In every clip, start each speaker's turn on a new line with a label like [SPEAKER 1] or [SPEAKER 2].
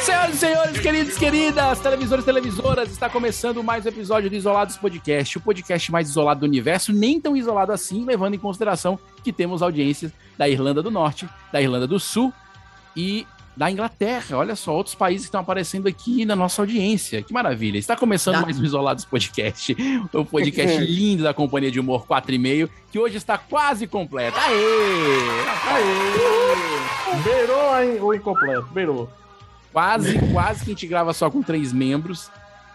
[SPEAKER 1] Senhoras e senhores, queridos e queridas, televisores e televisoras, está começando mais um episódio do Isolados Podcast, o podcast mais isolado do universo, nem tão isolado assim, levando em consideração que temos audiências da Irlanda do Norte, da Irlanda do Sul e da Inglaterra. Olha só, outros países que estão aparecendo aqui na nossa audiência. Que maravilha. Está começando
[SPEAKER 2] Dá-
[SPEAKER 1] mais um Isolados Podcast, o Um podcast lindo da Companhia de Humor 4,5, que hoje está quase completo. Aê!
[SPEAKER 3] Aê! Beirou a in- o incompleto, beirou.
[SPEAKER 1] Quase, quase que a gente grava só com três membros,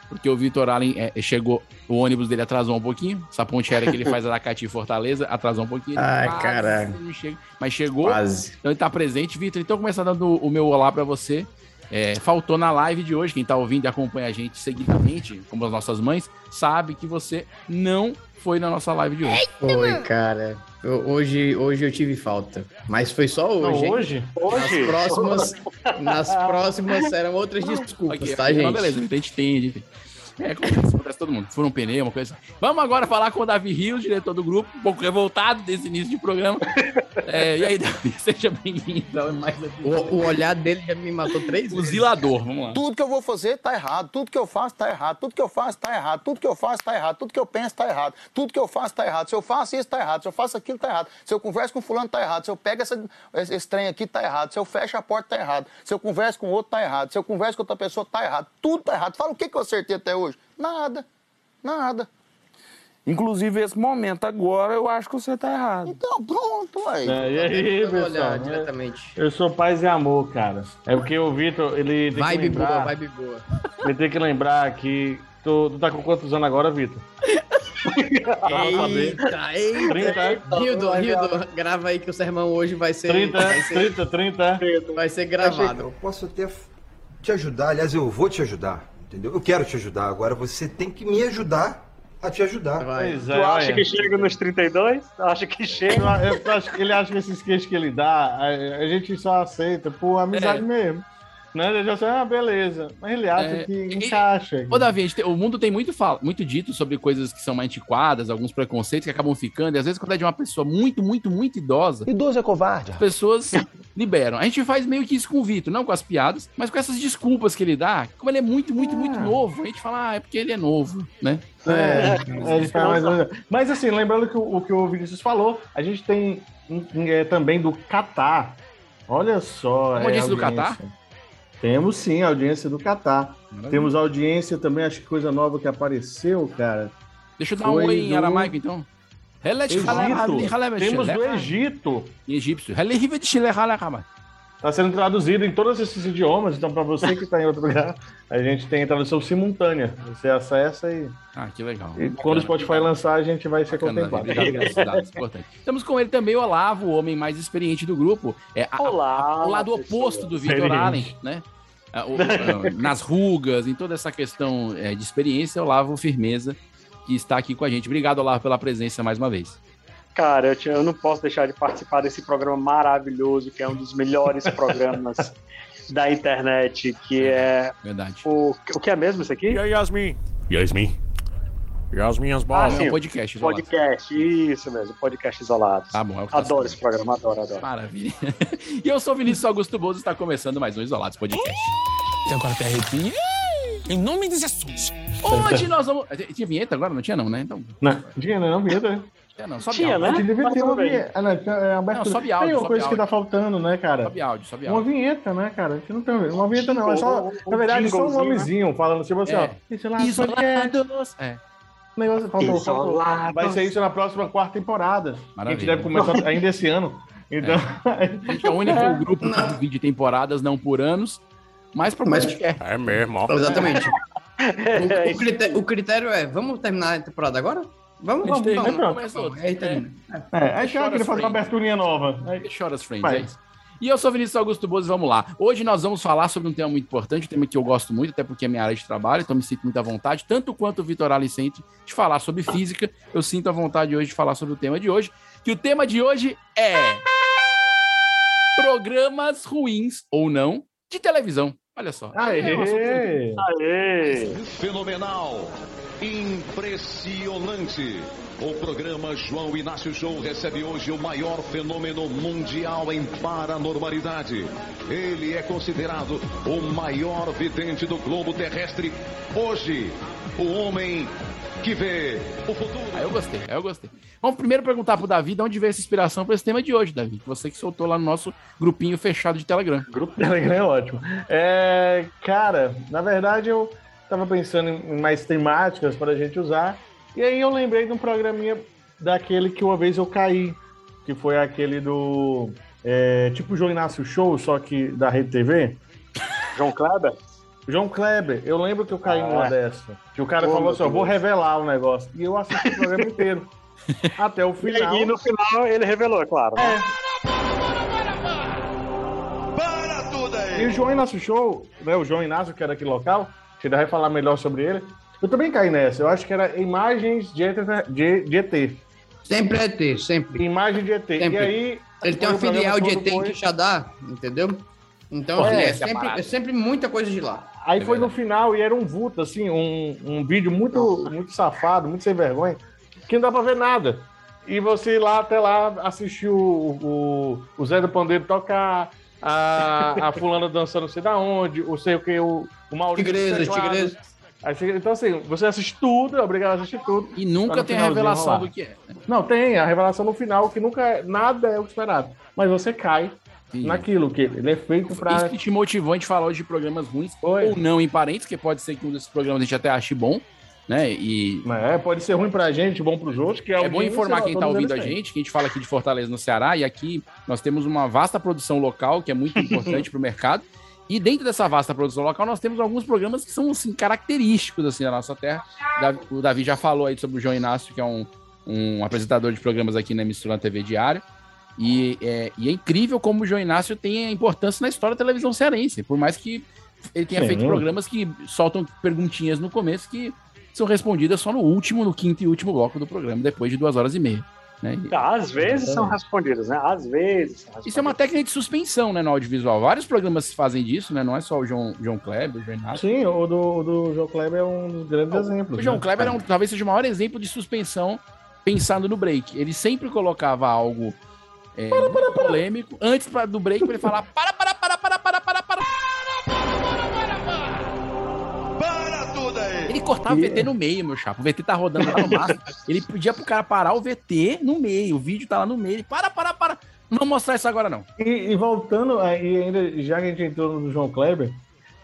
[SPEAKER 1] porque o Vitor Allen é, chegou, o ônibus dele atrasou um pouquinho. Essa ponte aérea que ele faz Aracati e Fortaleza atrasou um pouquinho. ele
[SPEAKER 4] Ai,
[SPEAKER 1] quase
[SPEAKER 4] caralho.
[SPEAKER 1] não chega, mas chegou,
[SPEAKER 4] Quase.
[SPEAKER 1] então ele tá presente. Vitor, então começar dando o meu olá pra você. É, faltou na live de hoje, quem tá ouvindo e acompanha a gente seguidamente, como as nossas mães, sabe que você não foi na nossa live de hoje.
[SPEAKER 4] Foi, cara. Eu- hoje, hoje eu tive falta. Mas foi só
[SPEAKER 3] Não,
[SPEAKER 4] hoje. hein?
[SPEAKER 3] hoje?
[SPEAKER 5] Hoje,
[SPEAKER 4] Nas próximas, nas próximas serão outras desculpas,
[SPEAKER 1] Ok,
[SPEAKER 4] tá, gente?
[SPEAKER 1] Mas beleza, a gente entende. enfim. É, acontece, acontece todo mundo. Fura um pneu, uma coisa assim. Vamos agora falar com o Davi Rios, diretor do grupo, um pouco revoltado desse início de programa. É, e aí, Davi, seja bem-vindo ao mais
[SPEAKER 4] O, o olhar dele já me matou três vezes.
[SPEAKER 1] Fuzilador, vamos lá.
[SPEAKER 6] Tudo que eu vou fazer tá errado, tudo que eu faço tá errado, tudo que eu faço tá errado, tudo que eu faço tá errado, tudo que eu penso tá errado, tudo que eu faço tá errado. Se eu faço isso tá errado, se eu faço aquilo tá errado, se eu converso com fulano tá errado, se eu pego essa- esse, esse trem aqui tá errado, se eu fecho a porta tá errado, se eu converso com outro tá errado, se eu converso com outra pessoa tá errado, tudo tá errado. Fala o que, que eu acertei até hoje? Nada, nada.
[SPEAKER 2] Inclusive, esse momento agora, eu acho que você tá errado.
[SPEAKER 6] Então pronto, aí.
[SPEAKER 3] É, e aí,
[SPEAKER 4] Eu vou
[SPEAKER 3] pessoal?
[SPEAKER 4] olhar
[SPEAKER 2] né?
[SPEAKER 4] diretamente.
[SPEAKER 3] Eu sou paz e amor, cara. É porque o Vitor, ele tem que
[SPEAKER 4] Vibe
[SPEAKER 3] lembrar...
[SPEAKER 4] boa, vibe boa.
[SPEAKER 3] Ele tem que lembrar que... Tu, tu tá com quantos anos agora, Vitor? saber.
[SPEAKER 4] Eita, eita.
[SPEAKER 3] 30?
[SPEAKER 4] Hildo, Hildo, grava aí que o sermão hoje vai ser,
[SPEAKER 3] 30?
[SPEAKER 4] vai ser,
[SPEAKER 3] 30? 30?
[SPEAKER 4] vai ser
[SPEAKER 7] Eu
[SPEAKER 4] gravado.
[SPEAKER 7] posso até f- te ajudar, aliás, eu vou te ajudar, entendeu? Eu quero te ajudar, agora você tem que me ajudar a te ajudar.
[SPEAKER 4] Vai.
[SPEAKER 3] Pois
[SPEAKER 2] Tu
[SPEAKER 3] é,
[SPEAKER 2] acha
[SPEAKER 3] olha.
[SPEAKER 2] que chega nos 32? Tu acha que chega?
[SPEAKER 3] Eu a- eu acho que ele acha que esses queixos que ele dá, a, a gente só aceita por amizade
[SPEAKER 1] É.
[SPEAKER 3] mesmo. Né? Ele já sabe, ah, beleza. Mas ele acha
[SPEAKER 1] É.
[SPEAKER 3] que
[SPEAKER 1] E-
[SPEAKER 3] encaixa.
[SPEAKER 1] Ô, Davi, a gente tem- o mundo tem muito, fala, muito dito sobre coisas que são mais antiquadas, alguns preconceitos que acabam ficando, e às vezes quando é de uma pessoa muito, muito, muito idosa,
[SPEAKER 6] Idoso é covarde.
[SPEAKER 1] as pessoas liberam. A gente faz meio que isso com o Vitor, não com as piadas, mas com essas desculpas que ele dá, como ele é muito, muito, muito novo, a gente fala, ah, é porque ele é novo, né?
[SPEAKER 3] É, é, ele tá mais ou menos- Mas assim, lembrando que o, o que o Vinícius falou, a gente tem um- um, é, também do Catar. Olha só. é,
[SPEAKER 1] Uma audiência do Catar?
[SPEAKER 3] Temos sim, a audiência do Catar. Temos audiência também, acho que coisa nova que apareceu, cara.
[SPEAKER 1] Deixa eu dar um
[SPEAKER 3] Foi
[SPEAKER 1] oi em
[SPEAKER 3] do-
[SPEAKER 1] aramaico, então. Helete halem- halem-
[SPEAKER 3] Temos do
[SPEAKER 1] halem-
[SPEAKER 3] Egito.
[SPEAKER 1] Em egípcio. Helerive de Chile halem- halem.
[SPEAKER 3] Está Tá sendo traduzido em todos esses idiomas, então para você que está em outro lugar, a gente tem tradução simultânea. Você acessa e,
[SPEAKER 1] Ah, que legal.
[SPEAKER 3] e quando o Spotify lançar, a gente vai ser
[SPEAKER 1] Bacana,
[SPEAKER 3] contemplado.
[SPEAKER 1] Davi. Obrigado pelos dados, importante. Estamos com ele também, o Olavo, o homem mais experiente do grupo. É, a-
[SPEAKER 2] Olá.
[SPEAKER 1] o lado oposto do Vitor
[SPEAKER 3] Experiente.
[SPEAKER 1] Allen, né? Ah, o- ah, Nas rugas, em toda essa questão é, de experiência, o Olavo Firmeza, que está aqui com a gente. Obrigado, Olavo, pela presença mais uma vez.
[SPEAKER 2] Cara, eu, te- eu não posso deixar de participar desse programa maravilhoso, que é um dos melhores programas da internet, que é
[SPEAKER 1] Verdade.
[SPEAKER 2] o, o que é mesmo isso aqui?
[SPEAKER 5] Yasmin? Yasmin? Yasmin, as
[SPEAKER 1] Ah,
[SPEAKER 2] sim.
[SPEAKER 1] é um podcast, Olavo.
[SPEAKER 2] Podcast, isso mesmo, podcast isolado.
[SPEAKER 1] Tá bom, é o que tá
[SPEAKER 2] Adoro
[SPEAKER 1] certo.
[SPEAKER 2] esse programa, adoro, adoro.
[SPEAKER 1] Maravilha. E eu sou o Vinícius Augusto Bozo, está começando mais um Isolados Podcast.
[SPEAKER 8] Em nome de Jesus.
[SPEAKER 1] Hoje nós vamos. Tinha vinheta agora? Não tinha, não, né? Então.
[SPEAKER 3] Não, tinha, né? Não, vinheta, né?
[SPEAKER 1] Tinha, não. é? Sobe
[SPEAKER 2] Tinha,
[SPEAKER 1] áudio.
[SPEAKER 3] A
[SPEAKER 2] né?
[SPEAKER 3] gente devia
[SPEAKER 2] Mas
[SPEAKER 3] ter uma
[SPEAKER 2] tudo bem.
[SPEAKER 3] vinheta. Ah, não, tinha- é, Alberto,
[SPEAKER 1] Não, sobe
[SPEAKER 3] tem
[SPEAKER 1] áudio,
[SPEAKER 3] uma
[SPEAKER 1] sobe
[SPEAKER 3] coisa que
[SPEAKER 1] áudio.
[SPEAKER 3] tá faltando, né, cara?
[SPEAKER 1] Sobe áudio, sobe
[SPEAKER 3] Uma
[SPEAKER 1] áudio.
[SPEAKER 3] vinheta, né, cara? A gente não tem uma vinheta, não. É
[SPEAKER 2] Um
[SPEAKER 3] só, na verdade, só um
[SPEAKER 2] jinglezinho,
[SPEAKER 3] nomezinho falando, tipo assim,
[SPEAKER 1] né? É.
[SPEAKER 3] ó. Isso lá, podcast,
[SPEAKER 1] Isolados. É.
[SPEAKER 3] negócio, faltou, faltou.
[SPEAKER 2] Isolados.
[SPEAKER 3] Vai ser isso na próxima quarta temporada. A gente
[SPEAKER 1] Maravilha.
[SPEAKER 3] deve começar ainda esse ano. Então,
[SPEAKER 1] A gente é o único grupo que divide temporadas, não por anos, mas por
[SPEAKER 4] Mas-
[SPEAKER 1] mais que é.
[SPEAKER 5] É mesmo, ó.
[SPEAKER 4] Exatamente. O,
[SPEAKER 2] É
[SPEAKER 4] o crite- o critério é, vamos terminar a temporada agora? Vamos,
[SPEAKER 1] A gente
[SPEAKER 4] vamos,
[SPEAKER 1] termina
[SPEAKER 4] vamos.
[SPEAKER 1] e
[SPEAKER 3] pronto.
[SPEAKER 1] começa outro. né?
[SPEAKER 4] vamos. é Aí termina.
[SPEAKER 3] É, aí já
[SPEAKER 1] Chora,
[SPEAKER 3] queria fazer uma
[SPEAKER 1] Frank.
[SPEAKER 3] aberturinha nova. Aí,
[SPEAKER 1] Deixa horas friends,
[SPEAKER 3] Vai.
[SPEAKER 1] é isso. E eu sou Vinícius Augusto Bozo, vamos lá. Hoje nós vamos falar sobre um tema muito importante, um tema que eu gosto muito, até porque é minha área de trabalho, então me sinto muito à vontade, tanto quanto o Vitor Alicente, de falar sobre física. Eu sinto à vontade hoje de falar sobre o tema de hoje. E o tema de hoje é. Programas ruins ou não de televisão. Olha só. É um assunto
[SPEAKER 3] Aê!
[SPEAKER 2] Aê!
[SPEAKER 9] Fenomenal, impressionante. O programa João Inácio Show recebe hoje o maior fenômeno mundial em paranormalidade. Ele é considerado o maior vidente do globo terrestre. Hoje, o homem que vê o futuro.
[SPEAKER 1] Aí Ah, eu gostei, aí eu gostei. Vamos primeiro perguntar pro Davi de onde veio essa inspiração para esse tema de hoje, Davi. Você que soltou lá no nosso grupinho fechado de Telegram.
[SPEAKER 3] Grupo Telegram é ótimo. É, cara, na verdade eu tava pensando em mais temáticas para a gente usar. E aí eu lembrei de um programinha daquele que uma vez eu caí, que foi aquele do. é, tipo João Inácio Show, só que da Rede TV.
[SPEAKER 2] João Kleber?
[SPEAKER 3] João Kleber, eu lembro que eu caí numa
[SPEAKER 2] Ah.
[SPEAKER 3] dessa. Que o cara
[SPEAKER 2] Pô,
[SPEAKER 3] falou
[SPEAKER 2] meu
[SPEAKER 3] assim: ó,
[SPEAKER 2] Deus.
[SPEAKER 3] vou revelar o negócio. E eu assisti o programa inteiro. Até o final.
[SPEAKER 2] E no final ele revelou, é claro. né?
[SPEAKER 9] Para tudo
[SPEAKER 3] E
[SPEAKER 9] aí!
[SPEAKER 3] o João Inácio Show, né? O João Inácio, que era aqui local, você ainda vai falar melhor sobre ele. Eu também caí nessa. Eu acho que era imagens de ET. De, de ET.
[SPEAKER 4] Sempre é ter, sempre.
[SPEAKER 3] Imagem de ET. E
[SPEAKER 4] Sempre.
[SPEAKER 3] aí.
[SPEAKER 4] Ele
[SPEAKER 3] foi
[SPEAKER 4] tem uma
[SPEAKER 3] o programa
[SPEAKER 4] filial de
[SPEAKER 3] todo,
[SPEAKER 4] ET em
[SPEAKER 3] foi-
[SPEAKER 4] Quixadá, entendeu? Então,
[SPEAKER 3] Olha
[SPEAKER 4] assim, é,
[SPEAKER 3] essa
[SPEAKER 4] sempre, é sempre muita coisa de lá.
[SPEAKER 3] Aí
[SPEAKER 1] É
[SPEAKER 3] foi no
[SPEAKER 1] verdade.
[SPEAKER 3] final e era um vulto, assim, um, um vídeo muito, muito safado, muito sem vergonha, que não dá pra ver nada. E você ir lá até lá assistiu o, o, o Zé do Pandeiro tocar, a, a fulana dançando não sei da onde, o sei o que, o, o Maurício.
[SPEAKER 4] Tigresas,
[SPEAKER 3] teclado.
[SPEAKER 4] tigresas.
[SPEAKER 3] Aí você- então, assim, você assiste tudo, é obrigado a assistir tudo.
[SPEAKER 1] E
[SPEAKER 3] Tá
[SPEAKER 1] nunca
[SPEAKER 3] no
[SPEAKER 1] tem a
[SPEAKER 3] finalzinho,
[SPEAKER 1] revelação
[SPEAKER 3] vamos lá.
[SPEAKER 1] do que é. né?
[SPEAKER 3] Não, tem a revelação no final, que nunca é, nada é o esperado. Mas você cai
[SPEAKER 1] Entendi.
[SPEAKER 3] naquilo, que ele é feito
[SPEAKER 1] Isso
[SPEAKER 3] pra.
[SPEAKER 1] que te motivou a gente falar hoje de programas ruins
[SPEAKER 3] Oi.
[SPEAKER 1] ou não em parentes, que pode ser que um desses programas a gente até ache bom, né? E
[SPEAKER 3] É, pode ser ruim pra gente, bom pros outros, que é
[SPEAKER 1] é bom informar quem tá ouvindo a
[SPEAKER 3] assim.
[SPEAKER 1] gente, que a gente fala aqui de Fortaleza no Ceará, e aqui nós temos uma vasta produção local, que é muito importante pro mercado. E dentro dessa vasta produção local, nós temos alguns programas que são assim, característicos assim, da nossa terra. Da- O Davi já falou aí sobre o João Inácio, que é um, um apresentador de programas aqui na Mistura TV Diário. E é, e é incrível como o João Inácio tem a importância na história da televisão cearense, por mais que ele tenha
[SPEAKER 3] Sim.
[SPEAKER 1] feito programas que soltam perguntinhas no começo que são respondidas só no último, no quinto e último bloco do programa, depois de duas horas e meia. né? E-
[SPEAKER 2] Tá, às vezes são respondidas, né? Às vezes. são
[SPEAKER 1] Isso é uma
[SPEAKER 2] respondidas.
[SPEAKER 1] técnica de suspensão né, no audiovisual. Vários programas fazem disso, né? Não é só o João, João Kleber, o João Inácio.
[SPEAKER 3] Sim, o do, o do João Kleber é um dos grandes exemplos.
[SPEAKER 1] O João
[SPEAKER 3] né?
[SPEAKER 1] Kleber é um- talvez seja o maior exemplo de suspensão pensando no break. Ele sempre colocava algo é, muito polêmico antes pra- do break pra ele falar para, para, para, para, para, para, para.
[SPEAKER 9] Para tudo aí!
[SPEAKER 1] Ele cortava o VT no meio, meu chapa. O VT tá rodando lá no máximo. Ele pedia pro cara parar o VT no meio. O vídeo tá lá no meio. Ele para, para, para. Não vou mostrar isso agora, não.
[SPEAKER 3] E, e voltando, a- e ainda já que a gente entrou no João Kleber,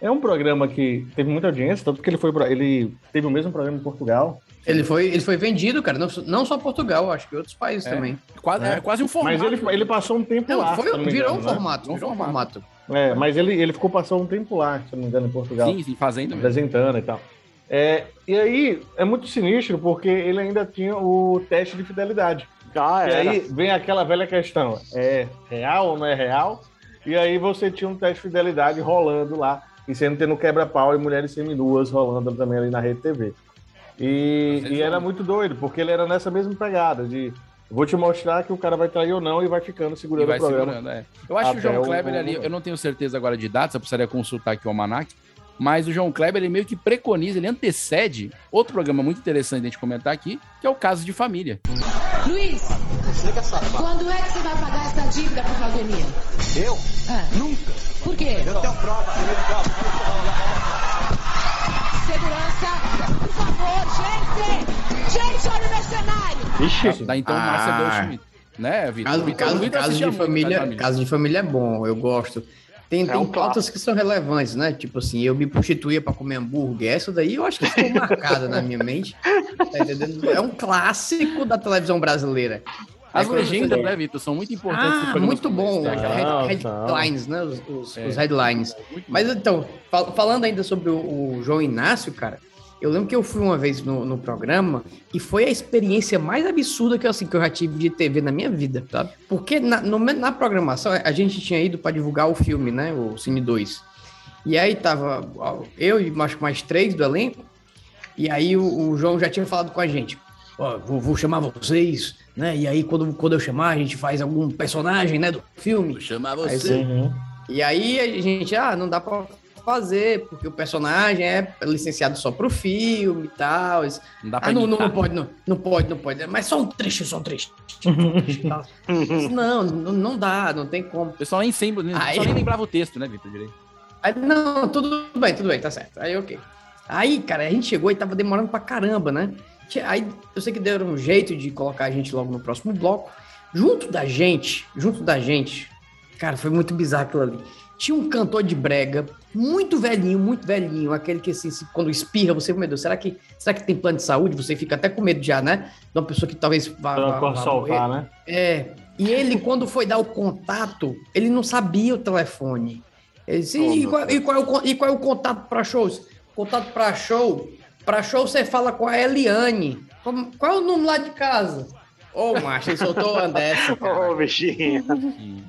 [SPEAKER 3] é um programa que teve muita audiência, tanto que ele foi pra- ele teve o mesmo programa em Portugal.
[SPEAKER 4] Ele foi, ele foi vendido, cara, não, não só Portugal, acho que outros países
[SPEAKER 1] É.
[SPEAKER 4] também.
[SPEAKER 1] Quase, é.
[SPEAKER 3] É.
[SPEAKER 1] quase um formato.
[SPEAKER 3] Mas ele, ele passou um tempo
[SPEAKER 4] Não,
[SPEAKER 3] lá.
[SPEAKER 4] foi-
[SPEAKER 3] se eu não me
[SPEAKER 4] virou um
[SPEAKER 3] engano, né?
[SPEAKER 4] formato, virou um formato.
[SPEAKER 3] É, mas ele, ele ficou passou um tempo lá, se eu não me engano, em Portugal.
[SPEAKER 1] Sim, sim, fazendo mesmo.
[SPEAKER 3] apresentando e tal. É, e aí é muito sinistro porque ele ainda tinha o teste de fidelidade.
[SPEAKER 2] Ah,
[SPEAKER 3] e
[SPEAKER 2] é.
[SPEAKER 3] aí vem aquela velha questão: é real ou não é real? E aí você tinha um teste de fidelidade rolando lá, e sendo tendo quebra-pau e mulheres seminuas rolando também ali na Rede TV. E,
[SPEAKER 1] é
[SPEAKER 3] e era muito doido, porque ele era nessa mesma pegada de vou te mostrar que o cara vai trair ou não e vai ficando
[SPEAKER 1] E
[SPEAKER 3] segurando
[SPEAKER 1] vai
[SPEAKER 3] o programa.
[SPEAKER 1] segurando, é. Eu acho que o
[SPEAKER 3] Até
[SPEAKER 1] João
[SPEAKER 3] o-
[SPEAKER 1] Kleber ali, eu não tenho certeza agora de datas, eu precisaria consultar aqui o Almanac, mas o João Kleber ele meio que preconiza, ele antecede outro programa muito interessante de gente comentar aqui, que é o Caso de Família.
[SPEAKER 8] Luiz, quando é que você vai pagar essa dívida com a academia?
[SPEAKER 9] Eu?
[SPEAKER 8] Nunca. Por quê?
[SPEAKER 9] prova,
[SPEAKER 8] Segurança, por favor, gente! Gente, olha o mercenário!
[SPEAKER 3] Ixi,
[SPEAKER 1] Da então
[SPEAKER 4] Ah.
[SPEAKER 1] Márcia Goldschmidt. Né, Vitor?
[SPEAKER 3] Então,
[SPEAKER 4] Caso,
[SPEAKER 1] Vitor-
[SPEAKER 4] caso,
[SPEAKER 1] Vitor
[SPEAKER 4] caso
[SPEAKER 1] assistia muito Caso
[SPEAKER 4] de família, caso de família é bom, eu gosto.
[SPEAKER 3] É
[SPEAKER 4] Tem, tem
[SPEAKER 2] um
[SPEAKER 4] pautas que são relevantes, né? Tipo assim, eu me prostituía pra comer hambúrguer, essa daí eu acho que ficou marcada na minha mente. Tá entendendo? É um clássico da televisão brasileira.
[SPEAKER 1] As
[SPEAKER 4] Aí quando você-
[SPEAKER 1] legendas, né, Vitor, são muito importantes. nos
[SPEAKER 4] Ah,
[SPEAKER 1] programas
[SPEAKER 4] muito
[SPEAKER 1] como esse,
[SPEAKER 4] bom.
[SPEAKER 1] né? Aquela
[SPEAKER 3] Ah,
[SPEAKER 4] Head- headlines, né? Os, os-
[SPEAKER 1] É.
[SPEAKER 4] os headlines. Mas então, fal- falando ainda sobre o, o João Inácio, cara, Eu lembro que eu fui uma vez no, no programa e foi a experiência mais absurda que, eu, assim, que eu já tive de TV na minha vida, sabe? Porque na, no- na programação a gente tinha ido para divulgar o filme, né? O Cine 2. E aí tava ó, eu e mais, mais três do elenco. E aí o, o João já tinha falado com a gente. Ó, vou, vou chamar vocês, né? E aí quando, quando eu chamar a gente faz algum personagem, né? Do filme.
[SPEAKER 1] Vou chamar
[SPEAKER 4] Aí
[SPEAKER 1] você.
[SPEAKER 4] você- E aí a gente, ah, não dá pra fazer, porque o personagem é licenciado só pro filme e tal. Isso.
[SPEAKER 1] Não dá pra
[SPEAKER 4] Ah, não, não,
[SPEAKER 1] imitar.
[SPEAKER 4] não pode, não, não pode, não pode. Mas só um trecho, só um trecho. só um trecho e tal. Isso, não, não, não dá, não tem como.
[SPEAKER 1] O pessoal nem, sempre, nem-
[SPEAKER 4] Aí-
[SPEAKER 1] só nem lembrava o texto, né, Vitor? Direito.
[SPEAKER 4] Aí, não, tudo bem, tudo bem, tá certo. Aí, ok. Aí, cara, a gente chegou e tava demorando pra caramba, né? Tinha- Aí, eu sei que deram um jeito de colocar a gente logo no próximo bloco. Junto da gente, junto da gente, cara, foi muito bizarro aquilo ali. Tinha um cantor de brega, muito velhinho, muito velhinho, aquele que, assim, se- quando espirra, você, meu Deus, será que, será que tem plano de saúde? Você fica até com medo já, né? De uma pessoa que talvez vá,
[SPEAKER 3] Pra
[SPEAKER 4] vá, vá morrer.
[SPEAKER 3] salvar, né?
[SPEAKER 4] É. E ele, quando foi dar o contato, ele não sabia o telefone. Ele disse, e, qual, e qual é o, con- e qual é o contato para shows? Contato para show? Para show você fala com a Eliane. Como- qual é o número lá de casa? Ô, macho, ele soltou uma dessa, cara.
[SPEAKER 2] Ô, bichinho.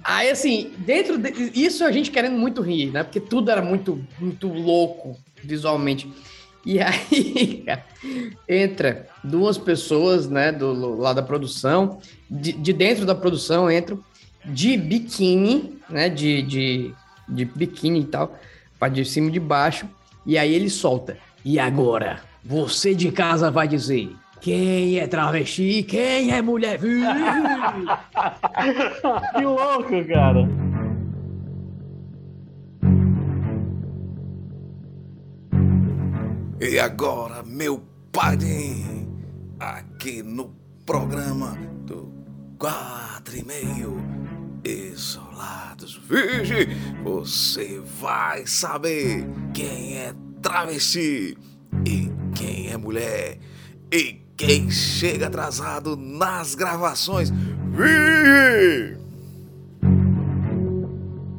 [SPEAKER 4] Aí, assim, dentro de, isso a gente querendo muito rir, né? Porque tudo era muito, muito louco visualmente. E aí, cara, entra duas pessoas, né, do lá da produção, de, de dentro da produção entram de biquíni, né, de, de, de biquíni e tal, para de cima e de baixo, e aí ele solta. E agora, você de casa vai dizer quem é travesti, e quem é mulher virgem?
[SPEAKER 3] Que louco, cara.
[SPEAKER 10] E agora, meu padrinho, aqui no programa do Quatro e Meio Isolados Virgem, você vai saber quem é travesti e quem é mulher e quem chega atrasado nas gravações. Virgem!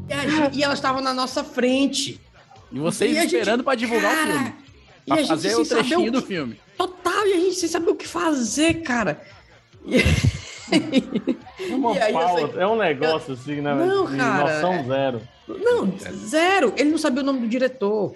[SPEAKER 4] E, a gente- e elas estavam na nossa frente.
[SPEAKER 1] E vocês
[SPEAKER 4] E a gente-
[SPEAKER 1] esperando pra divulgar o
[SPEAKER 4] Cara,
[SPEAKER 1] filme.
[SPEAKER 4] e a
[SPEAKER 1] Pra
[SPEAKER 4] gente
[SPEAKER 1] fazer
[SPEAKER 4] sem
[SPEAKER 1] o
[SPEAKER 4] saber
[SPEAKER 1] trechinho
[SPEAKER 4] o
[SPEAKER 1] do
[SPEAKER 4] que-
[SPEAKER 1] filme.
[SPEAKER 4] Total, e a gente sem saber o que fazer, cara. E,
[SPEAKER 3] Uma
[SPEAKER 4] E aí, eu
[SPEAKER 3] pauta.
[SPEAKER 4] sei-
[SPEAKER 3] É um negócio assim, né?
[SPEAKER 4] Não,
[SPEAKER 3] de
[SPEAKER 4] cara,
[SPEAKER 3] Noção
[SPEAKER 4] é-
[SPEAKER 3] zero.
[SPEAKER 4] não,
[SPEAKER 1] É.
[SPEAKER 4] zero. Ele não sabia o nome do diretor.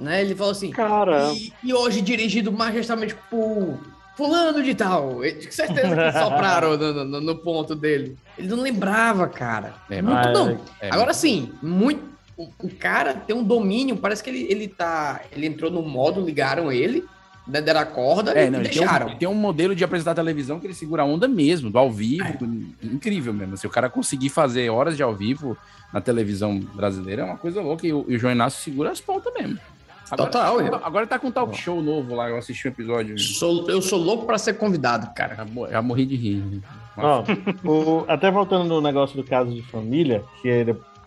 [SPEAKER 4] Né? Ele falou assim.
[SPEAKER 2] Caramba.
[SPEAKER 4] E, e hoje dirigido majestamente por fulano de tal. Eu tinha certeza que sopraram no, no- no ponto dele. Ele não lembrava, cara.
[SPEAKER 1] É,
[SPEAKER 4] Muito
[SPEAKER 3] mas-
[SPEAKER 4] não.
[SPEAKER 1] É,
[SPEAKER 4] Agora sim, muito. O, o cara tem um domínio, parece que ele, ele tá. Ele entrou no modo, ligaram ele, né, deram a corda
[SPEAKER 1] É,
[SPEAKER 4] e
[SPEAKER 1] não, ele tem, um,
[SPEAKER 4] deixaram.
[SPEAKER 1] ele tem um modelo de apresentar televisão que ele segura a onda mesmo, do ao vivo,
[SPEAKER 4] É.
[SPEAKER 1] do- incrível mesmo. Se o cara conseguir fazer horas de ao vivo na televisão brasileira, é uma coisa louca. E o, e o João Inácio segura as pontas mesmo. Agora,
[SPEAKER 4] Total,
[SPEAKER 1] agora,
[SPEAKER 4] eu-
[SPEAKER 1] agora tá com um talk show novo lá, eu assisti um episódio.
[SPEAKER 4] Sou- eu sou louco pra ser convidado, cara.
[SPEAKER 1] Já, mo- já morri de rir. né?
[SPEAKER 3] Ó, o- até voltando no negócio do caso de família, que é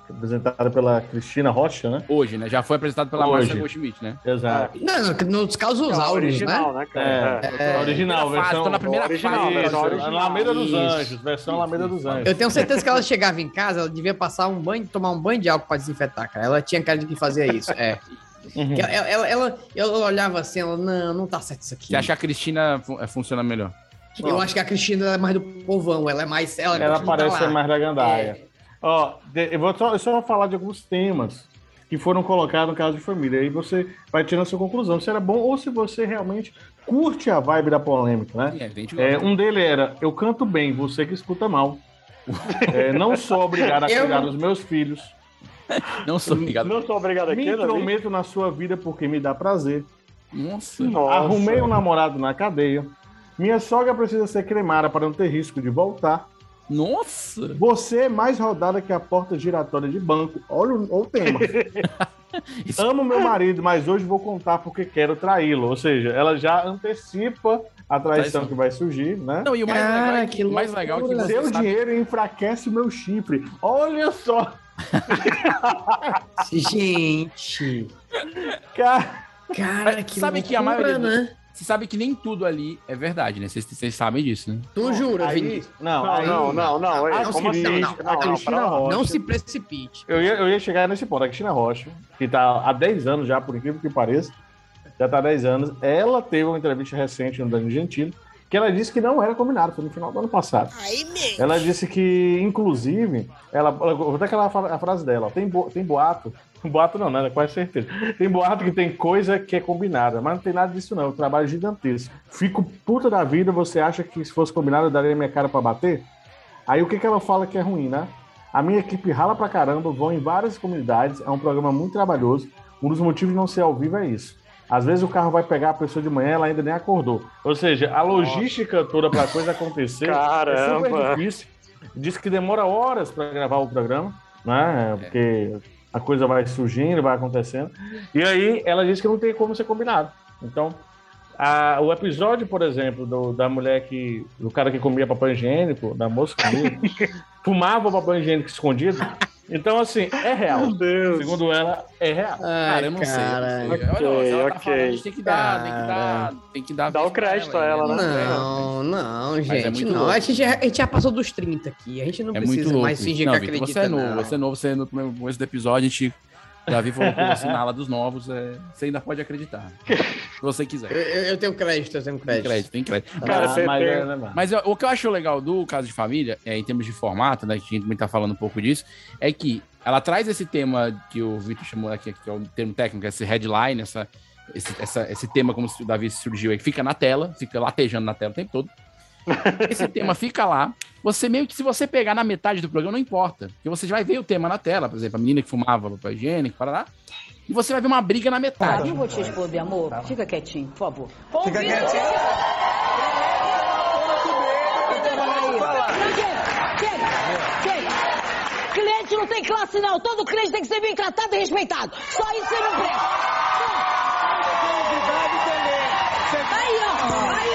[SPEAKER 3] apresentado pela Cristina Rocha, né?
[SPEAKER 1] Hoje, né? Já foi apresentado pela
[SPEAKER 3] Hoje.
[SPEAKER 1] Márcia Goldschmidt, né?
[SPEAKER 3] Exato.
[SPEAKER 4] Não, não, nos casos
[SPEAKER 2] É o
[SPEAKER 4] áureos, né?
[SPEAKER 2] original, né, cara? É.
[SPEAKER 3] É, original,
[SPEAKER 1] Primeira fase,
[SPEAKER 3] versão.
[SPEAKER 1] tô na primeira
[SPEAKER 2] original,
[SPEAKER 1] fase.
[SPEAKER 3] Isso,
[SPEAKER 2] né? versão original.
[SPEAKER 3] Alameda dos
[SPEAKER 4] Isso.
[SPEAKER 3] Anjos, versão Alameda dos
[SPEAKER 2] né?
[SPEAKER 3] Anjos.
[SPEAKER 4] Eu tenho certeza que ela chegava em casa, ela devia passar um banho, tomar um banho de álcool pra desinfetar, cara. Ela tinha cara de que fazia isso. É.
[SPEAKER 3] Uhum.
[SPEAKER 4] Que Ela, ela, ela- ela olhava assim, ela, não, não tá certo isso aqui.
[SPEAKER 1] Você acha que a Cristina fu- funciona melhor?
[SPEAKER 4] Eu acho que a Cristina é mais do povão, ela é mais. Ela,
[SPEAKER 3] Ela
[SPEAKER 4] tá
[SPEAKER 3] parece
[SPEAKER 4] lá.
[SPEAKER 3] ser mais da gandaia. Ó, de- eu, vou só, eu só vou falar de alguns temas que foram colocados no caso de família. Aí você vai tirando a sua conclusão se era bom ou se você realmente curte a vibe da polêmica, né?
[SPEAKER 1] É, tem gente que
[SPEAKER 3] É,
[SPEAKER 1] gosta.
[SPEAKER 3] um dele era Eu canto bem, você que escuta mal. É, não sou obrigado a
[SPEAKER 4] Eu
[SPEAKER 3] cuidar
[SPEAKER 4] não-
[SPEAKER 3] dos meus filhos. É.
[SPEAKER 1] Não sou obrigado.
[SPEAKER 2] Não sou obrigado
[SPEAKER 3] Me
[SPEAKER 2] aqui, né?
[SPEAKER 3] intrometo na sua vida porque me dá prazer.
[SPEAKER 1] Nossa.
[SPEAKER 2] Nossa.
[SPEAKER 3] Arrumei um namorado na cadeia. Minha sogra precisa ser cremada para não ter risco de voltar.
[SPEAKER 1] Nossa.
[SPEAKER 3] Você é mais rodada que a porta giratória de banco. Olha o, olha o tema. Amo meu marido, mas hoje vou contar porque quero traí-lo. Ou seja, ela já antecipa a traição
[SPEAKER 1] Traição.
[SPEAKER 3] que vai surgir, né?
[SPEAKER 1] Não, e o mais
[SPEAKER 4] Cara,
[SPEAKER 1] legal é que,
[SPEAKER 4] Ah, que
[SPEAKER 1] o mais legal é que
[SPEAKER 4] loucura.
[SPEAKER 1] você
[SPEAKER 3] Seu
[SPEAKER 1] sabe-
[SPEAKER 3] dinheiro enfraquece o meu chifre. Olha só,
[SPEAKER 4] Gente.
[SPEAKER 3] cara.
[SPEAKER 4] Cara,
[SPEAKER 1] Mas
[SPEAKER 4] que
[SPEAKER 1] sabe que a maioria
[SPEAKER 4] né?
[SPEAKER 1] Você sabe que nem tudo ali é verdade, né? Vocês- Vocês sabem disso, né?
[SPEAKER 4] Tu jura,
[SPEAKER 3] Aí,
[SPEAKER 4] Vinícius?
[SPEAKER 3] não,
[SPEAKER 2] Não,
[SPEAKER 3] aí,
[SPEAKER 2] não, não, não. ei,
[SPEAKER 3] A
[SPEAKER 2] Como assim?
[SPEAKER 3] Cristina,
[SPEAKER 2] Não,
[SPEAKER 3] a
[SPEAKER 2] não,
[SPEAKER 3] Cristina
[SPEAKER 2] pra lá.
[SPEAKER 3] Rocha.
[SPEAKER 4] Não se precipite.
[SPEAKER 3] Eu ia, eu ia chegar nesse ponto. A Cristina Rocha, que tá há 10 anos já, por incrível que pareça, já está há 10 anos. Ela teve uma entrevista recente no Dani Gentili, que ela disse que não era combinado, foi no final do ano passado.
[SPEAKER 11] Aí mesmo.
[SPEAKER 3] Ela disse que, inclusive, ela, ela- vou dar aquela fra- a frase dela, ó, tem, bo- tem boato, boato não, né, quase certeza, tem boato que tem coisa que é combinada, mas não tem nada disso não, é um trabalho gigantesco. Fico puta da vida, você acha que se fosse combinado eu daria minha cara pra bater? Aí o que, que ela fala que é ruim, né? A minha equipe rala pra caramba, vão em várias comunidades, é um programa muito trabalhoso, um dos motivos de não ser ao vivo é isso. Às vezes o carro vai pegar a pessoa de manhã, ela ainda nem acordou. Ou seja, a logística toda pra coisa acontecer é super
[SPEAKER 2] Caramba.
[SPEAKER 3] difícil. Diz que demora horas para gravar o programa, né? Porque a coisa vai surgindo, vai acontecendo. E aí ela disse que não tem como ser combinado. Então, a- o episódio, por exemplo, do- da mulher que. do cara que comia papel higiênico, da moça que comia, fumava papel higiênico escondido. Então, assim, é real. Segundo ela, é real.
[SPEAKER 1] Cara, eu não sei, eu não sei. Olha, ó, se ela tá
[SPEAKER 2] ok.
[SPEAKER 1] falando, a gente tem que dar, tem que dar, tem que dar.
[SPEAKER 2] Dá o crédito a ela,
[SPEAKER 1] assim,
[SPEAKER 2] né?
[SPEAKER 1] É.
[SPEAKER 4] Não, não,
[SPEAKER 1] Mas é
[SPEAKER 4] gente.
[SPEAKER 1] muito
[SPEAKER 4] não.
[SPEAKER 1] louco.
[SPEAKER 4] A gente, já, a gente já passou dos 30 aqui. A gente não
[SPEAKER 1] É muito
[SPEAKER 4] precisa
[SPEAKER 1] louco.
[SPEAKER 4] mais fingir
[SPEAKER 1] não,
[SPEAKER 4] que
[SPEAKER 1] Vitor,
[SPEAKER 4] acredita.
[SPEAKER 1] você é novo,
[SPEAKER 4] não.
[SPEAKER 1] você é novo, você é no começo do episódio, a gente. Davi falou que você na ala dos novos, é, você ainda pode acreditar. Se você quiser.
[SPEAKER 4] Eu, eu- eu tenho crédito, eu tenho
[SPEAKER 1] Tem
[SPEAKER 4] crédito.
[SPEAKER 1] crédito, tem crédito.
[SPEAKER 2] Cara,
[SPEAKER 3] Ah,
[SPEAKER 2] você
[SPEAKER 3] mas
[SPEAKER 2] tem-
[SPEAKER 3] é, né, mano?
[SPEAKER 1] Mas ó, o que eu acho legal do Caso de Família, é, em termos de formato, né, que a gente também tá falando um pouco disso, é que ela traz esse tema que o Vitor chamou aqui, que é o termo técnico, esse headline, essa, esse, essa- esse tema, como se o Davi surgiu aí, que fica na tela, fica latejando na tela o tempo todo. Esse tema fica lá. Você meio que, se você pegar na metade do programa, não importa. Porque você já vai ver o tema na tela, por exemplo, a menina que fumava papel higiênico, parará. E você vai ver uma briga na metade.
[SPEAKER 11] Eu vou te responder, amor. Fica quietinho, por favor.
[SPEAKER 6] Tá Fica quietinho.
[SPEAKER 11] Chega, chega, chega. Cliente não tem classe, não. Todo cliente tem que ser bem tratado e respeitado. Só isso é você não presta. Aí, ó. Aí,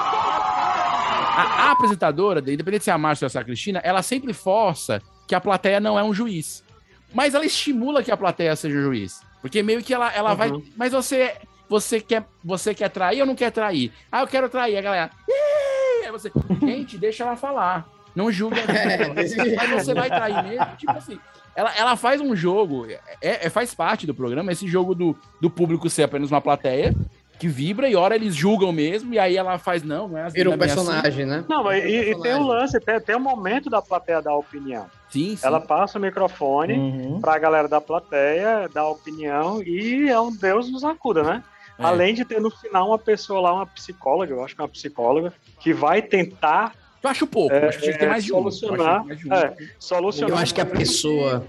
[SPEAKER 1] A, a apresentadora, independente se é a Márcia ou se é a Cristina, ela sempre força que a plateia não é um juiz. Mas ela estimula que a plateia seja um juiz. Porque meio que ela, ela vai. Mas você você quer, você quer trair ou não quer trair? Ah, eu quero trair. A galera. "Ih!" Aí você. Gente, deixa ela falar. Não julga.
[SPEAKER 4] É, desse jeito.
[SPEAKER 1] mas você vai trair mesmo. Tipo assim. Ela, ela faz um jogo, é, é- faz parte do programa, esse jogo do, do público ser apenas uma plateia que vibra e hora eles julgam mesmo, e aí ela faz, não, não é assim,
[SPEAKER 4] Virou
[SPEAKER 1] não
[SPEAKER 4] um
[SPEAKER 1] é bem assim.
[SPEAKER 4] personagem, né?
[SPEAKER 2] Não, mas e, e tem
[SPEAKER 4] Personagem.
[SPEAKER 2] um lance, tem, tem um momento da plateia dar opinião.
[SPEAKER 1] Sim, sim.
[SPEAKER 2] Ela passa o microfone
[SPEAKER 3] Uhum.
[SPEAKER 2] pra galera da plateia dar opinião e é um Deus nos acuda, né?
[SPEAKER 1] É.
[SPEAKER 2] Além de ter no final uma pessoa lá, uma psicóloga, eu acho que é uma psicóloga, que vai tentar
[SPEAKER 1] Eu acho pouco.
[SPEAKER 2] É,
[SPEAKER 1] eu acho que tinha que ter
[SPEAKER 2] é,
[SPEAKER 1] mais de um.
[SPEAKER 2] solucionar,
[SPEAKER 1] Eu acho que tinha que ter mais de um.
[SPEAKER 2] é, solucionar.
[SPEAKER 4] Eu acho que é a pessoa.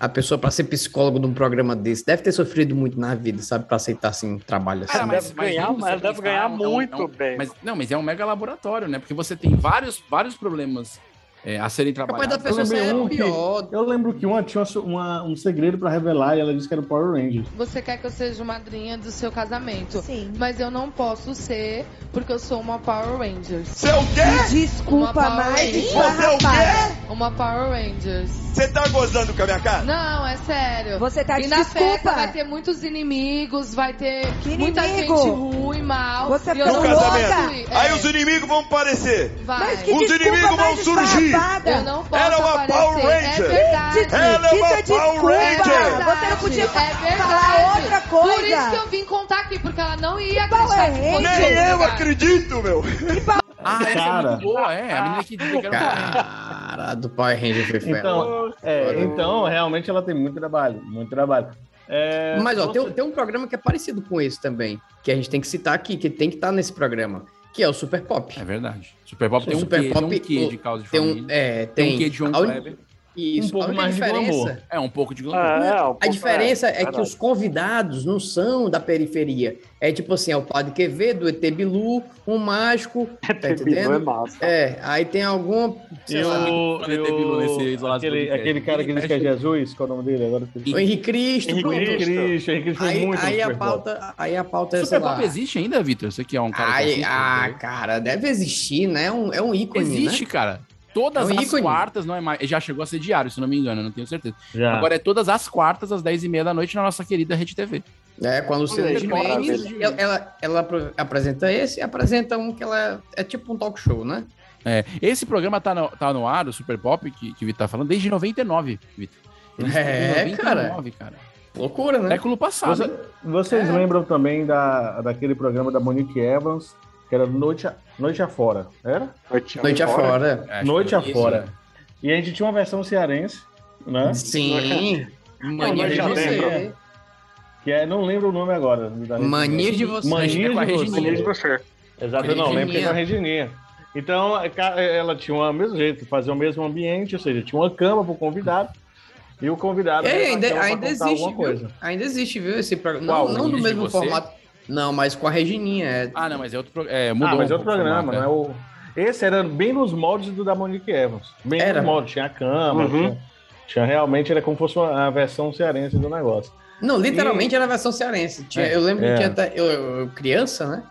[SPEAKER 4] A pessoa, pra ser psicólogo de um programa desse, deve ter sofrido muito na vida, sabe? Pra aceitar, assim, um trabalho assim.
[SPEAKER 1] Cara, mas-
[SPEAKER 2] deve ganhar,
[SPEAKER 1] vamos
[SPEAKER 2] mas
[SPEAKER 1] pensar,
[SPEAKER 2] deve ganhar
[SPEAKER 1] é um- é um-
[SPEAKER 2] muito
[SPEAKER 1] é um-
[SPEAKER 2] bem.
[SPEAKER 1] Mas, não, mas é um mega laboratório, né? Porque você tem vários, vários problemas é, a serem
[SPEAKER 4] Capaz da
[SPEAKER 1] trabalhados.
[SPEAKER 4] pessoa
[SPEAKER 3] lembrei
[SPEAKER 4] ser
[SPEAKER 3] um que-
[SPEAKER 4] pior.
[SPEAKER 3] Eu lembro que uma tinha uma su- uma- um segredo pra revelar e ela disse que era o Power Ranger.
[SPEAKER 8] Você quer que eu seja madrinha do seu casamento.
[SPEAKER 11] Sim.
[SPEAKER 8] Mas eu não posso ser, porque eu sou uma Power Rangers.
[SPEAKER 10] Você é o quê?
[SPEAKER 8] Uma
[SPEAKER 11] Desculpa,
[SPEAKER 8] Power
[SPEAKER 11] mais
[SPEAKER 8] Ranger.
[SPEAKER 10] Você é o
[SPEAKER 11] esfarrapada.
[SPEAKER 10] quê?
[SPEAKER 8] Uma Power Rangers.
[SPEAKER 10] Você tá gozando com a minha cara?
[SPEAKER 8] Não, é sério.
[SPEAKER 11] Você tá
[SPEAKER 8] e
[SPEAKER 11] de
[SPEAKER 8] na festa
[SPEAKER 11] desculpa.
[SPEAKER 8] vai ter muitos inimigos, vai ter
[SPEAKER 11] Que
[SPEAKER 8] muita
[SPEAKER 11] inimigo?
[SPEAKER 8] gente ruim, mal.
[SPEAKER 11] Você
[SPEAKER 8] e eu
[SPEAKER 11] tá
[SPEAKER 8] não
[SPEAKER 10] No
[SPEAKER 11] louca?
[SPEAKER 8] posso
[SPEAKER 10] casamento.
[SPEAKER 8] ir. É,
[SPEAKER 10] Aí os inimigos vão parecer.
[SPEAKER 8] vai.
[SPEAKER 11] Mas que
[SPEAKER 10] Os
[SPEAKER 11] desculpa
[SPEAKER 10] inimigos vão
[SPEAKER 11] mais
[SPEAKER 10] surgir.
[SPEAKER 11] esfarrapada.
[SPEAKER 8] Eu não posso
[SPEAKER 10] Era uma
[SPEAKER 8] aparecer.
[SPEAKER 10] Power Ranger.
[SPEAKER 8] É verdade.
[SPEAKER 10] Ela é
[SPEAKER 11] Isso
[SPEAKER 10] uma
[SPEAKER 11] é
[SPEAKER 10] Power
[SPEAKER 11] desculpa.
[SPEAKER 10] Ranger.
[SPEAKER 11] Você não podia
[SPEAKER 8] É verdade.
[SPEAKER 11] falar outra coisa.
[SPEAKER 8] Por isso que eu vim contar aqui, porque ela não ia
[SPEAKER 11] Power
[SPEAKER 8] acreditar que fosse
[SPEAKER 11] Ranger.
[SPEAKER 10] Nem
[SPEAKER 8] outro
[SPEAKER 10] eu
[SPEAKER 8] lugar.
[SPEAKER 10] acredito, meu.
[SPEAKER 1] Ah, essa é
[SPEAKER 3] Cara.
[SPEAKER 1] muito boa, é. A menina que diz que era
[SPEAKER 4] Cara, do Power Ranger foi fera.
[SPEAKER 3] Então, é, então, realmente ela tem muito trabalho, muito trabalho. É,
[SPEAKER 4] Mas ó,
[SPEAKER 3] você-
[SPEAKER 4] tem, tem um programa que é parecido com esse também, que a gente tem que citar aqui, que tem que estar nesse programa, que é o Super Pop.
[SPEAKER 1] É verdade. Super Pop tem um
[SPEAKER 4] Super
[SPEAKER 1] quê,
[SPEAKER 4] Pop,
[SPEAKER 1] tem um quê
[SPEAKER 4] o-
[SPEAKER 1] de causa de
[SPEAKER 4] Tem
[SPEAKER 1] família.
[SPEAKER 4] um, é,
[SPEAKER 1] Tem
[SPEAKER 4] tem,
[SPEAKER 1] um quê de João
[SPEAKER 4] a un-
[SPEAKER 1] Kleber.
[SPEAKER 3] Um
[SPEAKER 4] Isso,
[SPEAKER 3] pouco
[SPEAKER 4] a única
[SPEAKER 3] mais de
[SPEAKER 4] diferença,
[SPEAKER 3] glamour.
[SPEAKER 1] É um pouco de glamour.
[SPEAKER 2] É, é, um
[SPEAKER 4] a
[SPEAKER 2] pouco-
[SPEAKER 4] diferença é, que
[SPEAKER 2] verdade.
[SPEAKER 4] os convidados não são da periferia. É tipo assim, é o Padre Quevedo, o ET Bilu, um mágico, tá
[SPEAKER 2] Bilu é
[SPEAKER 4] entendendo?
[SPEAKER 2] massa.
[SPEAKER 4] É, aí tem algum, sei
[SPEAKER 3] E
[SPEAKER 4] lá,
[SPEAKER 3] o,
[SPEAKER 1] Olha,
[SPEAKER 3] e
[SPEAKER 1] teve
[SPEAKER 4] um
[SPEAKER 1] Lula nesse
[SPEAKER 3] o,
[SPEAKER 1] isolado
[SPEAKER 3] aquele,
[SPEAKER 1] podcast.
[SPEAKER 3] aquele cara que diz que é Jesus, qual é o nome dele agora?
[SPEAKER 4] o Henrique Cristo,
[SPEAKER 2] Henrique
[SPEAKER 4] pronto.
[SPEAKER 2] Cristo.
[SPEAKER 3] Cristo, Henrique Cristo
[SPEAKER 4] Aí,
[SPEAKER 3] muito
[SPEAKER 4] aí a
[SPEAKER 3] Super Bowl.
[SPEAKER 4] pauta, aí a pauta é, sei
[SPEAKER 1] Super
[SPEAKER 4] lá,
[SPEAKER 1] Pop existe ainda, Vitor? Você que é um cara que
[SPEAKER 4] Ai,
[SPEAKER 1] assiste,
[SPEAKER 4] ah,
[SPEAKER 1] né?
[SPEAKER 4] cara, deve existir, né? É um, é um ícone,
[SPEAKER 1] Existe,
[SPEAKER 4] né?
[SPEAKER 1] cara. Todas
[SPEAKER 4] É um
[SPEAKER 1] as
[SPEAKER 4] ícone.
[SPEAKER 1] quartas, não é mais. Já chegou a ser diário, se não me engano, eu não tenho certeza.
[SPEAKER 2] Ah.
[SPEAKER 3] Já.
[SPEAKER 1] Agora é todas as quartas, às 10h30 da noite, na nossa querida Rede TV.
[SPEAKER 4] É, com a Luciana
[SPEAKER 2] Olha,
[SPEAKER 4] Gimenez,
[SPEAKER 1] maravilha.
[SPEAKER 4] ela, ela, ela apro- apresenta esse e apresenta um que ela é tipo um talk show, né?
[SPEAKER 1] É, esse programa tá no, tá no ar, o Super Pop, que, que o Vitor tá falando, desde 99, Vitor. Eles estão
[SPEAKER 4] É,
[SPEAKER 1] desde
[SPEAKER 4] cara.
[SPEAKER 1] 99, cara.
[SPEAKER 4] Loucura, né?
[SPEAKER 1] Século passado.
[SPEAKER 3] Você-
[SPEAKER 1] hein?
[SPEAKER 3] Vocês
[SPEAKER 1] É.
[SPEAKER 3] lembram também da, daquele programa da Monique Evans, que era Noite, a- Noite Afora, era?
[SPEAKER 2] Noite,
[SPEAKER 4] É, Noite afora.
[SPEAKER 1] Acho
[SPEAKER 3] Noite
[SPEAKER 1] que é isso,
[SPEAKER 3] Afora.
[SPEAKER 1] né?
[SPEAKER 3] E a gente tinha uma versão cearense, né?
[SPEAKER 4] Hum. Sim. Mania
[SPEAKER 3] mas
[SPEAKER 4] de
[SPEAKER 3] já
[SPEAKER 4] você.
[SPEAKER 3] lembro. Que é, não lembro o nome agora. da-
[SPEAKER 4] Mania de você.
[SPEAKER 3] Mania
[SPEAKER 1] com a
[SPEAKER 3] de
[SPEAKER 1] Regininha.
[SPEAKER 3] você.
[SPEAKER 2] Feliz você.
[SPEAKER 3] Exato, eu não
[SPEAKER 4] Regininha.
[SPEAKER 3] lembro que era a Regininha. Então, é ca- ela tinha o mesmo jeito, fazia o mesmo ambiente, ou seja, tinha uma cama pro convidado, e o convidado...
[SPEAKER 4] Ei,
[SPEAKER 3] ia na
[SPEAKER 4] É, ainda,
[SPEAKER 3] cama pra contar
[SPEAKER 4] ainda existe,
[SPEAKER 3] alguma
[SPEAKER 4] viu?
[SPEAKER 3] coisa. Ah,
[SPEAKER 4] Ainda existe, viu? Esse programa.
[SPEAKER 1] Qual?
[SPEAKER 4] Não, não do
[SPEAKER 1] Existe
[SPEAKER 4] mesmo
[SPEAKER 1] você?
[SPEAKER 4] formato. Não, mas com a Regininha. é-
[SPEAKER 1] Ah, não, mas é outro programa. É, mudou
[SPEAKER 3] Ah, mas
[SPEAKER 1] um
[SPEAKER 3] é outro
[SPEAKER 1] pouco o
[SPEAKER 3] programa,
[SPEAKER 1] formato,
[SPEAKER 3] né? O... Esse era bem nos moldes do da Monique Evans. Bem
[SPEAKER 4] Era.
[SPEAKER 3] nos moldes, tinha a cama,
[SPEAKER 2] Uhum.
[SPEAKER 3] tinha, tinha realmente, era como se fosse uma- a versão cearense do negócio.
[SPEAKER 4] Não, literalmente era a versão cearense. Tinha-
[SPEAKER 3] É,
[SPEAKER 4] eu lembro
[SPEAKER 3] é.
[SPEAKER 4] que tinha até. Eu, eu criança, né?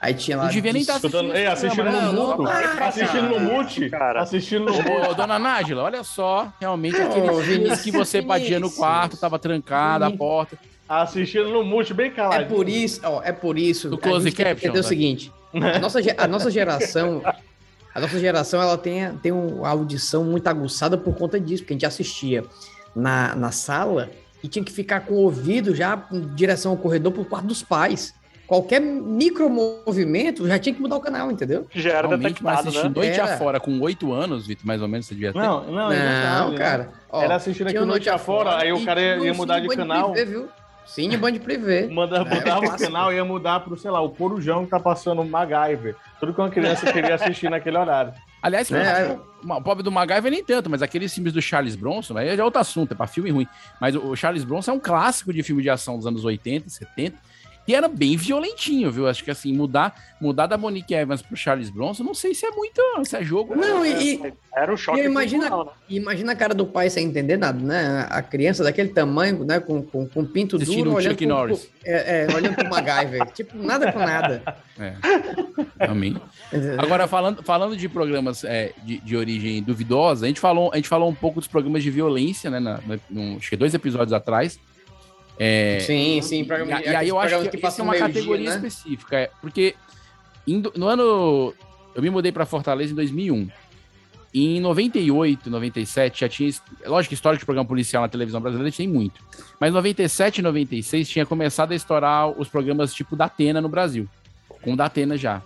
[SPEAKER 4] Aí tinha lá.
[SPEAKER 1] Não devia nem estar
[SPEAKER 3] Escutando,
[SPEAKER 1] assistindo.
[SPEAKER 3] ei,
[SPEAKER 1] esse
[SPEAKER 3] assistindo
[SPEAKER 1] programa,
[SPEAKER 3] no
[SPEAKER 1] né?
[SPEAKER 3] mudo,
[SPEAKER 4] Ah,
[SPEAKER 3] assistindo no mute,
[SPEAKER 2] cara.
[SPEAKER 3] assistindo no mudo.
[SPEAKER 1] Ô, dona Nájila, olha só, realmente
[SPEAKER 4] É, Ô,
[SPEAKER 1] aquele dias
[SPEAKER 4] Vinícius.
[SPEAKER 1] que você batia no quarto, tava trancada a
[SPEAKER 4] Vinícius.
[SPEAKER 1] porta.
[SPEAKER 3] Assistindo no mute, bem
[SPEAKER 4] É
[SPEAKER 3] calado.
[SPEAKER 4] por isso, ó, é por isso.
[SPEAKER 1] Do close
[SPEAKER 4] a gente tem que
[SPEAKER 1] caption,
[SPEAKER 4] entender o
[SPEAKER 1] né?
[SPEAKER 4] seguinte: a nossa, ge- a nossa geração, a nossa geração, ela tem, tem uma audição muito aguçada por conta disso, porque a gente assistia na, na sala e tinha que ficar com o ouvido já em direção ao corredor pro quarto dos pais. Qualquer micromovimento já tinha que mudar o canal, entendeu?
[SPEAKER 2] Já era
[SPEAKER 1] Realmente, mas
[SPEAKER 2] detectado,
[SPEAKER 1] assistir
[SPEAKER 2] né?
[SPEAKER 1] noite
[SPEAKER 4] Era.
[SPEAKER 1] afora com oito anos, Vitor, mais ou menos, você devia ter.
[SPEAKER 3] Não, não, é verdade,
[SPEAKER 4] Não,
[SPEAKER 3] né?
[SPEAKER 4] cara. Ó,
[SPEAKER 3] Era assistindo aqui
[SPEAKER 4] tinha um
[SPEAKER 3] o Noite Afora, aí o
[SPEAKER 4] e
[SPEAKER 3] cara ia,
[SPEAKER 4] tinha um
[SPEAKER 3] ia
[SPEAKER 4] o
[SPEAKER 3] mudar de
[SPEAKER 4] Cine Band
[SPEAKER 3] canal,
[SPEAKER 4] Privé, viu? Cine Band Privé.
[SPEAKER 3] manda,
[SPEAKER 4] Era
[SPEAKER 3] mudava o
[SPEAKER 4] clássico.
[SPEAKER 3] canal e ia mudar pro, sei lá, o Corujão que tá passando o MacGyver. Tudo que uma criança queria assistir naquele horário.
[SPEAKER 1] Aliás,
[SPEAKER 4] É.
[SPEAKER 1] o pobre do MacGyver nem tanto, mas aqueles filmes do Charles Bronson, aí já é outro assunto, é pra filme ruim. Mas o o Charles Bronson é um clássico de filme de ação dos anos 80, 70, e era bem violentinho, viu? Acho que assim, mudar, mudar da Monique Evans pro Charles Bronson, não sei se é muito, se é jogo. né?
[SPEAKER 4] Não, e, e-
[SPEAKER 2] Era um choque.
[SPEAKER 4] E imagina-
[SPEAKER 2] cultural, né?
[SPEAKER 4] e imagina a cara do pai sem entender nada, né? A criança daquele tamanho, né? Com, com, com pinto
[SPEAKER 1] Assistindo
[SPEAKER 4] duro,
[SPEAKER 1] o
[SPEAKER 4] olhando
[SPEAKER 1] Chuck
[SPEAKER 4] pro,
[SPEAKER 1] Norris.
[SPEAKER 4] pro- é, é, olhando pro MacGyver. tipo, nada com nada.
[SPEAKER 1] É. Amém. Agora, falando, falando de programas é, de, de origem duvidosa, a gente, falou, a gente falou um pouco dos programas de violência, né? na- na- num- acho que dois episódios atrás. É,
[SPEAKER 4] Sim, sim.
[SPEAKER 1] e,
[SPEAKER 4] programa-
[SPEAKER 1] a- e aí eu acho
[SPEAKER 4] programa
[SPEAKER 1] que,
[SPEAKER 4] passa
[SPEAKER 1] essa é uma
[SPEAKER 4] no meio-dia,
[SPEAKER 1] categoria
[SPEAKER 4] né?
[SPEAKER 1] específica, é, porque indo- no ano eu me mudei para Fortaleza em 2001. E um. em 98, 97 já tinha, his- lógico, que história de programa policial na televisão brasileira tem muito. Mas 97 e 96 tinha começado a estourar os programas tipo da Atena no Brasil. Com o da Atena já.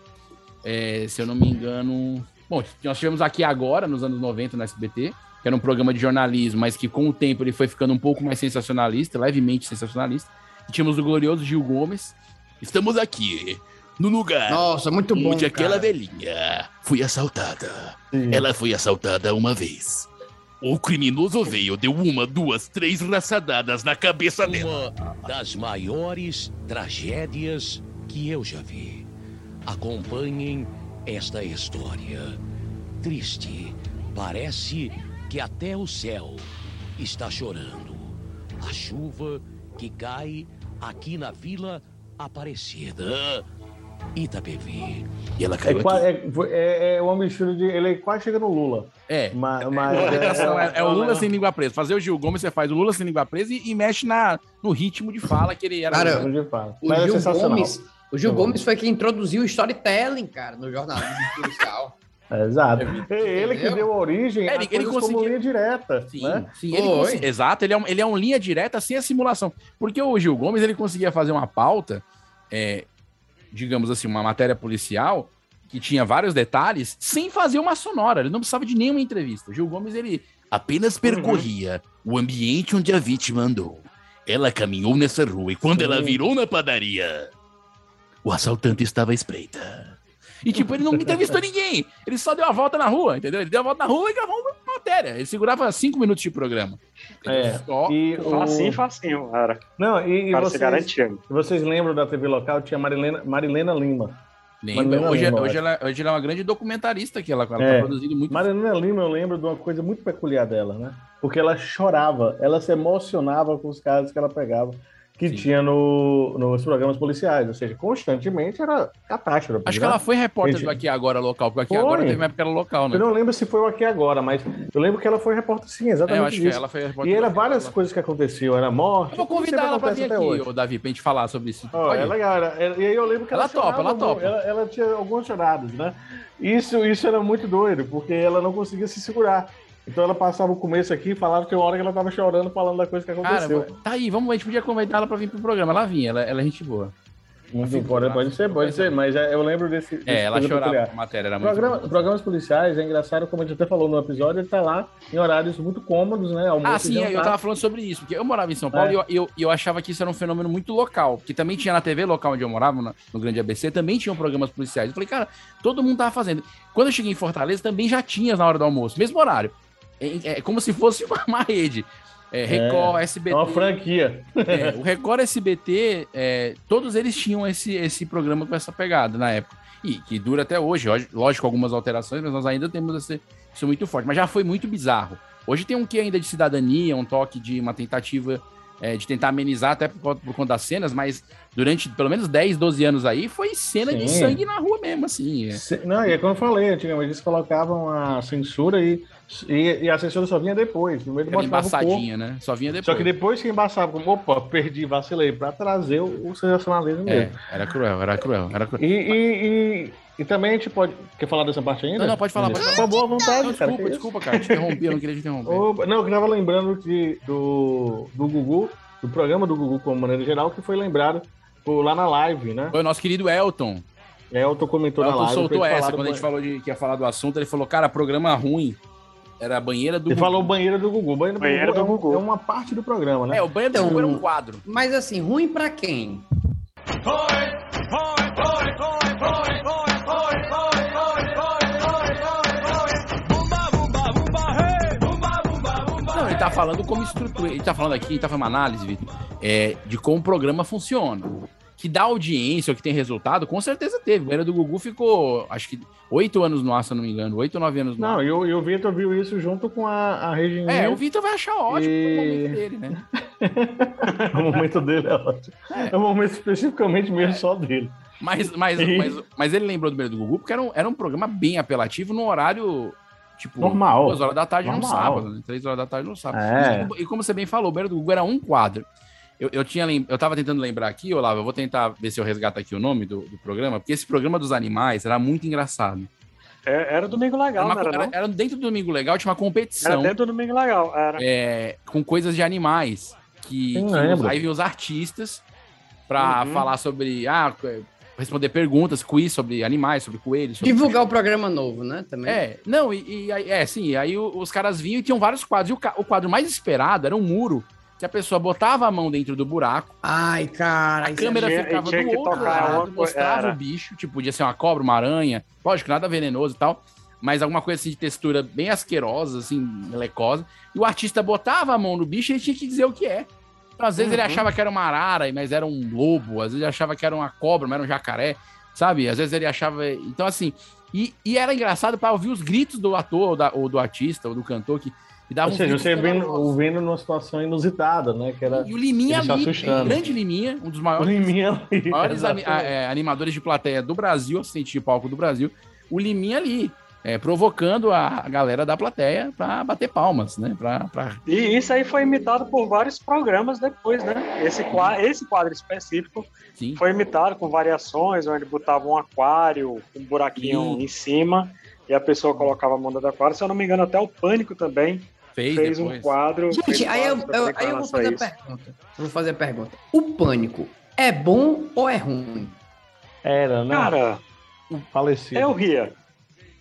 [SPEAKER 1] É, se eu não me engano, bom, nós tivemos aqui agora nos anos 90 no SBT, que era um programa de jornalismo, mas que com o tempo ele foi ficando um pouco mais sensacionalista, levemente sensacionalista. E tínhamos o glorioso Gil Gomes. Estamos aqui, no lugar
[SPEAKER 4] Nossa, muito bom.
[SPEAKER 1] onde aquela
[SPEAKER 4] cara.
[SPEAKER 1] velhinha foi assaltada.
[SPEAKER 3] Sim.
[SPEAKER 1] Ela foi assaltada uma vez. O criminoso veio, deu uma, duas, três raçadadas na cabeça
[SPEAKER 2] né?
[SPEAKER 1] dela.
[SPEAKER 5] Uma das maiores tragédias que eu já vi. Acompanhem esta história. Triste, parece que até o céu está chorando. A chuva que cai aqui na Vila Aparecida, Itapevi.
[SPEAKER 1] E ela
[SPEAKER 3] É,
[SPEAKER 1] caiu
[SPEAKER 3] qua-
[SPEAKER 1] Tá aqui.
[SPEAKER 3] é, é, é uma mistura de. Ele quase chega no Lula.
[SPEAKER 1] É.
[SPEAKER 3] Mas, mas-
[SPEAKER 1] A orientação é, é o Lula
[SPEAKER 3] é-
[SPEAKER 1] sem língua presa. Fazer o Gil Gomes, você faz o Lula sem língua presa e, e mexe na, no ritmo de fala que ele era.
[SPEAKER 4] Cara,
[SPEAKER 3] Onde fala.
[SPEAKER 4] O
[SPEAKER 3] Mas é
[SPEAKER 4] Gil
[SPEAKER 3] sensacional.
[SPEAKER 4] Gomes. O Gil
[SPEAKER 3] Tá bom.
[SPEAKER 4] Gomes foi quem introduziu o storytelling, cara, no jornalismo policial.
[SPEAKER 3] É, exato. É ele que
[SPEAKER 4] Entendeu?
[SPEAKER 3] deu origem
[SPEAKER 1] Ele-
[SPEAKER 3] ele,
[SPEAKER 1] ele
[SPEAKER 3] a coisas como
[SPEAKER 1] conseguia-
[SPEAKER 3] linha direta.
[SPEAKER 1] Sim,
[SPEAKER 3] Né?
[SPEAKER 1] sim, ele
[SPEAKER 4] Oi.
[SPEAKER 1] consi- exato, ele é, um, ele é um linha direta sem a simulação. Porque o Gil Gomes ele conseguia fazer uma pauta, é, digamos assim, uma matéria policial que tinha vários detalhes, sem fazer uma sonora. Ele não precisava de nenhuma entrevista. O Gil Gomes ele apenas percorria o ambiente onde a vítima andou. Ela caminhou nessa rua e quando ela virou na padaria, o assaltante estava à espreita. E tipo, ele não entrevistou ninguém. Ele só deu a volta na rua, entendeu? Ele deu a volta na rua e gravou uma matéria. Ele segurava cinco minutos de programa.
[SPEAKER 3] É.
[SPEAKER 1] Só-
[SPEAKER 3] E o...
[SPEAKER 1] assim,
[SPEAKER 2] Facinho, facinho, cara.
[SPEAKER 3] Não, e,
[SPEAKER 2] O
[SPEAKER 3] e
[SPEAKER 2] cara se
[SPEAKER 3] vocês,
[SPEAKER 2] garantia.
[SPEAKER 3] vocês lembram da TV local? Tinha Marilena, Marilena Lima.
[SPEAKER 1] Lembra?
[SPEAKER 3] Marilena
[SPEAKER 1] Hoje,
[SPEAKER 3] Lima,
[SPEAKER 1] hoje,
[SPEAKER 3] eu
[SPEAKER 1] ela, hoje ela é uma grande documentarista que ela, ela
[SPEAKER 3] É.
[SPEAKER 1] tá produzindo muito.
[SPEAKER 3] Marilena Lima, eu lembro de uma coisa muito peculiar dela, né? Porque ela chorava, ela se emocionava com os casos que ela pegava, que
[SPEAKER 1] Sim.
[SPEAKER 3] tinha no, nos programas policiais. Ou seja, constantemente era catástrofe.
[SPEAKER 1] Acho que
[SPEAKER 3] né?
[SPEAKER 1] ela foi repórter
[SPEAKER 3] Gente.
[SPEAKER 1] do Aqui Agora local, porque Aqui
[SPEAKER 3] Foi.
[SPEAKER 1] Agora teve uma época que era local, né?
[SPEAKER 3] Eu não lembro se foi o aqui agora, mas eu lembro que ela foi repórter sim,
[SPEAKER 1] É,
[SPEAKER 3] exatamente
[SPEAKER 1] eu acho que
[SPEAKER 3] isso.
[SPEAKER 1] ela foi repórter.
[SPEAKER 3] E
[SPEAKER 1] do
[SPEAKER 3] era
[SPEAKER 1] Aqui
[SPEAKER 3] várias
[SPEAKER 1] Agora.
[SPEAKER 3] coisas que aconteciam, era morte.
[SPEAKER 1] Eu vou
[SPEAKER 3] tudo que
[SPEAKER 1] convidar ela pra
[SPEAKER 3] acontece
[SPEAKER 1] vir
[SPEAKER 3] até
[SPEAKER 1] aqui,
[SPEAKER 3] hoje.
[SPEAKER 1] ô, Davi, pra gente falar sobre isso.
[SPEAKER 3] Ó,
[SPEAKER 1] Pode?
[SPEAKER 3] é legal, era- era- e aí eu lembro que ela,
[SPEAKER 1] Ela topa,
[SPEAKER 3] chorava
[SPEAKER 1] ela
[SPEAKER 3] muito,
[SPEAKER 1] topa.
[SPEAKER 3] Ela, ela tinha algumas choradas, né? Isso, isso era muito doido, porque ela não conseguia se segurar. Então ela passava o começo aqui e falava que uma hora que ela tava chorando falando da coisa que
[SPEAKER 1] Cara,
[SPEAKER 3] aconteceu.
[SPEAKER 1] tá aí, vamos, a gente podia convidar ela pra vir pro programa. Ela vinha, ela, ela é gente boa.
[SPEAKER 3] Enfim, pode, pode ser, pode ser, mas é- eu lembro desse. desse
[SPEAKER 1] É, ela
[SPEAKER 3] coisa
[SPEAKER 1] chorava
[SPEAKER 3] peculiar.
[SPEAKER 1] a matéria, era muito
[SPEAKER 3] Programa,
[SPEAKER 1] boa.
[SPEAKER 3] programas policiais, é engraçado, como a gente até falou no episódio, ele tá lá em horários muito cômodos, né? Almoço
[SPEAKER 1] Ah,
[SPEAKER 3] e
[SPEAKER 1] sim, é, eu
[SPEAKER 3] jantar.
[SPEAKER 1] tava falando sobre isso, porque eu morava em São Paulo
[SPEAKER 3] É.
[SPEAKER 1] e eu, eu, eu achava que isso era um fenômeno muito local, porque também tinha na TV local onde eu morava, na- no Grande ABC, também tinham programas policiais. Eu falei, cara, todo mundo tava fazendo. Quando eu cheguei em Fortaleza, também já tinha na hora do almoço, mesmo horário. É, é como se fosse uma, uma rede. É, Record,
[SPEAKER 3] É,
[SPEAKER 1] SBT.
[SPEAKER 3] É uma franquia.
[SPEAKER 1] É, o Record SBT, é, todos eles tinham esse, esse programa com essa pegada na época. E que dura até hoje, Hoje, lógico, algumas alterações, mas nós ainda temos esse, isso muito forte. Mas já foi muito bizarro. Hoje tem um quê ainda de cidadania, um toque de uma tentativa é, de tentar amenizar, até por, conta- por conta das cenas, mas durante pelo menos 10, 12 anos aí, foi cena de
[SPEAKER 3] Sim.
[SPEAKER 1] sangue na rua mesmo, assim. é.
[SPEAKER 3] Se- Não, e é como eu falei, antigamente eles colocavam a censura e, e, e a censura só vinha depois. Primeiro
[SPEAKER 1] Aquela
[SPEAKER 3] mostrava o corpo.
[SPEAKER 1] embaçadinha, né? Só vinha depois.
[SPEAKER 3] Só que depois que embaçava, como, opa, perdi, vacilei, pra trazer o, o sensacionalismo
[SPEAKER 1] É,
[SPEAKER 3] mesmo.
[SPEAKER 1] era cruel, era cruel, era cruel.
[SPEAKER 3] E, e, e, e também a gente pode. Quer falar dessa parte ainda?
[SPEAKER 1] Não, não, pode falar, pode
[SPEAKER 3] Beleza.
[SPEAKER 1] falar.
[SPEAKER 3] Por favor, à vontade,
[SPEAKER 1] Não,
[SPEAKER 3] cara.
[SPEAKER 1] desculpa,
[SPEAKER 3] que é
[SPEAKER 1] desculpa, cara. Te interrompi, eu não queria te interromper.
[SPEAKER 3] Opa, não, eu estava lembrando de, do, do Gugu, do programa do Gugu como maneira geral, que foi lembrado por- lá na live, né?
[SPEAKER 1] Foi o nosso querido Elton.
[SPEAKER 3] Elton comentou
[SPEAKER 1] Elton
[SPEAKER 3] na live.
[SPEAKER 1] soltou
[SPEAKER 3] foi
[SPEAKER 1] essa
[SPEAKER 3] falado
[SPEAKER 1] quando a gente
[SPEAKER 3] ban-
[SPEAKER 1] falou de, que ia falar do assunto. Ele falou, cara, programa ruim. Era a banheira do.
[SPEAKER 3] Ele
[SPEAKER 1] Gugu.
[SPEAKER 3] falou banheiro do Gugu. Banheiro do,
[SPEAKER 2] Banheira
[SPEAKER 3] Gugu,
[SPEAKER 2] do
[SPEAKER 3] é um-
[SPEAKER 2] Gugu.
[SPEAKER 3] É, uma parte do programa, né?
[SPEAKER 1] É, o banheiro do
[SPEAKER 4] Então-
[SPEAKER 1] Gugu era um quadro.
[SPEAKER 4] Mas assim, ruim pra quem?
[SPEAKER 1] Não, ele tá falando como estrutura. Ele tá falando aqui, ele tá fazendo uma análise, Vitor, é, de como o programa funciona. Que dá audiência, ou que tem resultado, com certeza teve. O banheiro do Gugu ficou, acho que, oito anos no ar, se eu não me engano. Oito ou nove anos no
[SPEAKER 3] Não,
[SPEAKER 1] ar.
[SPEAKER 3] e o, e o Vitor viu isso junto com a, a Regininha.
[SPEAKER 1] É, o Vitor vai achar ótimo
[SPEAKER 3] E-
[SPEAKER 1] no momento dele, né?
[SPEAKER 3] o momento dele é ótimo. É. um momento especificamente mesmo
[SPEAKER 1] É.
[SPEAKER 3] só dele.
[SPEAKER 1] Mas, mas,
[SPEAKER 3] E-
[SPEAKER 1] mas, mas ele lembrou do banheiro do Gugu porque era um, era um programa bem apelativo no horário, tipo,
[SPEAKER 3] Normal.
[SPEAKER 1] duas horas da tarde no
[SPEAKER 3] Normal.
[SPEAKER 1] sábado, né? três horas da tarde no sábado.
[SPEAKER 3] É.
[SPEAKER 1] E como- E como você bem falou, o banheiro do Gugu era um quadro. Eu, eu, tinha, lem- eu tava tentando lembrar aqui, Olavo, eu vou tentar ver se eu resgato aqui o nome do, do programa, porque esse programa dos animais era muito engraçado.
[SPEAKER 2] É, Era o Domingo
[SPEAKER 1] Era,
[SPEAKER 2] Legal,
[SPEAKER 1] uma-
[SPEAKER 2] não era
[SPEAKER 1] era-
[SPEAKER 2] não?
[SPEAKER 1] era dentro do Domingo Legal, tinha uma
[SPEAKER 2] Era
[SPEAKER 1] competição
[SPEAKER 2] dentro do Domingo Legal, era.
[SPEAKER 1] é, com coisas de animais. Que,
[SPEAKER 3] Eu
[SPEAKER 1] que
[SPEAKER 3] lembro.
[SPEAKER 1] os- aí vinham os artistas pra
[SPEAKER 2] Uhum.
[SPEAKER 1] falar sobre. Ah, é, responder perguntas, quiz sobre animais, sobre coelhos. Sobre...
[SPEAKER 4] Divulgar o programa novo, né? Também.
[SPEAKER 1] É, não, e, e aí- é sim, aí o- os caras vinham e tinham vários quadros. E o, ca- o quadro mais esperado era um muro que a pessoa botava a mão dentro do buraco,
[SPEAKER 4] Ai, cara.
[SPEAKER 1] a
[SPEAKER 4] isso é
[SPEAKER 1] câmera
[SPEAKER 2] tinha-
[SPEAKER 1] ficava
[SPEAKER 2] tinha
[SPEAKER 1] do
[SPEAKER 2] que
[SPEAKER 1] outro
[SPEAKER 2] tocar
[SPEAKER 1] lado,
[SPEAKER 2] uma co-
[SPEAKER 1] mostrava
[SPEAKER 2] era.
[SPEAKER 1] o bicho, tipo, podia ser uma cobra, uma aranha, lógico, nada venenoso e tal, mas alguma coisa assim de textura bem asquerosa, assim, melecosa. E o artista botava a mão no bicho e ele tinha que dizer o que é. Então, às vezes
[SPEAKER 3] Uhum.
[SPEAKER 1] ele achava que era uma arara, mas era um lobo, às vezes ele achava que era uma cobra, mas era um jacaré, sabe? Às vezes ele achava. Então, assim. E, e era engraçado pra ouvir os gritos do ator, ou, da- ou do artista, ou do cantor, que, que dava
[SPEAKER 3] Ou seja, você vendo,
[SPEAKER 1] o...
[SPEAKER 3] ouvindo numa situação inusitada, né? Que era
[SPEAKER 1] E o Liminha
[SPEAKER 3] ele se
[SPEAKER 1] ali,
[SPEAKER 3] assustando.
[SPEAKER 1] o grande Liminha, um dos maiores
[SPEAKER 3] o Liminha ali.
[SPEAKER 1] maiores ani- a-
[SPEAKER 3] Exatamente.
[SPEAKER 1] é, animadores de plateia do Brasil, assistente de palco do Brasil, o Liminha ali, é, provocando a a galera da plateia pra bater palmas, né? Pra, pra-
[SPEAKER 2] E isso aí foi imitado por vários programas depois, né? Esse quadro, esse quadro específico
[SPEAKER 1] Sim.
[SPEAKER 2] foi imitado com variações, onde botava um aquário, um buraquinho
[SPEAKER 1] Sim.
[SPEAKER 2] em cima, e a pessoa colocava a mão dentro do aquário. Se eu não me engano, até o Pânico também
[SPEAKER 1] Fez,
[SPEAKER 2] fez um
[SPEAKER 1] depois.
[SPEAKER 2] quadro. fez
[SPEAKER 4] Gente, aí eu,
[SPEAKER 2] quadros também
[SPEAKER 4] eu-
[SPEAKER 2] pra
[SPEAKER 4] aí eu vou
[SPEAKER 2] lançar
[SPEAKER 4] fazer a
[SPEAKER 2] isso.
[SPEAKER 4] pergunta. Eu Vou fazer a pergunta. O pânico é bom ou é ruim?
[SPEAKER 3] Era, né?
[SPEAKER 2] Cara,
[SPEAKER 3] falecido.
[SPEAKER 2] eu ria.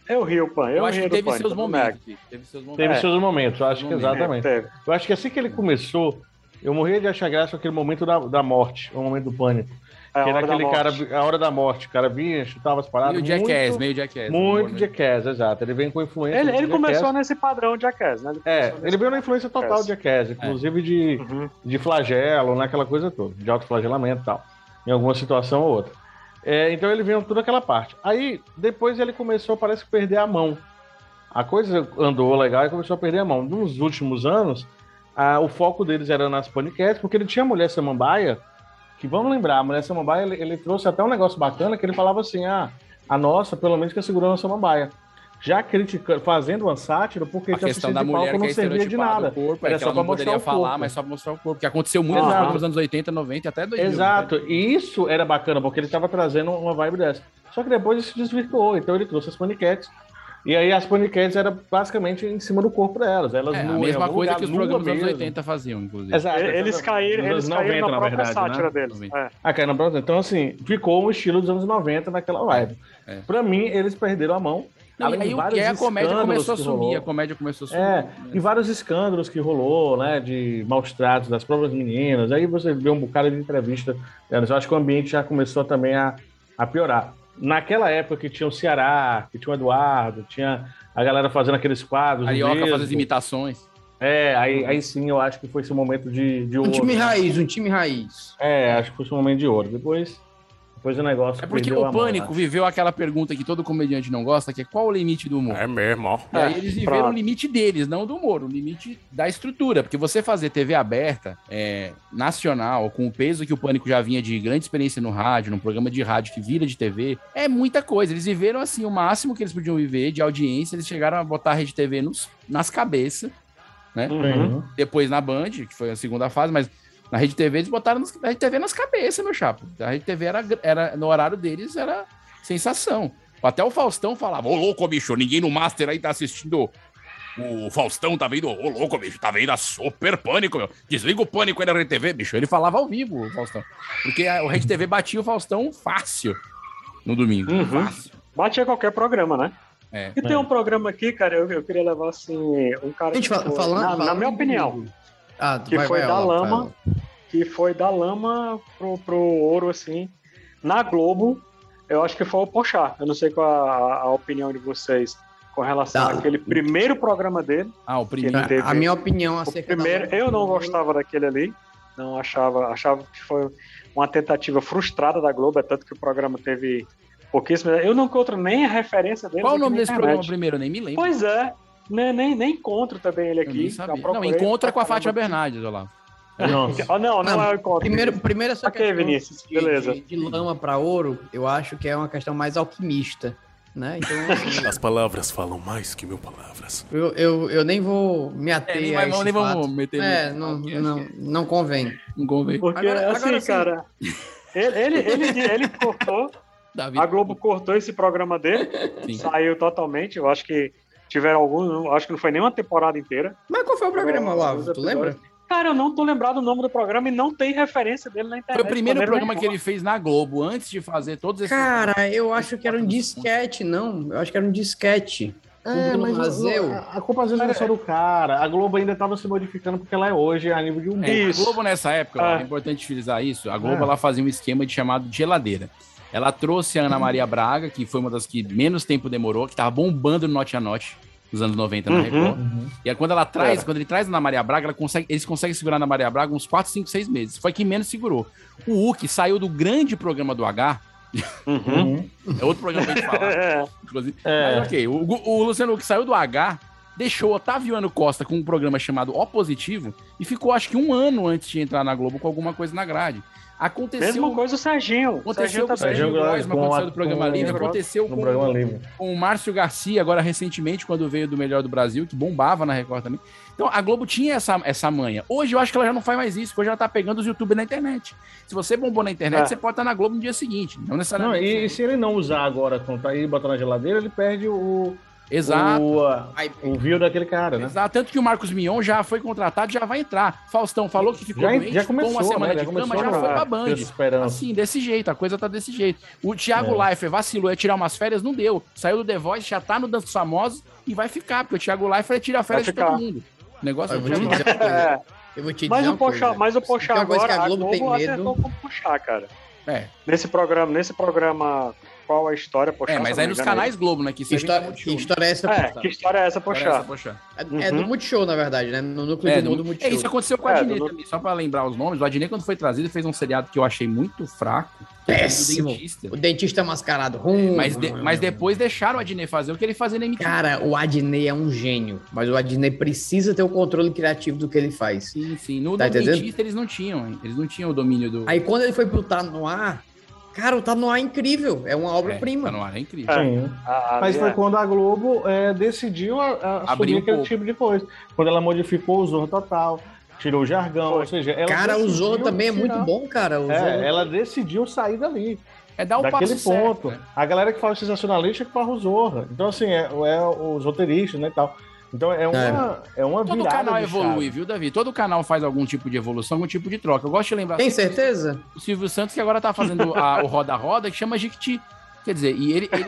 [SPEAKER 2] Eu ria o Pânico.
[SPEAKER 1] Eu,
[SPEAKER 2] Eu,
[SPEAKER 1] acho que
[SPEAKER 2] ria do
[SPEAKER 1] teve
[SPEAKER 2] Pânico,
[SPEAKER 1] seus
[SPEAKER 2] do
[SPEAKER 1] momentos. Vitor, Teve seus
[SPEAKER 3] Teve
[SPEAKER 2] é.
[SPEAKER 1] momentos.
[SPEAKER 3] seus momentos, eu acho que
[SPEAKER 1] Momentos.
[SPEAKER 2] Mac. É,
[SPEAKER 3] exatamente.
[SPEAKER 2] teve.
[SPEAKER 3] Eu acho que assim que ele começou, eu morria de achar graça com aquele momento da, da morte, o momento do pânico.
[SPEAKER 2] É,
[SPEAKER 3] que
[SPEAKER 2] a
[SPEAKER 3] era
[SPEAKER 2] hora da
[SPEAKER 3] aquele
[SPEAKER 2] morte.
[SPEAKER 3] cara, a hora da morte, o cara vinha, chutava as paradas.
[SPEAKER 1] Meio
[SPEAKER 3] muito-
[SPEAKER 1] Jackass, meio Jackass.
[SPEAKER 3] Muito
[SPEAKER 1] humor, né?
[SPEAKER 3] Jackass, exato. Ele vem com influência.
[SPEAKER 2] Ele,
[SPEAKER 3] do
[SPEAKER 2] ele começou
[SPEAKER 3] Jackass.
[SPEAKER 2] nesse padrão de Jackass, né? Ele
[SPEAKER 3] É,
[SPEAKER 2] começou
[SPEAKER 3] ele veio na influência total de Jackass, inclusive
[SPEAKER 1] É.
[SPEAKER 3] de,
[SPEAKER 2] nesse- Uhum.
[SPEAKER 3] de flagelo, naquela coisa toda, de autoflagelamento e tal, em alguma situação ou outra. É, então ele veio toda aquela parte. Aí, depois ele começou, parece que perder a mão. A coisa andou legal e começou a perder a mão. Nos últimos anos, ah, o foco deles era nas paniquetes, porque ele tinha a mulher samambaia, que vamos lembrar, a mulher samambaia, ele, ele trouxe até um negócio bacana que ele falava assim, ah, a nossa, pelo menos que segurou a samambaia. Já criticando, fazendo uma sátira, porque
[SPEAKER 1] A questão da mulher que é
[SPEAKER 3] tá não servia de nada.
[SPEAKER 1] estereotipada do corpo,
[SPEAKER 3] Era
[SPEAKER 1] é que
[SPEAKER 3] só
[SPEAKER 1] ela
[SPEAKER 3] pra
[SPEAKER 1] não
[SPEAKER 3] mostrar
[SPEAKER 1] poderia
[SPEAKER 3] o corpo.
[SPEAKER 1] falar, mas só pra mostrar o corpo, que aconteceu muito
[SPEAKER 3] Exato.
[SPEAKER 1] nos anos 80, 90 até né? 2000.
[SPEAKER 3] Exato, e isso era bacana, porque ele estava trazendo uma vibe dessa. Só que depois isso desvirtuou, então ele trouxe as paniquetes. E aí as paniquetes eram basicamente em cima do corpo delas. Elas
[SPEAKER 1] É, a
[SPEAKER 3] nuas em
[SPEAKER 1] mesma
[SPEAKER 3] algum
[SPEAKER 1] coisa
[SPEAKER 3] um lugar,
[SPEAKER 1] que os
[SPEAKER 3] nua
[SPEAKER 1] programas dos anos
[SPEAKER 3] mesmo.
[SPEAKER 1] 80 faziam, inclusive.
[SPEAKER 3] Exato,
[SPEAKER 2] Eles
[SPEAKER 3] exatamente.
[SPEAKER 2] caíram,
[SPEAKER 3] Nos
[SPEAKER 2] eles
[SPEAKER 3] anos
[SPEAKER 2] caíram
[SPEAKER 3] 90,
[SPEAKER 2] na
[SPEAKER 3] na
[SPEAKER 2] própria
[SPEAKER 3] verdade,
[SPEAKER 2] sátira
[SPEAKER 3] né?
[SPEAKER 2] deles. É.
[SPEAKER 3] Ah, cara, na próxima. Então, assim, ficou um estilo dos anos 90 naquela live.
[SPEAKER 1] É.
[SPEAKER 3] Pra mim, eles perderam a mão.
[SPEAKER 1] Não,
[SPEAKER 3] além
[SPEAKER 1] e
[SPEAKER 3] de
[SPEAKER 1] aí o que
[SPEAKER 3] vários
[SPEAKER 1] é a comédia
[SPEAKER 3] escândalos
[SPEAKER 1] começou a
[SPEAKER 3] que
[SPEAKER 1] sumir,
[SPEAKER 3] rolou.
[SPEAKER 1] a comédia começou a sumir. né?
[SPEAKER 3] É, e vários escândalos que rolou, né? De maus tratos das próprias meninas. Aí você vê um bocado de entrevista. delas. Eu acho que o ambiente já começou também a, a piorar. Naquela época que tinha o Ceará, que tinha o Eduardo, tinha a galera fazendo aqueles quadros. o
[SPEAKER 1] Carioca
[SPEAKER 3] Vesgo.
[SPEAKER 1] faz as imitações.
[SPEAKER 3] É, aí, aí sim eu acho que foi esse momento de, de
[SPEAKER 4] Um
[SPEAKER 3] ouro.
[SPEAKER 4] time
[SPEAKER 3] né?
[SPEAKER 4] raiz, um time raiz.
[SPEAKER 3] É, acho que foi esse momento de ouro. Depois, depois o negócio.
[SPEAKER 1] É porque
[SPEAKER 3] perdeu a
[SPEAKER 1] o
[SPEAKER 3] mão,
[SPEAKER 1] Pânico
[SPEAKER 3] né?
[SPEAKER 1] viveu aquela pergunta que todo comediante não gosta, que é qual o limite do humor?
[SPEAKER 12] É mesmo, ó.
[SPEAKER 1] E aí eles viveram
[SPEAKER 2] pronto.
[SPEAKER 1] o limite deles, não do humor, o limite da estrutura. Porque você fazer TV aberta, é, nacional, com o peso que o Pânico já vinha de grande experiência no rádio, num programa de rádio que vira de TV, é muita coisa. Eles viveram, assim, o máximo que eles podiam viver de audiência. Eles chegaram a botar a rede TV nos, nas cabeças,
[SPEAKER 3] Uhum.
[SPEAKER 1] depois na Band, que foi a segunda fase, mas na Rede TV eles botaram nas, a Rede TV nas cabeças, meu chapa. A Rede TV era, gr- era no horário deles era sensação. Até o Faustão falava: "Ô louco, bicho, ninguém no Master aí tá assistindo o Faustão tá vendo, ô louco, bicho, tá vendo a super pânico, meu. Desliga o pânico aí na Rede TV, bicho. Ele falava ao vivo, o Faustão. Porque a, o Rede TV batia o Faustão fácil no domingo.
[SPEAKER 2] Uhum.
[SPEAKER 1] Fácil.
[SPEAKER 2] Batia qualquer programa, né?
[SPEAKER 1] É.
[SPEAKER 2] E tem um programa aqui, cara, eu, eu queria levar assim, um cara
[SPEAKER 4] Gente,
[SPEAKER 2] que
[SPEAKER 4] fala-
[SPEAKER 2] foi,
[SPEAKER 4] falando-
[SPEAKER 2] na, na
[SPEAKER 4] falando
[SPEAKER 2] minha
[SPEAKER 4] do-
[SPEAKER 2] opinião,
[SPEAKER 4] Ah,
[SPEAKER 2] Que foi da
[SPEAKER 4] Alan, vai,
[SPEAKER 2] lama.
[SPEAKER 4] Alan.
[SPEAKER 2] que foi da lama pro, pro ouro, assim, na Globo, eu acho que foi o Pochá. Eu não sei qual a, a opinião de vocês com relação
[SPEAKER 4] Tá.
[SPEAKER 2] àquele primeiro programa dele.
[SPEAKER 1] Ah, o
[SPEAKER 2] que
[SPEAKER 1] primeiro.
[SPEAKER 2] ele teve.
[SPEAKER 4] A minha opinião
[SPEAKER 2] O
[SPEAKER 4] acerca da
[SPEAKER 2] primeiro,
[SPEAKER 4] Lama-
[SPEAKER 2] eu não gostava daquele ali. Não achava, achava que foi uma tentativa frustrada da Globo, é tanto que o programa teve pouquíssimo. Eu não encontro nem a referência dele.
[SPEAKER 1] Qual o
[SPEAKER 2] aqui
[SPEAKER 1] nome
[SPEAKER 2] na
[SPEAKER 1] desse
[SPEAKER 2] internet.
[SPEAKER 1] programa primeiro? Eu nem me lembro.
[SPEAKER 2] Pois é, nem, nem, nem encontro também ele
[SPEAKER 1] Eu nem
[SPEAKER 2] aqui. já
[SPEAKER 1] sabia. Não,
[SPEAKER 2] procurei
[SPEAKER 1] encontra
[SPEAKER 2] pra
[SPEAKER 1] com a
[SPEAKER 2] caramba.
[SPEAKER 1] Fátima Bernardes, olha lá.
[SPEAKER 3] Nossa.
[SPEAKER 2] Ah, não, não,
[SPEAKER 4] Não,
[SPEAKER 2] é o encontro.
[SPEAKER 4] Primeiro, primeiro essa
[SPEAKER 2] Ok, Vinícius,
[SPEAKER 4] de,
[SPEAKER 2] beleza.
[SPEAKER 4] de- de lama para ouro, eu acho que é uma questão mais alquimista, né? Então, assim,
[SPEAKER 12] As palavras falam mais que mil palavras.
[SPEAKER 4] eu, eu, eu nem vou me ater
[SPEAKER 1] É, nem,
[SPEAKER 4] a
[SPEAKER 1] vai-
[SPEAKER 4] esse
[SPEAKER 1] nem
[SPEAKER 4] fato.
[SPEAKER 1] vamos meter.
[SPEAKER 4] É,
[SPEAKER 1] muito.
[SPEAKER 4] não,
[SPEAKER 1] Aqui,
[SPEAKER 4] não, não convém.
[SPEAKER 1] Não convém.
[SPEAKER 2] Porque,
[SPEAKER 4] Agora-
[SPEAKER 2] assim,
[SPEAKER 4] agora sim.
[SPEAKER 2] cara, ele, ele, ele, ele cortou,
[SPEAKER 1] Davi.
[SPEAKER 2] a Globo cortou esse programa dele,
[SPEAKER 1] Sim.
[SPEAKER 2] saiu totalmente. Eu acho que tiveram algum, acho que não foi nenhuma temporada inteira.
[SPEAKER 4] Mas qual foi o programa, Olavo?
[SPEAKER 2] Alguns
[SPEAKER 4] Tu lembra?
[SPEAKER 2] episódios. Cara, eu não tô lembrado o nome do programa e não tem referência dele na
[SPEAKER 1] Foi
[SPEAKER 2] internet. tá
[SPEAKER 1] o primeiro
[SPEAKER 2] de maneira
[SPEAKER 1] programa que
[SPEAKER 2] nenhuma.
[SPEAKER 1] ele fez na Globo, antes de fazer todos esses.
[SPEAKER 4] Cara, eu acho que era um disquete, não. Eu acho que era um disquete.
[SPEAKER 3] É,
[SPEAKER 4] Tudo
[SPEAKER 3] mas
[SPEAKER 4] no Brasil.
[SPEAKER 3] a, a culpa às vezes não é só do cara. A Globo ainda estava se modificando porque ela é hoje a nível de humor.
[SPEAKER 1] É, a
[SPEAKER 2] Isso.
[SPEAKER 1] Globo nessa época,
[SPEAKER 2] Ah.
[SPEAKER 1] ó, é importante frisar isso, a Globo
[SPEAKER 3] Ah.
[SPEAKER 1] ela fazia um esquema de chamado de geladeira. Ela trouxe a Ana Maria Braga, que foi uma das que menos tempo demorou, que tava bombando no Note a Note nos anos 90 na
[SPEAKER 2] Uhum.
[SPEAKER 1] Record. E aí, quando ela traz, quando ele traz a Ana Maria Braga, ela consegue- eles conseguem segurar a Ana Maria Braga uns 4, 5, 6 meses. Foi quem menos segurou. O Uki saiu do grande programa do H,
[SPEAKER 2] Uhum.
[SPEAKER 1] é outro programa pra gente falar.
[SPEAKER 2] É,
[SPEAKER 1] inclusive.
[SPEAKER 3] É.
[SPEAKER 1] Mas ok, o, Gu- o Luciano Huck saiu do H, deixou Otaviano Costa com um programa chamado O Positivo e ficou acho que um ano antes de entrar na Globo com alguma coisa na grade.
[SPEAKER 2] mesma
[SPEAKER 1] Aconteceu,
[SPEAKER 2] coisa o Serginho.
[SPEAKER 1] aconteceu com o
[SPEAKER 2] tá
[SPEAKER 1] Sérgio
[SPEAKER 2] bem.
[SPEAKER 3] Serginho Grossman,
[SPEAKER 1] Grossman, aconteceu
[SPEAKER 3] com
[SPEAKER 1] do
[SPEAKER 3] a-
[SPEAKER 1] programa
[SPEAKER 3] com-
[SPEAKER 1] livre, aconteceu
[SPEAKER 3] No
[SPEAKER 1] com,
[SPEAKER 3] programa livre.
[SPEAKER 1] com o Márcio Garcia, agora recentemente, quando veio do Melhor do Brasil, que bombava na Record também. Então a Globo tinha essa, essa manha. Hoje eu acho que ela já não faz mais isso, porque hoje ela tá pegando os youtubers na internet. Se você bombou na internet,
[SPEAKER 2] É.
[SPEAKER 1] você pode estar na Globo no dia seguinte. Não
[SPEAKER 3] Não,
[SPEAKER 1] necessariamente.
[SPEAKER 3] e, e se ele não usar agora contra e botar na geladeira, ele perde o,
[SPEAKER 1] Exato.
[SPEAKER 3] o, a-
[SPEAKER 4] Ai,
[SPEAKER 3] o view daquele cara, né?
[SPEAKER 1] Exato, tanto que o Marcos Mion já foi contratado, já vai entrar. Faustão falou que ficou
[SPEAKER 3] Já,
[SPEAKER 1] doente,
[SPEAKER 3] já
[SPEAKER 1] ficou
[SPEAKER 3] começou,
[SPEAKER 1] uma semana
[SPEAKER 3] né?
[SPEAKER 1] de
[SPEAKER 3] já começou
[SPEAKER 1] cama, já
[SPEAKER 3] a-
[SPEAKER 1] foi pra
[SPEAKER 3] a-
[SPEAKER 1] Band.
[SPEAKER 3] Esperança.
[SPEAKER 1] Assim, desse jeito, a coisa tá desse jeito. O Thiago
[SPEAKER 3] É.
[SPEAKER 1] Leifert vacilou, ia tirar umas férias, não deu. Saiu do The Voice, já tá no Dança dos Famosos e vai ficar, porque o Thiago Leifert tira férias de
[SPEAKER 2] Vai
[SPEAKER 1] todo
[SPEAKER 2] ficar.
[SPEAKER 1] mundo. O negócio
[SPEAKER 4] Eu
[SPEAKER 1] é
[SPEAKER 4] vou te
[SPEAKER 1] Thiago Leifert.
[SPEAKER 4] dizer uma coisa.
[SPEAKER 2] É,
[SPEAKER 4] Eu vou te dizer
[SPEAKER 2] mas, o
[SPEAKER 4] uma
[SPEAKER 2] Pochá,
[SPEAKER 4] coisa.
[SPEAKER 2] mas o
[SPEAKER 4] Se tem
[SPEAKER 2] Pochá
[SPEAKER 4] uma coisa
[SPEAKER 2] agora,
[SPEAKER 4] que
[SPEAKER 2] a Globo,
[SPEAKER 4] tem medo.
[SPEAKER 2] acertou com o Pochá, cara.
[SPEAKER 1] É.
[SPEAKER 2] Nesse programa, nesse programa, qual a história, Pochá?
[SPEAKER 1] É, mas
[SPEAKER 2] se
[SPEAKER 1] aí
[SPEAKER 3] tá
[SPEAKER 2] não me
[SPEAKER 1] nos
[SPEAKER 2] engano,
[SPEAKER 1] canais Globo, né? Que
[SPEAKER 4] Que
[SPEAKER 1] seria
[SPEAKER 4] história,
[SPEAKER 1] Multishow,
[SPEAKER 4] que
[SPEAKER 1] né?
[SPEAKER 4] história é essa?
[SPEAKER 2] É,
[SPEAKER 4] Pochá?
[SPEAKER 2] que história é essa,
[SPEAKER 1] Parece,
[SPEAKER 2] Pochá?
[SPEAKER 1] poxa.
[SPEAKER 4] É do
[SPEAKER 2] Uhum.
[SPEAKER 4] Multishow, na verdade, né? No núcleo
[SPEAKER 1] É,
[SPEAKER 4] do,
[SPEAKER 1] no-
[SPEAKER 4] do
[SPEAKER 1] é,
[SPEAKER 4] Multishow.
[SPEAKER 1] isso aconteceu com o
[SPEAKER 2] É,
[SPEAKER 1] Adnet
[SPEAKER 2] do-
[SPEAKER 1] também, só pra lembrar os nomes. O Adnet, quando foi trazido, fez um seriado que eu achei muito fraco. que é do
[SPEAKER 4] Péssimo.
[SPEAKER 1] dentista.
[SPEAKER 4] O dentista mascarado. Hum,
[SPEAKER 1] Mas, de- mas depois deixaram o Adnet fazer o que ele fazia na MTV.
[SPEAKER 4] Cara, o Adney é um gênio, mas o Adney precisa ter o controle criativo do que ele faz.
[SPEAKER 1] Sim, sim. assim. No,
[SPEAKER 4] Tá
[SPEAKER 1] no
[SPEAKER 4] entendendo?
[SPEAKER 1] dentista eles não tinham, hein? eles não tinham o domínio do.
[SPEAKER 4] Aí quando ele foi pro Tá No Ar, cara, o Tá No Ar é incrível, é uma
[SPEAKER 1] É, tá
[SPEAKER 4] obra-prima.
[SPEAKER 1] no ar, é incrível.
[SPEAKER 2] É.
[SPEAKER 3] Sim.
[SPEAKER 2] Ah,
[SPEAKER 3] Mas
[SPEAKER 2] é.
[SPEAKER 3] foi quando a Globo é, decidiu a, a
[SPEAKER 1] Abriu
[SPEAKER 3] assumir
[SPEAKER 1] um
[SPEAKER 3] aquele
[SPEAKER 1] pouco.
[SPEAKER 3] tipo de coisa. Quando ela modificou o Zorro Total, tirou o jargão,
[SPEAKER 2] Foi.
[SPEAKER 3] ou seja... Ela
[SPEAKER 4] cara, o
[SPEAKER 3] decidiu
[SPEAKER 4] Zorro também é
[SPEAKER 3] tirar-
[SPEAKER 4] muito bom, cara. O Zorro-
[SPEAKER 3] É, ela decidiu sair dali.
[SPEAKER 1] É dar o
[SPEAKER 3] daquele
[SPEAKER 1] passo certo,
[SPEAKER 3] ponto.
[SPEAKER 1] né?
[SPEAKER 3] A galera que fala sensacionalista é que fala o Zorra. Então, assim, é, é os roteiristas, né, e tal. Então, é uma, é. uma
[SPEAKER 1] Todo
[SPEAKER 3] virada
[SPEAKER 1] canal
[SPEAKER 3] de
[SPEAKER 1] evolui,
[SPEAKER 3] chave.
[SPEAKER 1] viu, Davi? Todo canal faz algum tipo de evolução, algum tipo de troca. Eu gosto de lembrar.
[SPEAKER 4] Tem
[SPEAKER 1] sempre
[SPEAKER 4] certeza?
[SPEAKER 1] O Silvio Santos, que agora tá fazendo a- o Roda Roda, que chama Jiquiti. Quer dizer, e ele, ele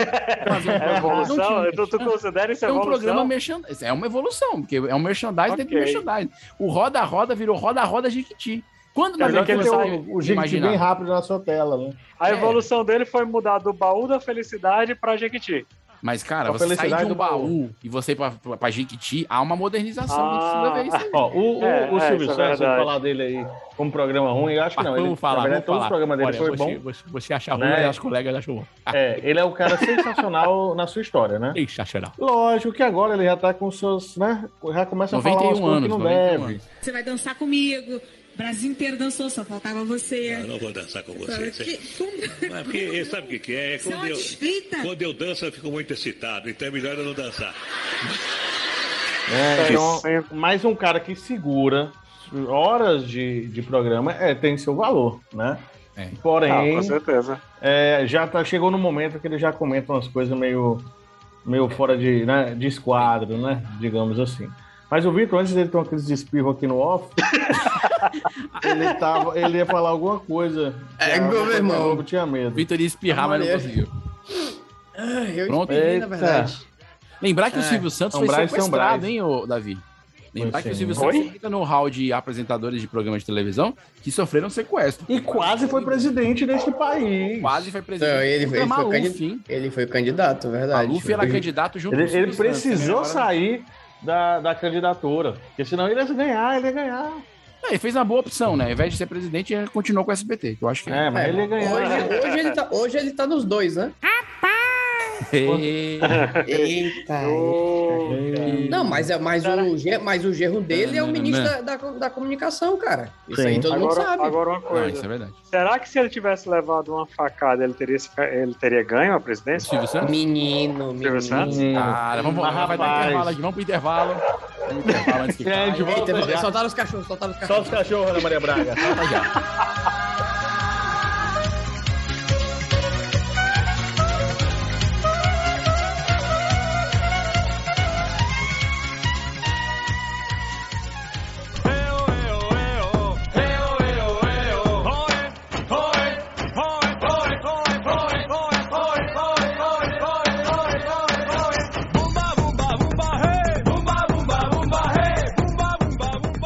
[SPEAKER 1] fazia um programa-
[SPEAKER 2] É
[SPEAKER 1] não tinha
[SPEAKER 2] evolução?
[SPEAKER 1] um
[SPEAKER 2] Então tu considera isso
[SPEAKER 1] É um
[SPEAKER 2] evolução?
[SPEAKER 1] programa merchandising. É uma evolução, porque é um merchandising dentro do
[SPEAKER 2] Ok.
[SPEAKER 1] merchandising. O Roda Roda virou Roda Roda Jiquiti. Quando
[SPEAKER 3] É melhor que
[SPEAKER 1] verdade,
[SPEAKER 3] ter
[SPEAKER 1] você
[SPEAKER 3] o, o jiquiti bem rápido na sua tela, né?
[SPEAKER 1] é.
[SPEAKER 2] A evolução dele foi mudar do baú da felicidade pra Jequiti.
[SPEAKER 1] Mas, cara,
[SPEAKER 3] A
[SPEAKER 1] você sair
[SPEAKER 3] felicidade
[SPEAKER 1] de um
[SPEAKER 3] do
[SPEAKER 1] baú e você ir pra, pra, pra Jiquiti, há uma modernização.
[SPEAKER 2] Ah.
[SPEAKER 1] tem que se levar isso aí.
[SPEAKER 3] Ó, o, o,
[SPEAKER 2] É,
[SPEAKER 3] o
[SPEAKER 2] é,
[SPEAKER 3] Silvio
[SPEAKER 2] isso é
[SPEAKER 3] Santos,
[SPEAKER 2] verdade.
[SPEAKER 3] vamos falar dele aí como programa ruim, eu acho que
[SPEAKER 1] Mas
[SPEAKER 3] não.
[SPEAKER 1] Ah, vamos
[SPEAKER 3] ele,
[SPEAKER 1] falar,
[SPEAKER 3] na
[SPEAKER 1] vamos
[SPEAKER 3] verdade, todos os
[SPEAKER 1] falar.
[SPEAKER 3] programas dele
[SPEAKER 1] Olha,
[SPEAKER 3] foi
[SPEAKER 1] você,
[SPEAKER 3] bom.
[SPEAKER 1] Você, você acha ruim,
[SPEAKER 3] Né?
[SPEAKER 1] mas os colegas acham bom.
[SPEAKER 3] É, ele é um cara sensacional na sua história, né?
[SPEAKER 1] Deixa chorar.
[SPEAKER 3] Lógico que agora ele já tá com seus, né? Já começa a falar
[SPEAKER 1] 91
[SPEAKER 3] umas coisas que
[SPEAKER 1] anos,
[SPEAKER 3] não
[SPEAKER 1] 91
[SPEAKER 3] deve.
[SPEAKER 1] anos.
[SPEAKER 13] Você vai dançar comigo. O Brasil inteiro dançou, só faltava
[SPEAKER 6] Ah,
[SPEAKER 13] você.
[SPEAKER 14] Eu não vou dançar com você.
[SPEAKER 13] Sabe
[SPEAKER 14] você-
[SPEAKER 13] que- como-
[SPEAKER 14] Mas porque, sabe o que que é? É
[SPEAKER 13] Você é
[SPEAKER 14] Quando
[SPEAKER 13] uma
[SPEAKER 14] eu,
[SPEAKER 13] desfeita.
[SPEAKER 14] quando eu danço, eu fico muito excitado, então é melhor eu não dançar.
[SPEAKER 3] É, então, mais um cara que segura horas de, de programa é, tem seu valor, né?
[SPEAKER 4] É.
[SPEAKER 2] Ah,
[SPEAKER 3] Porém,
[SPEAKER 2] com certeza.
[SPEAKER 3] é, já tá, chegou no momento que ele já comenta umas coisas meio, meio fora de, né, de esquadro, né? Digamos assim. Mas o Vitor, antes dele ter uma crise de espirro aqui no off, ele, tava, ele ia falar alguma coisa.
[SPEAKER 4] É, meu
[SPEAKER 3] Eu
[SPEAKER 4] irmão.
[SPEAKER 3] tinha medo.
[SPEAKER 1] Vitor ia espirrar, mas não
[SPEAKER 3] é.
[SPEAKER 4] Maneiro.
[SPEAKER 1] conseguiu.
[SPEAKER 4] Ah, eu
[SPEAKER 1] Pronto.
[SPEAKER 4] esperei, na
[SPEAKER 3] Eita.
[SPEAKER 4] verdade.
[SPEAKER 1] Lembrar que o
[SPEAKER 4] É,
[SPEAKER 1] Silvio Santos
[SPEAKER 3] São
[SPEAKER 1] foi
[SPEAKER 3] Brás, São
[SPEAKER 1] sequestrado,
[SPEAKER 3] Brás.
[SPEAKER 1] hein, ô, Davi? Lembrar
[SPEAKER 3] Foi
[SPEAKER 1] que o
[SPEAKER 3] sim.
[SPEAKER 1] Silvio
[SPEAKER 3] Foi?
[SPEAKER 1] Santos fica no hall de apresentadores de programas de televisão que sofreram sequestro.
[SPEAKER 3] E quase foi presidente deste país.
[SPEAKER 1] Quase foi
[SPEAKER 4] Não,
[SPEAKER 1] presidente.
[SPEAKER 4] ele, ele,
[SPEAKER 1] Contra
[SPEAKER 4] foi
[SPEAKER 1] Maluf, hein?
[SPEAKER 4] candidato, ele foi candidato,
[SPEAKER 1] A
[SPEAKER 4] verdade.
[SPEAKER 1] Luffy era
[SPEAKER 4] Ele-
[SPEAKER 1] candidato junto
[SPEAKER 3] Ele,
[SPEAKER 1] com o Silvio
[SPEAKER 3] ele precisou
[SPEAKER 1] Santos, né? Agora-
[SPEAKER 3] sair da, da candidatura, porque senão ele ia ganhar, ele ia ganhar.
[SPEAKER 1] É, ele fez uma boa opção, né? Ao invés de ser presidente, ele continuou com o SBT, que eu acho que
[SPEAKER 3] É, mas ele ia ganhar.
[SPEAKER 4] Hoje, hoje ele tá, hoje ele tá nos dois, né?
[SPEAKER 1] Ei,
[SPEAKER 4] Eita.
[SPEAKER 2] Ô,
[SPEAKER 4] Não, mas, é, mas, o, ge- mas o gerro dele é o
[SPEAKER 1] Não, não, não,
[SPEAKER 4] ministro
[SPEAKER 1] não.
[SPEAKER 4] da, da, da comunicação, cara. Isso
[SPEAKER 3] Sim.
[SPEAKER 4] aí todo mundo
[SPEAKER 2] agora,
[SPEAKER 4] sabe.
[SPEAKER 2] agora
[SPEAKER 1] Não,
[SPEAKER 2] uma
[SPEAKER 1] isso é
[SPEAKER 2] coisa.
[SPEAKER 1] verdade.
[SPEAKER 2] Será que se ele tivesse levado uma facada, ele teria, se- ele teria ganho a
[SPEAKER 3] É
[SPEAKER 2] presidência?
[SPEAKER 1] Silvio Santos?
[SPEAKER 4] Menino, menino.
[SPEAKER 2] Santos?
[SPEAKER 1] Cara, vamos,
[SPEAKER 3] um Mas,
[SPEAKER 1] vai dar
[SPEAKER 3] rapaz. É,
[SPEAKER 1] intervalo aqui, vamos pro intervalo. Vamos pro intervalo antes que caia.
[SPEAKER 3] Gente,
[SPEAKER 4] Eita,
[SPEAKER 3] volta já.
[SPEAKER 4] soltaram os cachorros, soltaram os
[SPEAKER 3] Só
[SPEAKER 4] cachorros.
[SPEAKER 3] os cachorros, Ana Maria Braga.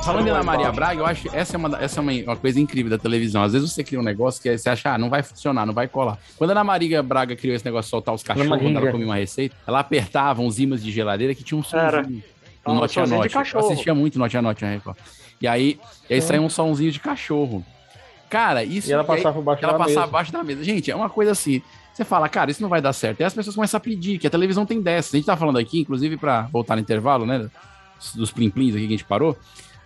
[SPEAKER 1] Falando em Ana Maria Braga, eu acho que essa é, uma, essa é uma, uma coisa incrível da televisão. Às vezes você cria um negócio que você acha, ah, não vai funcionar, não vai colar. Quando a Ana Maria Braga criou esse negócio de soltar os cachorros
[SPEAKER 3] Ana
[SPEAKER 1] quando ela
[SPEAKER 3] Maria.
[SPEAKER 1] comia uma receita, ela apertava uns ímãs de geladeira que tinha um
[SPEAKER 2] Era.
[SPEAKER 1] somzinho.
[SPEAKER 2] Ah,
[SPEAKER 1] Um
[SPEAKER 2] um
[SPEAKER 1] note a
[SPEAKER 2] sonzinho de
[SPEAKER 1] note. Eu
[SPEAKER 2] cachorro.
[SPEAKER 1] assistia muito note a note na Record. E aí, e aí saiu um somzinho de cachorro. Cara, isso. é
[SPEAKER 3] E
[SPEAKER 1] e
[SPEAKER 3] ela
[SPEAKER 1] aí-
[SPEAKER 3] passava por baixo
[SPEAKER 1] ela
[SPEAKER 3] da
[SPEAKER 1] passava
[SPEAKER 3] mesa.
[SPEAKER 1] abaixo da mesa. Gente, é uma coisa assim. Você fala, cara, isso não vai dar certo. E as pessoas começam a pedir, que a televisão tem dessas. A gente tá falando aqui, inclusive, pra voltar no intervalo, né? Dos plim-plins aqui que a gente parou.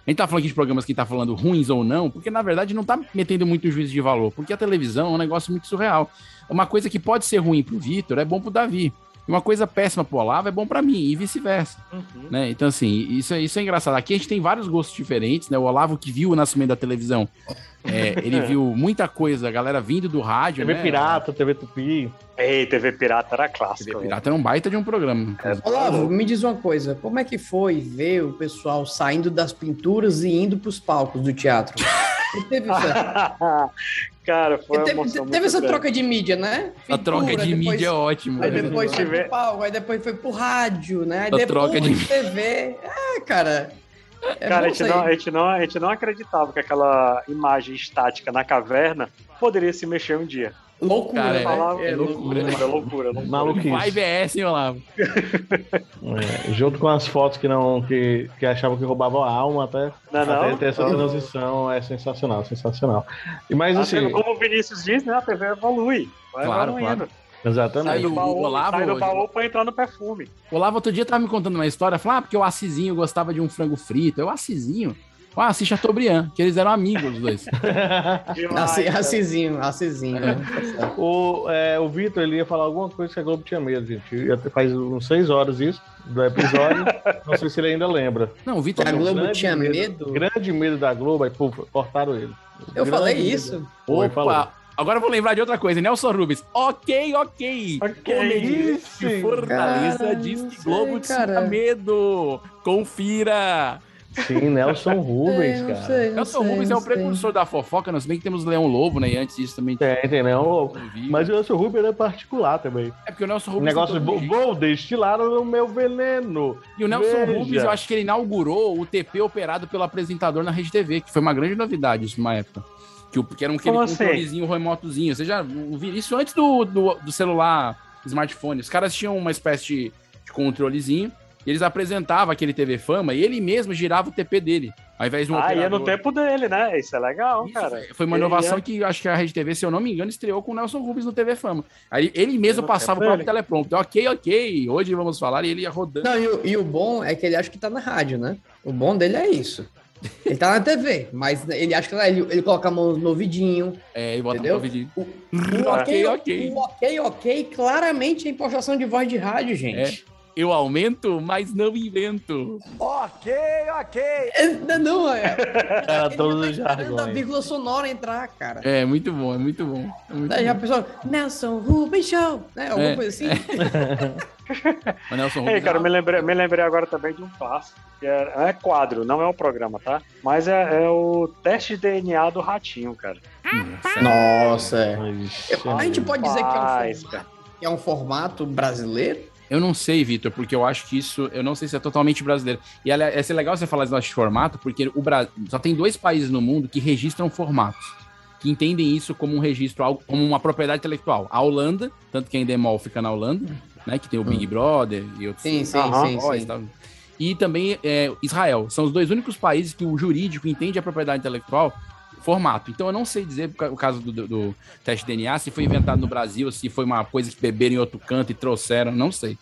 [SPEAKER 1] A gente tá falando aqui de programas que tá falando ruins ou não, porque na verdade não tá metendo muito juízo de valor, porque a televisão é um negócio muito surreal. Uma coisa que pode ser ruim pro Vitor é bom pro Davi. E uma coisa péssima pro Olavo é bom pra mim, e vice-versa. Né? Então, assim, isso, é- isso é engraçado. Aqui a gente tem vários gostos diferentes, né? O Olavo que viu o nascimento da televisão, é, ele viu muita coisa, a galera vindo do rádio.
[SPEAKER 3] TV
[SPEAKER 1] né?
[SPEAKER 3] é Pirata, TV Tupi.
[SPEAKER 2] Ei, TV Pirata era clássico.
[SPEAKER 1] TV Pirata é um baita de um programa.
[SPEAKER 4] Olavo, me diz uma coisa, como é que foi ver o pessoal saindo das pinturas e indo pros palcos do teatro? Porque teve essa,
[SPEAKER 2] Cara, Ah, foi uma
[SPEAKER 4] teve-
[SPEAKER 2] emoção
[SPEAKER 4] teve
[SPEAKER 2] muito
[SPEAKER 4] essa
[SPEAKER 2] grande.
[SPEAKER 4] troca de mídia, né?
[SPEAKER 1] A troca
[SPEAKER 4] Pintura,
[SPEAKER 1] de
[SPEAKER 4] depois-
[SPEAKER 1] mídia é ótima.
[SPEAKER 4] Aí depois foi
[SPEAKER 2] Tiver-
[SPEAKER 4] pro palco, aí depois foi pro rádio, né? Aí
[SPEAKER 1] Da
[SPEAKER 4] depois
[SPEAKER 1] troca de-
[SPEAKER 4] TV. É, cara. É
[SPEAKER 2] Cara, a
[SPEAKER 4] bom
[SPEAKER 2] gente,
[SPEAKER 4] isso
[SPEAKER 2] não, a,
[SPEAKER 4] aí.
[SPEAKER 2] gente não, a gente não acreditava que aquela imagem estática na caverna poderia se mexer um dia.
[SPEAKER 4] Loucura,
[SPEAKER 1] Cara,
[SPEAKER 4] né?
[SPEAKER 2] Falava-
[SPEAKER 1] é loucura.
[SPEAKER 2] loucura, loucura, é loucura.
[SPEAKER 3] Maluquice.
[SPEAKER 1] Vai BS, hein, Olavo?
[SPEAKER 3] É, junto com as fotos que não que, que achavam que roubavam a alma até.
[SPEAKER 2] Ah, Não, não.
[SPEAKER 3] até ter essa transição é sensacional, sensacional. E mas
[SPEAKER 2] Ah,
[SPEAKER 3] assim,
[SPEAKER 2] Como o Vinícius diz, né? A TV evolui. Vai
[SPEAKER 1] Claro,
[SPEAKER 2] evoluindo. Sai
[SPEAKER 3] exatamente.
[SPEAKER 1] Aí
[SPEAKER 2] do
[SPEAKER 1] o
[SPEAKER 2] baú,
[SPEAKER 1] Olavo-
[SPEAKER 2] sai do baú pra entrar no perfume.
[SPEAKER 1] O Olavo outro dia tava me contando uma história, falou, ah, porque o Assisinho gostava de um frango frito. Eu, Assisinho? O Assis Chateaubriand, que eles eram amigos os dois.
[SPEAKER 4] Assi- assim,
[SPEAKER 2] Demais, cara.
[SPEAKER 4] Assisinho, assisinho.
[SPEAKER 1] É.
[SPEAKER 3] o é, o Vitor ele ia falar alguma coisa que a Globo tinha medo, gente. Já faz uns seis horas isso do episódio. não sei se ele ainda lembra.
[SPEAKER 1] Não, o Vitor...
[SPEAKER 4] A
[SPEAKER 1] não.
[SPEAKER 4] Globo
[SPEAKER 3] grande
[SPEAKER 4] tinha medo?
[SPEAKER 3] Grande medo da Globo, aí é pô, cortaram ele.
[SPEAKER 4] Eu
[SPEAKER 3] Grande
[SPEAKER 4] falei
[SPEAKER 3] medo.
[SPEAKER 4] isso?
[SPEAKER 3] Foi, falou.
[SPEAKER 1] Opa, Agora eu vou lembrar de outra coisa. Nelson Rubens. Ok, ok.
[SPEAKER 2] é
[SPEAKER 1] Comedy de Fortaleza
[SPEAKER 4] Cara,
[SPEAKER 1] diz
[SPEAKER 4] não
[SPEAKER 1] que Globo
[SPEAKER 4] sei,
[SPEAKER 1] tinha
[SPEAKER 4] cara.
[SPEAKER 1] medo. Confira.
[SPEAKER 3] Sim, Nelson
[SPEAKER 4] É,
[SPEAKER 3] Rubens,
[SPEAKER 1] não
[SPEAKER 3] cara.
[SPEAKER 1] sei, não Nelson Rubens é o precursor da fofoca. Nós bem que temos Leão Lobo, né? E antes disso também.
[SPEAKER 3] É, tem Leão Lobo. Mas o Nelson Rubens é particular também.
[SPEAKER 1] É porque o Nelson
[SPEAKER 3] O
[SPEAKER 1] Rubens.
[SPEAKER 3] negócio
[SPEAKER 1] tem todo
[SPEAKER 3] bom,
[SPEAKER 1] mundo.
[SPEAKER 3] vou destilar o meu veneno.
[SPEAKER 1] E o Nelson
[SPEAKER 3] Veja.
[SPEAKER 1] Rubens, eu acho que ele inaugurou o TP operado pelo apresentador na Rede TV, que foi uma grande novidade isso numa época. Que, o- que era um aquele
[SPEAKER 2] Como assim?
[SPEAKER 1] controlezinho remotozinho. Você já viu isso antes do, do, do celular, smartphone. Os caras tinham uma espécie de, de controlezinho. E eles apresentavam aquele TV Fama e ele mesmo girava o TP dele, ao invés de um
[SPEAKER 2] Ah, e é no
[SPEAKER 1] operador.
[SPEAKER 2] tempo dele, né? Isso é legal, cara.
[SPEAKER 1] Foi uma
[SPEAKER 2] Ele
[SPEAKER 1] inovação
[SPEAKER 2] é-
[SPEAKER 1] que eu acho que a Rede TV, se eu não me engano, estreou com o Nelson Rubens no TV Fama. Aí ele
[SPEAKER 2] É
[SPEAKER 1] mesmo
[SPEAKER 4] Eu não
[SPEAKER 1] passava o
[SPEAKER 4] lembro
[SPEAKER 1] próprio teleprompter. Ok, ok, hoje vamos falar. E ele ia rodando.
[SPEAKER 4] Não, e o, e o bom é que ele acha que tá na rádio, né? O bom dele é isso. Ele tá na TV, mas ele acha que lá ele, ele coloca a mão no ouvidinho.
[SPEAKER 1] É, e bota
[SPEAKER 4] Entendeu?
[SPEAKER 1] no vídeo.
[SPEAKER 4] O um
[SPEAKER 1] ok,
[SPEAKER 4] ok,
[SPEAKER 1] ok.
[SPEAKER 4] o ok, ok, claramente é impostação de voz de rádio, gente.
[SPEAKER 1] Eu aumento, mas não invento.
[SPEAKER 4] Ok, ok. Não, não, é.
[SPEAKER 3] Era todos os
[SPEAKER 4] Manda a
[SPEAKER 3] jargões.
[SPEAKER 4] vírgula sonora entrar, cara.
[SPEAKER 1] É, muito bom, é muito bom. É muito
[SPEAKER 4] Daí já
[SPEAKER 1] bom.
[SPEAKER 4] pensou, Nelson Rubens Show, né? Alguma
[SPEAKER 1] É.
[SPEAKER 4] coisa assim.
[SPEAKER 1] O Nelson
[SPEAKER 2] Ei,
[SPEAKER 1] Rubens.
[SPEAKER 2] cara, eu me lembrei, me lembrei agora também de um passo. Que é, é quadro, não é um programa, tá? Mas é, é o teste de DNA do ratinho, cara.
[SPEAKER 4] Nossa, é.
[SPEAKER 3] Eu-
[SPEAKER 4] A gente pode dizer que é um
[SPEAKER 2] Rapaz,
[SPEAKER 4] formato, que é um formato brasileiro?
[SPEAKER 1] Eu não sei, Vitor, porque eu acho que isso. Eu não sei se é totalmente brasileiro. E ela, é legal você falar desse formato, porque o Brasil. Só tem dois países no mundo que registram formatos. Que entendem isso como um registro, algo- como uma propriedade intelectual. A Holanda, tanto que a Endemol fica na Holanda, né? Que tem o Big Brother e outros.
[SPEAKER 4] Hum. Sim, sim,
[SPEAKER 1] Aham.
[SPEAKER 4] sim,
[SPEAKER 1] Ó, tá-
[SPEAKER 4] sim.
[SPEAKER 1] tal. E também é, Israel. São os dois únicos países que o jurídico entende a propriedade intelectual formato. Então eu não sei dizer por ca- o caso do, do- do teste DNA se foi inventado no Brasil, se foi uma coisa que beberam em outro canto e trouxeram, não sei.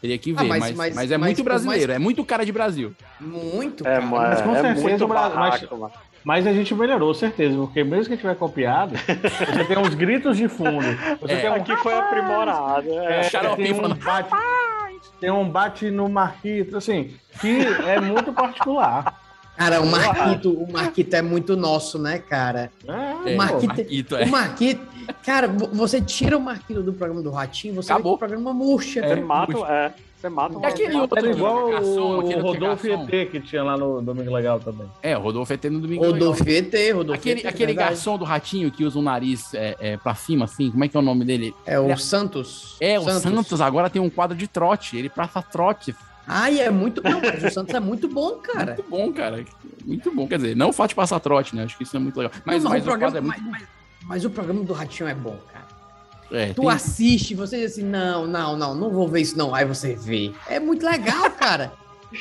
[SPEAKER 1] Teria que ver,
[SPEAKER 4] Ah,
[SPEAKER 1] mas,
[SPEAKER 4] mas-
[SPEAKER 1] mas,
[SPEAKER 4] mas-
[SPEAKER 1] é
[SPEAKER 4] mas
[SPEAKER 1] muito
[SPEAKER 4] por
[SPEAKER 1] brasileiro,
[SPEAKER 4] mais-
[SPEAKER 1] é muito cara de Brasil.
[SPEAKER 4] Muito,
[SPEAKER 2] É,
[SPEAKER 4] cara.
[SPEAKER 2] mas
[SPEAKER 3] com
[SPEAKER 2] é
[SPEAKER 3] certeza
[SPEAKER 2] muito
[SPEAKER 3] o Brasil-
[SPEAKER 2] barraco, mano.
[SPEAKER 3] Mas a gente melhorou, certeza, porque mesmo que tiver copiado, você tem uns gritos de fundo. Você
[SPEAKER 1] É.
[SPEAKER 3] tem um
[SPEAKER 2] Aqui foi aprimorado.
[SPEAKER 3] É,
[SPEAKER 2] É,
[SPEAKER 1] xaropinho
[SPEAKER 3] tem
[SPEAKER 4] né?
[SPEAKER 3] um
[SPEAKER 1] falando,
[SPEAKER 3] bate, tem um bate no Marquito, assim, que é muito particular.
[SPEAKER 4] Cara, o Marquito, o Marquito é muito nosso, né, cara?
[SPEAKER 3] É,
[SPEAKER 1] É,
[SPEAKER 4] O Marquito,
[SPEAKER 1] Marquito, é.
[SPEAKER 4] o Marquito cara, vo- você tira o Marquito do programa do Ratinho, você
[SPEAKER 1] Acabou.
[SPEAKER 4] vê que o programa murcha.
[SPEAKER 2] você
[SPEAKER 1] É,
[SPEAKER 2] mata,
[SPEAKER 1] muito.
[SPEAKER 2] é, você mata um
[SPEAKER 1] É aquele
[SPEAKER 2] mata-
[SPEAKER 1] outro
[SPEAKER 3] Era
[SPEAKER 1] que
[SPEAKER 3] igual
[SPEAKER 1] é garçom,
[SPEAKER 3] o,
[SPEAKER 1] aquele
[SPEAKER 3] o
[SPEAKER 1] outro que é
[SPEAKER 3] Rodolfo
[SPEAKER 1] garçom.
[SPEAKER 3] ET que tinha lá no Domingo Legal também.
[SPEAKER 1] É, o Rodolfo ET no domingo.
[SPEAKER 4] Rodolfo ET, Rodolfo
[SPEAKER 1] Aquele,
[SPEAKER 4] ET,
[SPEAKER 1] aquele
[SPEAKER 4] verdade.
[SPEAKER 1] garçom do ratinho que usa o nariz é, é, pra cima, assim, como é que é o nome dele?
[SPEAKER 4] É o Santos.
[SPEAKER 1] É, o Santos. agora tem um quadro de trote, ele passa trote.
[SPEAKER 4] Ai, é muito. Não, mas o Santos é muito bom, cara.
[SPEAKER 1] Muito bom, cara. Muito bom. Quer dizer, não o fato de passar trote, né? Acho que isso é muito legal. Mas,
[SPEAKER 4] Não,
[SPEAKER 1] mas o
[SPEAKER 4] programa-
[SPEAKER 1] quadro é muito.
[SPEAKER 4] mas- mas- mas o programa do Ratinho é bom, cara.
[SPEAKER 1] É,
[SPEAKER 4] Tu
[SPEAKER 1] tem-
[SPEAKER 4] assiste, você diz assim, não, não, não, não vou ver isso não. Aí você vê. É muito legal, cara.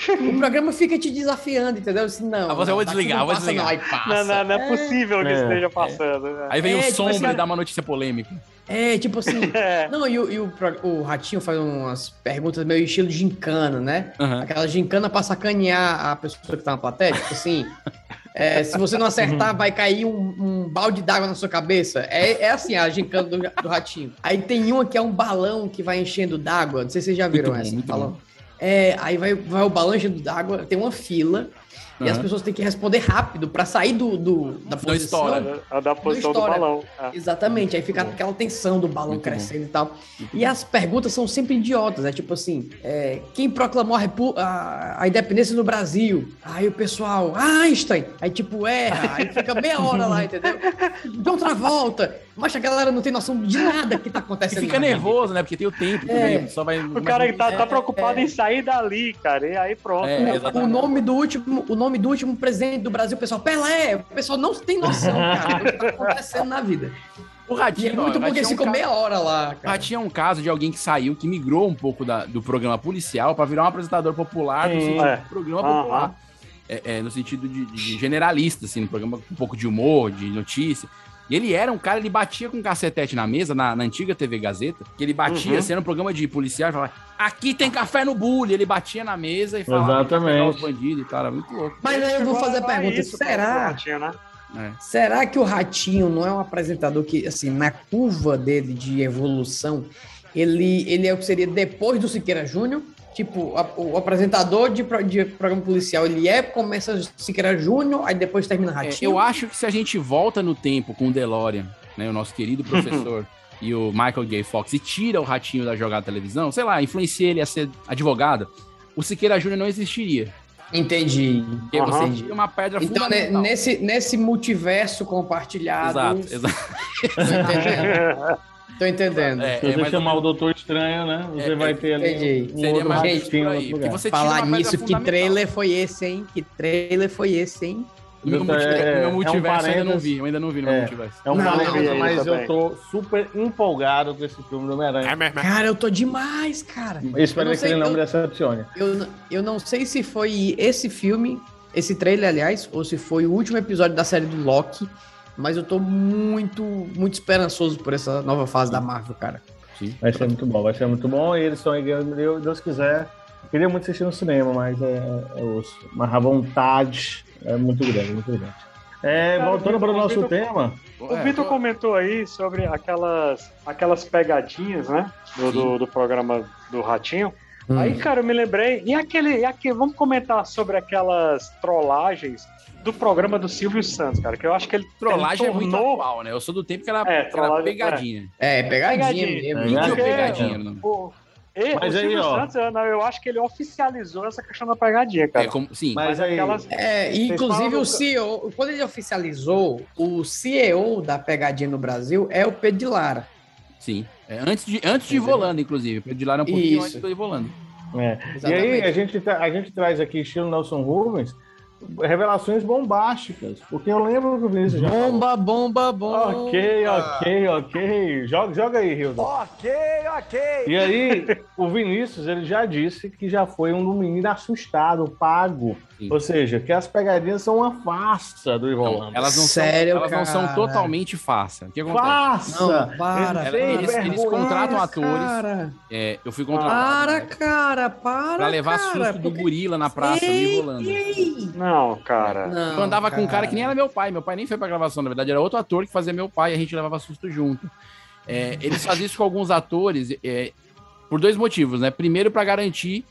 [SPEAKER 4] o programa fica te desafiando, entendeu? Assim, não,
[SPEAKER 1] Ah, você
[SPEAKER 4] não,
[SPEAKER 1] vou
[SPEAKER 4] daqui
[SPEAKER 1] desligar,
[SPEAKER 4] não
[SPEAKER 1] vou
[SPEAKER 4] passa
[SPEAKER 1] desligar.
[SPEAKER 4] Não, aí passa.
[SPEAKER 2] Não, não, não é possível que
[SPEAKER 3] É.
[SPEAKER 2] esteja passando. né?
[SPEAKER 1] Aí vem
[SPEAKER 4] É,
[SPEAKER 1] o
[SPEAKER 4] tipo
[SPEAKER 1] sombra
[SPEAKER 4] assim,
[SPEAKER 1] e dá uma notícia polêmica.
[SPEAKER 4] É, tipo assim...
[SPEAKER 2] É.
[SPEAKER 4] Não, e, o, e o, pro- o Ratinho faz umas perguntas meio estilo gincana, né?
[SPEAKER 1] Aham.
[SPEAKER 4] Aquela gincana pra sacanear a pessoa que tá na plateia, tipo assim... é, se você não acertar, vai cair um, um balde d'água na sua cabeça. É, é assim a gincana do, do ratinho. Aí tem uma que é um balão que vai enchendo d'água. Não sei se vocês já viram
[SPEAKER 1] bom,
[SPEAKER 4] essa.
[SPEAKER 1] muito
[SPEAKER 4] balão. É, aí vai, vai o balão enchendo d'água, tem uma fila, e
[SPEAKER 1] Aham.
[SPEAKER 4] as pessoas têm que responder rápido pra sair do, do- da
[SPEAKER 1] Não
[SPEAKER 4] posição.
[SPEAKER 1] estoura.
[SPEAKER 2] A da posição do
[SPEAKER 4] estoura.
[SPEAKER 2] balão. é.
[SPEAKER 4] Exatamente, aí fica aquela tensão do balão
[SPEAKER 1] Muito
[SPEAKER 4] crescendo e tal. E as perguntas são sempre idiotas, é tipo assim, é, quem proclamou a, repu- a- a independência no Brasil? Aí o pessoal, "Ah, Einstein! Aí tipo, erra, aí fica meia hora lá, entendeu? Dá outra volta, mas a galera não tem noção de nada que tá
[SPEAKER 1] E
[SPEAKER 4] acontecendo.
[SPEAKER 1] fica
[SPEAKER 4] na vida.
[SPEAKER 1] nervoso, né? Porque tem o tempo
[SPEAKER 4] É.
[SPEAKER 1] também, só vai.
[SPEAKER 2] O cara tá, tá preocupado em sair dali, cara. E aí pronto.
[SPEAKER 1] É,
[SPEAKER 2] né?
[SPEAKER 1] exatamente.
[SPEAKER 4] O nome, do último, o nome do último presidente do Brasil, o pessoal, Pelé, o pessoal não tem noção, cara, do que tá acontecendo na vida.
[SPEAKER 1] O
[SPEAKER 4] E
[SPEAKER 1] Ratinho,
[SPEAKER 4] é muito
[SPEAKER 1] ó,
[SPEAKER 4] bom que
[SPEAKER 1] Ratinho
[SPEAKER 4] eles
[SPEAKER 1] é um
[SPEAKER 4] ficam
[SPEAKER 1] cara-
[SPEAKER 4] meia hora lá,
[SPEAKER 1] o
[SPEAKER 4] cara.
[SPEAKER 1] Ratinho é um caso de alguém que saiu, que migrou um pouco da- do programa policial pra virar um apresentador popular, no
[SPEAKER 2] Sim.
[SPEAKER 1] sentido
[SPEAKER 2] É.
[SPEAKER 1] de programa
[SPEAKER 2] Aham.
[SPEAKER 1] popular. É, é, no sentido de, de generalista, assim, no programa com um pouco de humor, de notícia. E ele era um cara, ele batia com um cacetete na mesa, na, na antiga TV Gazeta, que ele batia,
[SPEAKER 2] Uhum.
[SPEAKER 1] assim, era um programa de policial, e falava, aqui tem café no bule, ele batia na mesa e falava,
[SPEAKER 3] Exatamente.
[SPEAKER 1] "Pegar os bandidos e tal, era muito louco.
[SPEAKER 4] Mas aí eu vou fazer a
[SPEAKER 2] Agora,
[SPEAKER 4] pergunta,
[SPEAKER 2] isso,
[SPEAKER 4] será?
[SPEAKER 2] Ratinho, né?
[SPEAKER 1] É.
[SPEAKER 4] Será que o Ratinho não é um apresentador que, assim, na curva dele de evolução, ele, ele é o que seria depois do Siqueira Júnior? Tipo, a- o apresentador de, pro- de programa policial, ele é, começa Siqueira Júnior, aí depois termina
[SPEAKER 1] É,
[SPEAKER 4] Ratinho.
[SPEAKER 1] eu acho que se a gente volta no tempo com o DeLorean né, o nosso querido professor e o Michael J. Fox, e tira o ratinho da jogada da televisão, sei lá, influencia ele a ser advogado, o Siqueira Júnior não existiria.
[SPEAKER 4] Entendi.
[SPEAKER 1] Porque você
[SPEAKER 4] Aham.
[SPEAKER 1] tira uma pedra
[SPEAKER 4] Então, né,
[SPEAKER 1] fundamental.
[SPEAKER 4] nesse, nesse multiverso compartilhado.
[SPEAKER 1] Exato, exato.
[SPEAKER 4] Tô entendendo.
[SPEAKER 1] É,
[SPEAKER 3] Se você
[SPEAKER 1] é, mas-
[SPEAKER 3] chamar o Doutor Estranho, né? Você
[SPEAKER 4] É,
[SPEAKER 3] vai
[SPEAKER 4] é,
[SPEAKER 3] ter ali
[SPEAKER 4] entendi.
[SPEAKER 3] um
[SPEAKER 4] Seria
[SPEAKER 3] outro
[SPEAKER 4] mais
[SPEAKER 3] ratinho
[SPEAKER 4] por
[SPEAKER 3] em
[SPEAKER 4] aí,
[SPEAKER 3] outro
[SPEAKER 1] porque
[SPEAKER 3] lugar.
[SPEAKER 1] você tira uma
[SPEAKER 4] Falar
[SPEAKER 1] pedra
[SPEAKER 4] nisso, que
[SPEAKER 1] fundamental.
[SPEAKER 4] trailer foi esse, hein? Que trailer foi esse, hein?
[SPEAKER 1] No meu
[SPEAKER 3] É,
[SPEAKER 1] multi- no
[SPEAKER 3] é
[SPEAKER 1] meu
[SPEAKER 3] um
[SPEAKER 1] multiverso eu ainda não
[SPEAKER 3] parênteses.
[SPEAKER 1] vi, eu ainda não vi no meu
[SPEAKER 3] É,
[SPEAKER 1] multiverso.
[SPEAKER 3] é um
[SPEAKER 4] Não,
[SPEAKER 3] parênteses,
[SPEAKER 4] não, não,
[SPEAKER 3] mas eu
[SPEAKER 4] também.
[SPEAKER 3] tô super empolgado com esse filme do Homem-Aranha.
[SPEAKER 4] Cara, eu tô demais, cara. Eu
[SPEAKER 3] Espero
[SPEAKER 4] não
[SPEAKER 3] que
[SPEAKER 4] sei-
[SPEAKER 3] ele não
[SPEAKER 4] eu-
[SPEAKER 3] me decepcione.
[SPEAKER 4] Eu, n- eu não sei se foi esse filme, esse trailer, aliás, ou se foi o último episódio da série do Loki, mas eu tô muito, muito esperançoso por essa nova fase da Marvel, cara.
[SPEAKER 3] Vai ser muito bom, vai ser muito bom. E eles estão aí, Deus, Deus quiser. Queria muito assistir no cinema, mas é, é osso. Mas a vontade é muito grande, muito grande. É,
[SPEAKER 2] Cara,
[SPEAKER 3] voltando
[SPEAKER 2] Vitor,
[SPEAKER 3] para o nosso
[SPEAKER 2] Vitor-
[SPEAKER 3] tema.
[SPEAKER 2] O Vitor comentou aí sobre aquelas, aquelas pegadinhas, né? Do, do, do programa do Ratinho. Aí, cara, eu me lembrei. E aquele, e aquele. Vamos comentar sobre aquelas trollagens do programa do Silvio Santos, cara. Que eu acho que ele.
[SPEAKER 1] Trollagem é
[SPEAKER 2] ele
[SPEAKER 1] muito
[SPEAKER 2] tornou-
[SPEAKER 1] atual, né? Eu sou do tempo que era,
[SPEAKER 2] É,
[SPEAKER 1] que era
[SPEAKER 2] trollagem-
[SPEAKER 1] pegadinha.
[SPEAKER 4] É, pegadinha,
[SPEAKER 2] Pegadinha. É.
[SPEAKER 4] mesmo.
[SPEAKER 3] Pegadinha.
[SPEAKER 1] Vídeo
[SPEAKER 2] Porque-
[SPEAKER 1] pegadinha. né? era o nome.
[SPEAKER 2] O, e,
[SPEAKER 3] Mas
[SPEAKER 2] o
[SPEAKER 3] aí,
[SPEAKER 2] Silvio
[SPEAKER 3] ó.
[SPEAKER 2] Santos, eu, não, eu acho que ele oficializou essa questão da pegadinha, cara.
[SPEAKER 1] É, como, sim,
[SPEAKER 3] Mas aí,
[SPEAKER 2] aquelas-
[SPEAKER 4] É, e
[SPEAKER 3] Vocês
[SPEAKER 4] inclusive
[SPEAKER 3] falam
[SPEAKER 4] o
[SPEAKER 3] do-
[SPEAKER 4] CEO, quando ele oficializou, o CEO da pegadinha no Brasil é o Pedro de Lara.
[SPEAKER 1] sim. É, antes de, antes de ir volando, inclusive. Porque De lá era um pouquinho
[SPEAKER 4] Isso.
[SPEAKER 1] antes de ir volando.
[SPEAKER 3] é. E aí
[SPEAKER 4] Exatamente.
[SPEAKER 3] a gente, tra- a gente traz aqui, estilo Nelson Rubens, revelações bombásticas. Porque eu lembro que o Vinícius já falou.
[SPEAKER 4] Bomba, bomba, bomba.
[SPEAKER 3] Ok, ok, ok. Joga, joga aí, Hildo.
[SPEAKER 6] Ok, ok.
[SPEAKER 3] E aí, o Vinícius, ele já disse que já foi um menino assustado, pago.
[SPEAKER 1] Sim.
[SPEAKER 3] Ou seja, que as pegadinhas são uma farsa do
[SPEAKER 1] Então,
[SPEAKER 3] Ivolando.
[SPEAKER 1] elas não
[SPEAKER 4] Sério,
[SPEAKER 1] são, elas não são
[SPEAKER 4] cara?
[SPEAKER 1] totalmente fáceis. O que acontece?
[SPEAKER 3] Farsa!
[SPEAKER 4] Não, para,
[SPEAKER 3] Eles-
[SPEAKER 1] para,
[SPEAKER 3] eles-
[SPEAKER 1] para,
[SPEAKER 3] eles
[SPEAKER 1] contratam atores.
[SPEAKER 4] Cara,
[SPEAKER 1] É, eu fui contratado
[SPEAKER 4] para,
[SPEAKER 1] né,
[SPEAKER 4] cara, para.
[SPEAKER 1] pra levar
[SPEAKER 4] cara,
[SPEAKER 1] susto do
[SPEAKER 4] porque-
[SPEAKER 1] gorila na praça, no
[SPEAKER 4] Ei,
[SPEAKER 1] Irlanda.
[SPEAKER 4] ei.
[SPEAKER 2] Não, cara.
[SPEAKER 4] Não,
[SPEAKER 1] Eu andava com um cara que nem era meu pai. Meu pai nem foi pra gravação, na verdade, era outro ator que fazia meu pai e a gente levava susto junto. É, eles faziam isso com alguns atores é, por dois motivos, né? Primeiro, pra garantir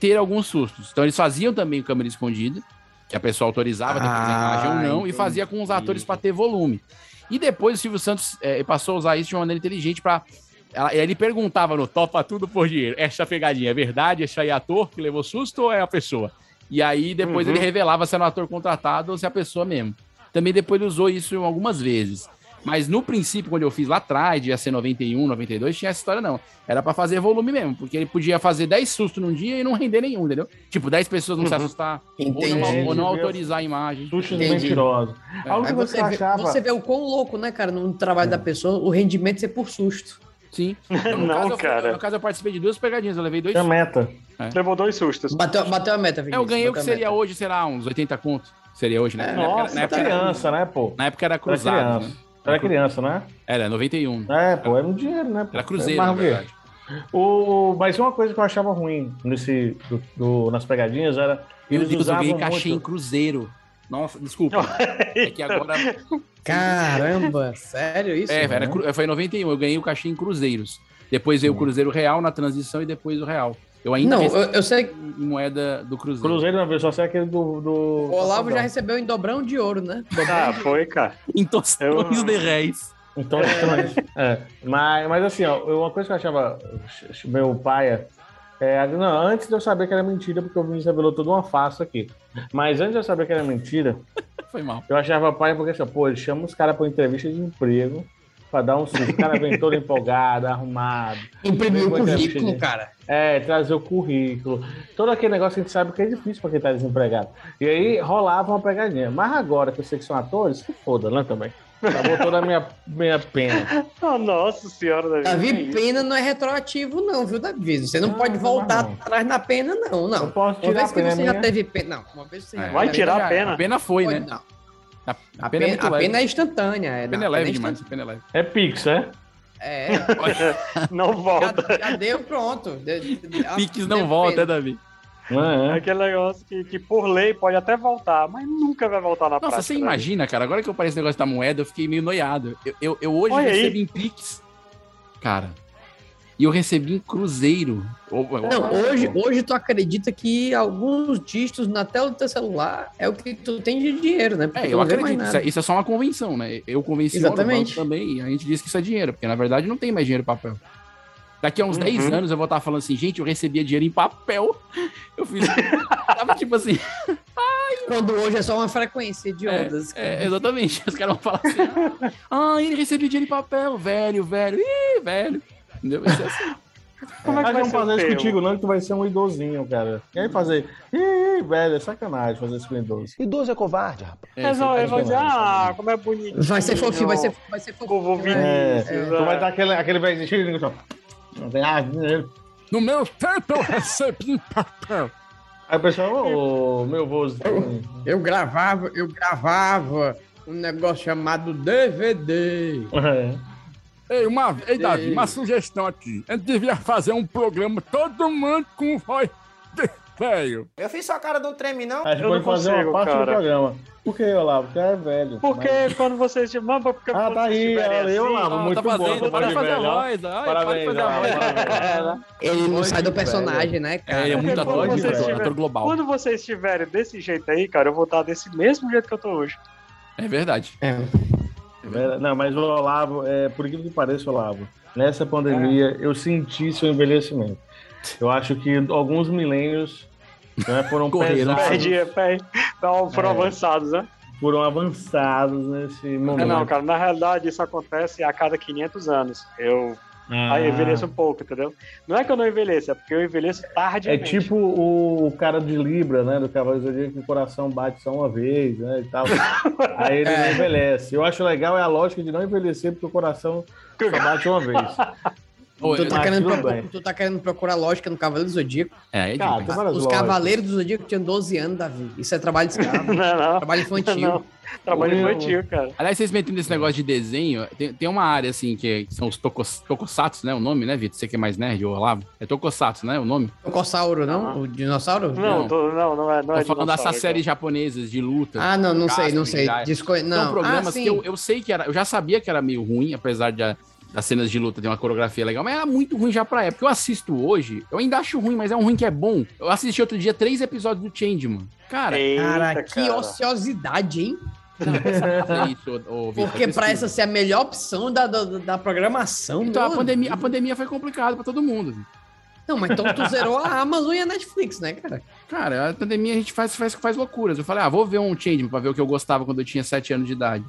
[SPEAKER 1] ter alguns sustos. Então, eles faziam também câmera escondida, que a pessoa autorizava depois
[SPEAKER 4] Ah,
[SPEAKER 1] a imagem ou não, e
[SPEAKER 4] entendi.
[SPEAKER 1] fazia com os atores pra ter volume. E depois o Silvio Santos é, passou a usar isso de uma maneira inteligente pra. ela- Ele perguntava no Topa Tudo por Dinheiro. Essa pegadinha é verdade? Esse aí é ator que levou susto ou é a pessoa? E aí depois
[SPEAKER 2] Uhum.
[SPEAKER 1] ele revelava se era um ator contratado ou se é a pessoa mesmo. Também depois ele usou isso algumas vezes. Mas no princípio, quando eu fiz lá atrás, de ser 91, 92, tinha essa história não. Era pra fazer volume mesmo, porque ele podia fazer 10 sustos num dia e não render nenhum, entendeu? Tipo, 10 pessoas
[SPEAKER 2] Uhum.
[SPEAKER 1] não se assustar, ou não,
[SPEAKER 4] Entendi.
[SPEAKER 1] ou não
[SPEAKER 3] Entendi.
[SPEAKER 1] autorizar a imagem.
[SPEAKER 3] Sustos
[SPEAKER 4] Entendi.
[SPEAKER 3] mentirosos.
[SPEAKER 1] É.
[SPEAKER 3] A
[SPEAKER 4] Aí
[SPEAKER 3] única coisa que
[SPEAKER 4] você,
[SPEAKER 3] eu
[SPEAKER 4] vê,
[SPEAKER 3] achava...
[SPEAKER 4] você vê o quão louco, né, cara, no trabalho da pessoa, o rendimento ser por susto.
[SPEAKER 1] Sim. Então, no
[SPEAKER 2] Não,
[SPEAKER 1] caso, eu fui-
[SPEAKER 2] cara. é
[SPEAKER 1] no caso, eu participei de duas pegadinhas, eu levei dois.
[SPEAKER 3] Tinha meta.
[SPEAKER 2] Levou dois sustos.
[SPEAKER 4] Bateu, bateu a meta,
[SPEAKER 1] É, Eu
[SPEAKER 4] Vinícius.
[SPEAKER 1] ganhei o que
[SPEAKER 4] bateu a
[SPEAKER 1] seria
[SPEAKER 4] meta.
[SPEAKER 1] hoje, será uns 80 conto. Seria hoje, né? na,
[SPEAKER 4] É,
[SPEAKER 1] época,
[SPEAKER 2] nossa,
[SPEAKER 1] na, época, era-
[SPEAKER 3] criança, né, pô?
[SPEAKER 1] na época era
[SPEAKER 3] Era
[SPEAKER 1] cruzado.
[SPEAKER 3] criança.
[SPEAKER 1] Né?
[SPEAKER 3] Era criança, né?
[SPEAKER 1] Era 91.
[SPEAKER 3] É, pô, era um dinheiro, né? pô?
[SPEAKER 1] Era cruzeiro,
[SPEAKER 3] Mas
[SPEAKER 1] na
[SPEAKER 3] o quê?
[SPEAKER 1] verdade.
[SPEAKER 3] O, mas uma coisa que eu achava ruim nesse, do- do- nas pegadinhas era.
[SPEAKER 1] Meu
[SPEAKER 3] Eles
[SPEAKER 1] Deus, eu
[SPEAKER 3] usavam
[SPEAKER 1] ganhei cachê em
[SPEAKER 3] muito.
[SPEAKER 1] cruzeiro. Nossa, desculpa. é que agora.
[SPEAKER 4] Caramba, sério isso?
[SPEAKER 1] É, era,
[SPEAKER 4] né?
[SPEAKER 1] cru- foi em 91. Eu ganhei o cachê em cruzeiros. Depois veio o Cruzeiro Real na transição e depois o Real. Eu ainda
[SPEAKER 4] Não,
[SPEAKER 1] recebi
[SPEAKER 4] eu, eu sei que
[SPEAKER 1] moeda do Cruzeiro.
[SPEAKER 3] Cruzeiro na versão só é aquele do. do
[SPEAKER 4] o Olavo já recebeu em dobrão de ouro, né?
[SPEAKER 2] Ah, foi, cara.
[SPEAKER 1] Em tostões
[SPEAKER 2] Eu-
[SPEAKER 1] de réis.
[SPEAKER 3] Então, é. Mas, mas assim, ó, uma coisa que eu achava meu pai. É, não, antes de eu saber que era mentira, porque o Vinícius revelou toda uma farsa aqui. Mas antes de eu saber que era mentira,
[SPEAKER 1] Foi mal.
[SPEAKER 3] eu achava pai porque assim, ó, pô, ele chama os caras pra uma entrevista de emprego pra dar um susto. O cara vem todo empolgado, arrumado.
[SPEAKER 4] Imprimiu o
[SPEAKER 3] Foi
[SPEAKER 4] currículo,
[SPEAKER 3] muito
[SPEAKER 4] cara.
[SPEAKER 3] É, trazer o currículo. Todo aquele negócio que a gente sabe que é difícil para quem tá desempregado. E aí rolava uma pegadinha. Mas agora que eu sei que são atores, se foda, né, também. Acabou toda a minha, minha pena.
[SPEAKER 2] Ah, nossa senhora da
[SPEAKER 4] Davi
[SPEAKER 2] que isso?
[SPEAKER 4] Pena não é retroativo, não, viu, Davi? Você não
[SPEAKER 3] Não,
[SPEAKER 4] pode
[SPEAKER 3] não,
[SPEAKER 4] voltar
[SPEAKER 3] não.
[SPEAKER 4] atrás na pena, não,
[SPEAKER 3] Eu
[SPEAKER 4] não.
[SPEAKER 3] posso
[SPEAKER 4] Uma
[SPEAKER 3] tirar a
[SPEAKER 4] vez que
[SPEAKER 3] pena
[SPEAKER 4] você já
[SPEAKER 3] minha.
[SPEAKER 4] teve pena. né? Não, uma vez que você já
[SPEAKER 1] É.
[SPEAKER 2] Vai
[SPEAKER 4] teve
[SPEAKER 2] tirar
[SPEAKER 4] já
[SPEAKER 2] a pena.
[SPEAKER 1] A pena foi,
[SPEAKER 4] Pode
[SPEAKER 1] né?
[SPEAKER 4] não.
[SPEAKER 1] A, a
[SPEAKER 4] A
[SPEAKER 1] pena, é
[SPEAKER 4] pena,
[SPEAKER 1] muito
[SPEAKER 4] a
[SPEAKER 1] leve.
[SPEAKER 4] pena é instantânea. É,
[SPEAKER 1] A
[SPEAKER 4] não,
[SPEAKER 1] pena é
[SPEAKER 4] a
[SPEAKER 1] leve
[SPEAKER 4] instan-
[SPEAKER 1] demais. A pena é leve.
[SPEAKER 3] É Pix, é?
[SPEAKER 4] É,
[SPEAKER 2] Não volta.
[SPEAKER 4] já, já deu, pronto. De, de- a-
[SPEAKER 1] Piques
[SPEAKER 4] deu
[SPEAKER 1] não volta, né,
[SPEAKER 4] pena.
[SPEAKER 1] Davi?
[SPEAKER 3] Não
[SPEAKER 2] É
[SPEAKER 3] é?
[SPEAKER 2] aquele negócio que, que por lei pode até voltar, mas nunca vai voltar na
[SPEAKER 1] Nossa,
[SPEAKER 2] prática.
[SPEAKER 1] você
[SPEAKER 2] né?
[SPEAKER 1] imagina, cara, agora que eu parei esse negócio da moeda, eu fiquei meio noiado. Eu, eu, eu hoje
[SPEAKER 2] Olha aí.
[SPEAKER 1] recebi em Pix, um cara, E eu recebi em cruzeiro.
[SPEAKER 4] Não, hoje, hoje tu acredita que alguns dígitos na tela do teu celular é o que tu tem de dinheiro, né? Porque
[SPEAKER 1] É,
[SPEAKER 4] tu
[SPEAKER 1] eu
[SPEAKER 4] não vê mais
[SPEAKER 1] acredito. Isso é,
[SPEAKER 4] nada.
[SPEAKER 1] isso é só uma convenção, né? Eu convenci o
[SPEAKER 4] Exatamente.
[SPEAKER 1] banco também e a gente disse que isso é dinheiro, porque na verdade não tem mais dinheiro em papel. Daqui a uns
[SPEAKER 4] Uhum.
[SPEAKER 1] 10 anos eu vou estar falando assim, gente, eu recebia dinheiro em papel. Eu fiz. Tava tipo assim.
[SPEAKER 4] Quando hoje é só uma frequência de ondas.
[SPEAKER 1] É, exatamente. Os caras vão falar assim. Ah, ele recebeu dinheiro em papel, velho, velho. Ih, velho. Entendeu? Isso é assim.
[SPEAKER 3] Como é que
[SPEAKER 1] vai
[SPEAKER 3] vamos
[SPEAKER 1] ser
[SPEAKER 3] fazer
[SPEAKER 1] o
[SPEAKER 3] isso
[SPEAKER 1] teu?
[SPEAKER 3] contigo, não, que tu vai ser um idosinho, cara. E aí fazer, ih, ih, velho, é sacanagem fazer isso com idoso.
[SPEAKER 6] Idoso é covarde, rapaz.
[SPEAKER 2] Mas
[SPEAKER 1] é
[SPEAKER 2] ó,
[SPEAKER 1] um
[SPEAKER 2] eu vou dizer, ah, como é bonitinho.
[SPEAKER 3] Vai ser fofinho, vai ser-
[SPEAKER 4] vai ser né?
[SPEAKER 2] fofinho. Vovô
[SPEAKER 3] É,
[SPEAKER 2] Vinícius. né?
[SPEAKER 3] tu vai dar aquele, aquele velho cheio de assim, não tem nada né? de dinheiro.
[SPEAKER 1] No meu tempo eu recebi papel.
[SPEAKER 3] Aí o pessoal, ô, meu vozinho.
[SPEAKER 4] Eu gravava, eu gravava um negócio chamado DVD.
[SPEAKER 3] É.
[SPEAKER 1] Ei, uma, ei, Davi,
[SPEAKER 4] Ei.
[SPEAKER 1] uma sugestão aqui. A gente devia fazer um programa todo mundo com voz de velho.
[SPEAKER 6] Eu fiz só a cara de um treme, não?
[SPEAKER 3] A gente pode fazer uma parte do programa. Por que, Olavo? Porque é velho.
[SPEAKER 2] Porque quando vocês te mandam, porque
[SPEAKER 3] Ah,
[SPEAKER 2] quando
[SPEAKER 3] tá
[SPEAKER 2] vocês
[SPEAKER 3] aí,
[SPEAKER 2] estiverem
[SPEAKER 3] olha aí, Olavo,
[SPEAKER 2] assim-
[SPEAKER 3] muito
[SPEAKER 2] Ah, tá
[SPEAKER 3] bom.
[SPEAKER 2] fazendo,
[SPEAKER 3] trabalho
[SPEAKER 2] tá fazendo
[SPEAKER 3] velho, ó.
[SPEAKER 2] a voz, ai,
[SPEAKER 3] Parabéns,
[SPEAKER 2] pode fazer a
[SPEAKER 3] Olavo,
[SPEAKER 2] voz. É.
[SPEAKER 3] parabéns.
[SPEAKER 4] Ele não
[SPEAKER 3] Voz
[SPEAKER 4] sai do
[SPEAKER 3] de velho.
[SPEAKER 4] personagem, né, cara?
[SPEAKER 1] É, é muito ator, muito ator, ator global.
[SPEAKER 2] Quando vocês estiverem desse jeito aí, cara, eu vou estar desse mesmo jeito que eu tô hoje.
[SPEAKER 1] É verdade.
[SPEAKER 4] É.
[SPEAKER 3] Velho, Não, mas o Olavo, é, por incrível que pareça, Olavo, nessa pandemia eu senti seu envelhecimento. Eu acho que alguns milênios né, foram
[SPEAKER 2] Correram.
[SPEAKER 3] pesados,
[SPEAKER 2] Perdi, perdi. Então, foram
[SPEAKER 3] É.
[SPEAKER 2] avançados, né?
[SPEAKER 3] foram avançados nesse
[SPEAKER 2] É,
[SPEAKER 3] momento.
[SPEAKER 2] não, cara, na realidade isso acontece a cada 500 anos. Eu
[SPEAKER 3] Ah.
[SPEAKER 2] aí envelheço um pouco, entendeu? Não é que eu não envelheço, é porque eu envelheço tarde.
[SPEAKER 3] É tipo o cara de Libra, né? Do Cavaleiro do Zodíaco, que o coração bate só uma vez, né? E tal. Aí ele não envelhece. Eu acho legal é a lógica de não envelhecer, porque o coração só bate uma vez.
[SPEAKER 4] Tu tá,
[SPEAKER 3] Mas
[SPEAKER 4] querendo
[SPEAKER 3] tudo
[SPEAKER 4] procurar,
[SPEAKER 3] bem.
[SPEAKER 4] tu tá querendo procurar lógica no Cavaleiro do Zodíaco?
[SPEAKER 1] É,
[SPEAKER 3] é Cara,
[SPEAKER 2] tá-
[SPEAKER 3] demais. tem várias
[SPEAKER 4] Ah, Os
[SPEAKER 3] lógicas.
[SPEAKER 4] Cavaleiros do Zodíaco tinham 12 anos, Davi. Isso é trabalho de escravo.
[SPEAKER 2] Não, não.
[SPEAKER 4] Trabalho infantil.
[SPEAKER 2] Não. Trabalho infantil, cara.
[SPEAKER 1] Aliás, vocês metendo esse negócio de desenho, tem, tem uma área assim que são os tocos, tocossatsu, né? O nome, né, Vitor? Você que é mais nerd, o Olavo? É tocossatsu, né? O nome?
[SPEAKER 4] Tocossauro, não? O dinossauro?
[SPEAKER 1] Não, tô-
[SPEAKER 2] não, não é.
[SPEAKER 1] Tô falando dessas séries japonesas de luta.
[SPEAKER 4] Ah, não, não sei, não
[SPEAKER 1] Casper,
[SPEAKER 4] sei.
[SPEAKER 1] Gaia.
[SPEAKER 4] Desco- não.
[SPEAKER 1] São programas
[SPEAKER 4] Ah, sim.
[SPEAKER 1] Então, que eu, eu sei que era. Eu já sabia que era meio ruim, apesar de a- das cenas de luta ter uma coreografia legal, mas era muito ruim já pra época. Eu assisto hoje, eu ainda acho ruim, mas é um ruim que é bom. Eu assisti outro dia três episódios do Changeman. Cara,
[SPEAKER 2] É.
[SPEAKER 4] cara, que ociosidade, hein?
[SPEAKER 1] é
[SPEAKER 4] Porque pra essa ser a melhor opção da, da, da programação.
[SPEAKER 1] Então, a
[SPEAKER 4] mano.
[SPEAKER 1] pandemia, a pandemia foi complicada pra todo mundo.
[SPEAKER 4] Não, mas então tu zerou a Amazon e a Netflix, né, cara?
[SPEAKER 1] Cara, a pandemia a gente faz, faz, faz loucuras. Eu falei, ah, vou ver um Changeman pra ver o que eu gostava quando eu tinha sete anos de idade.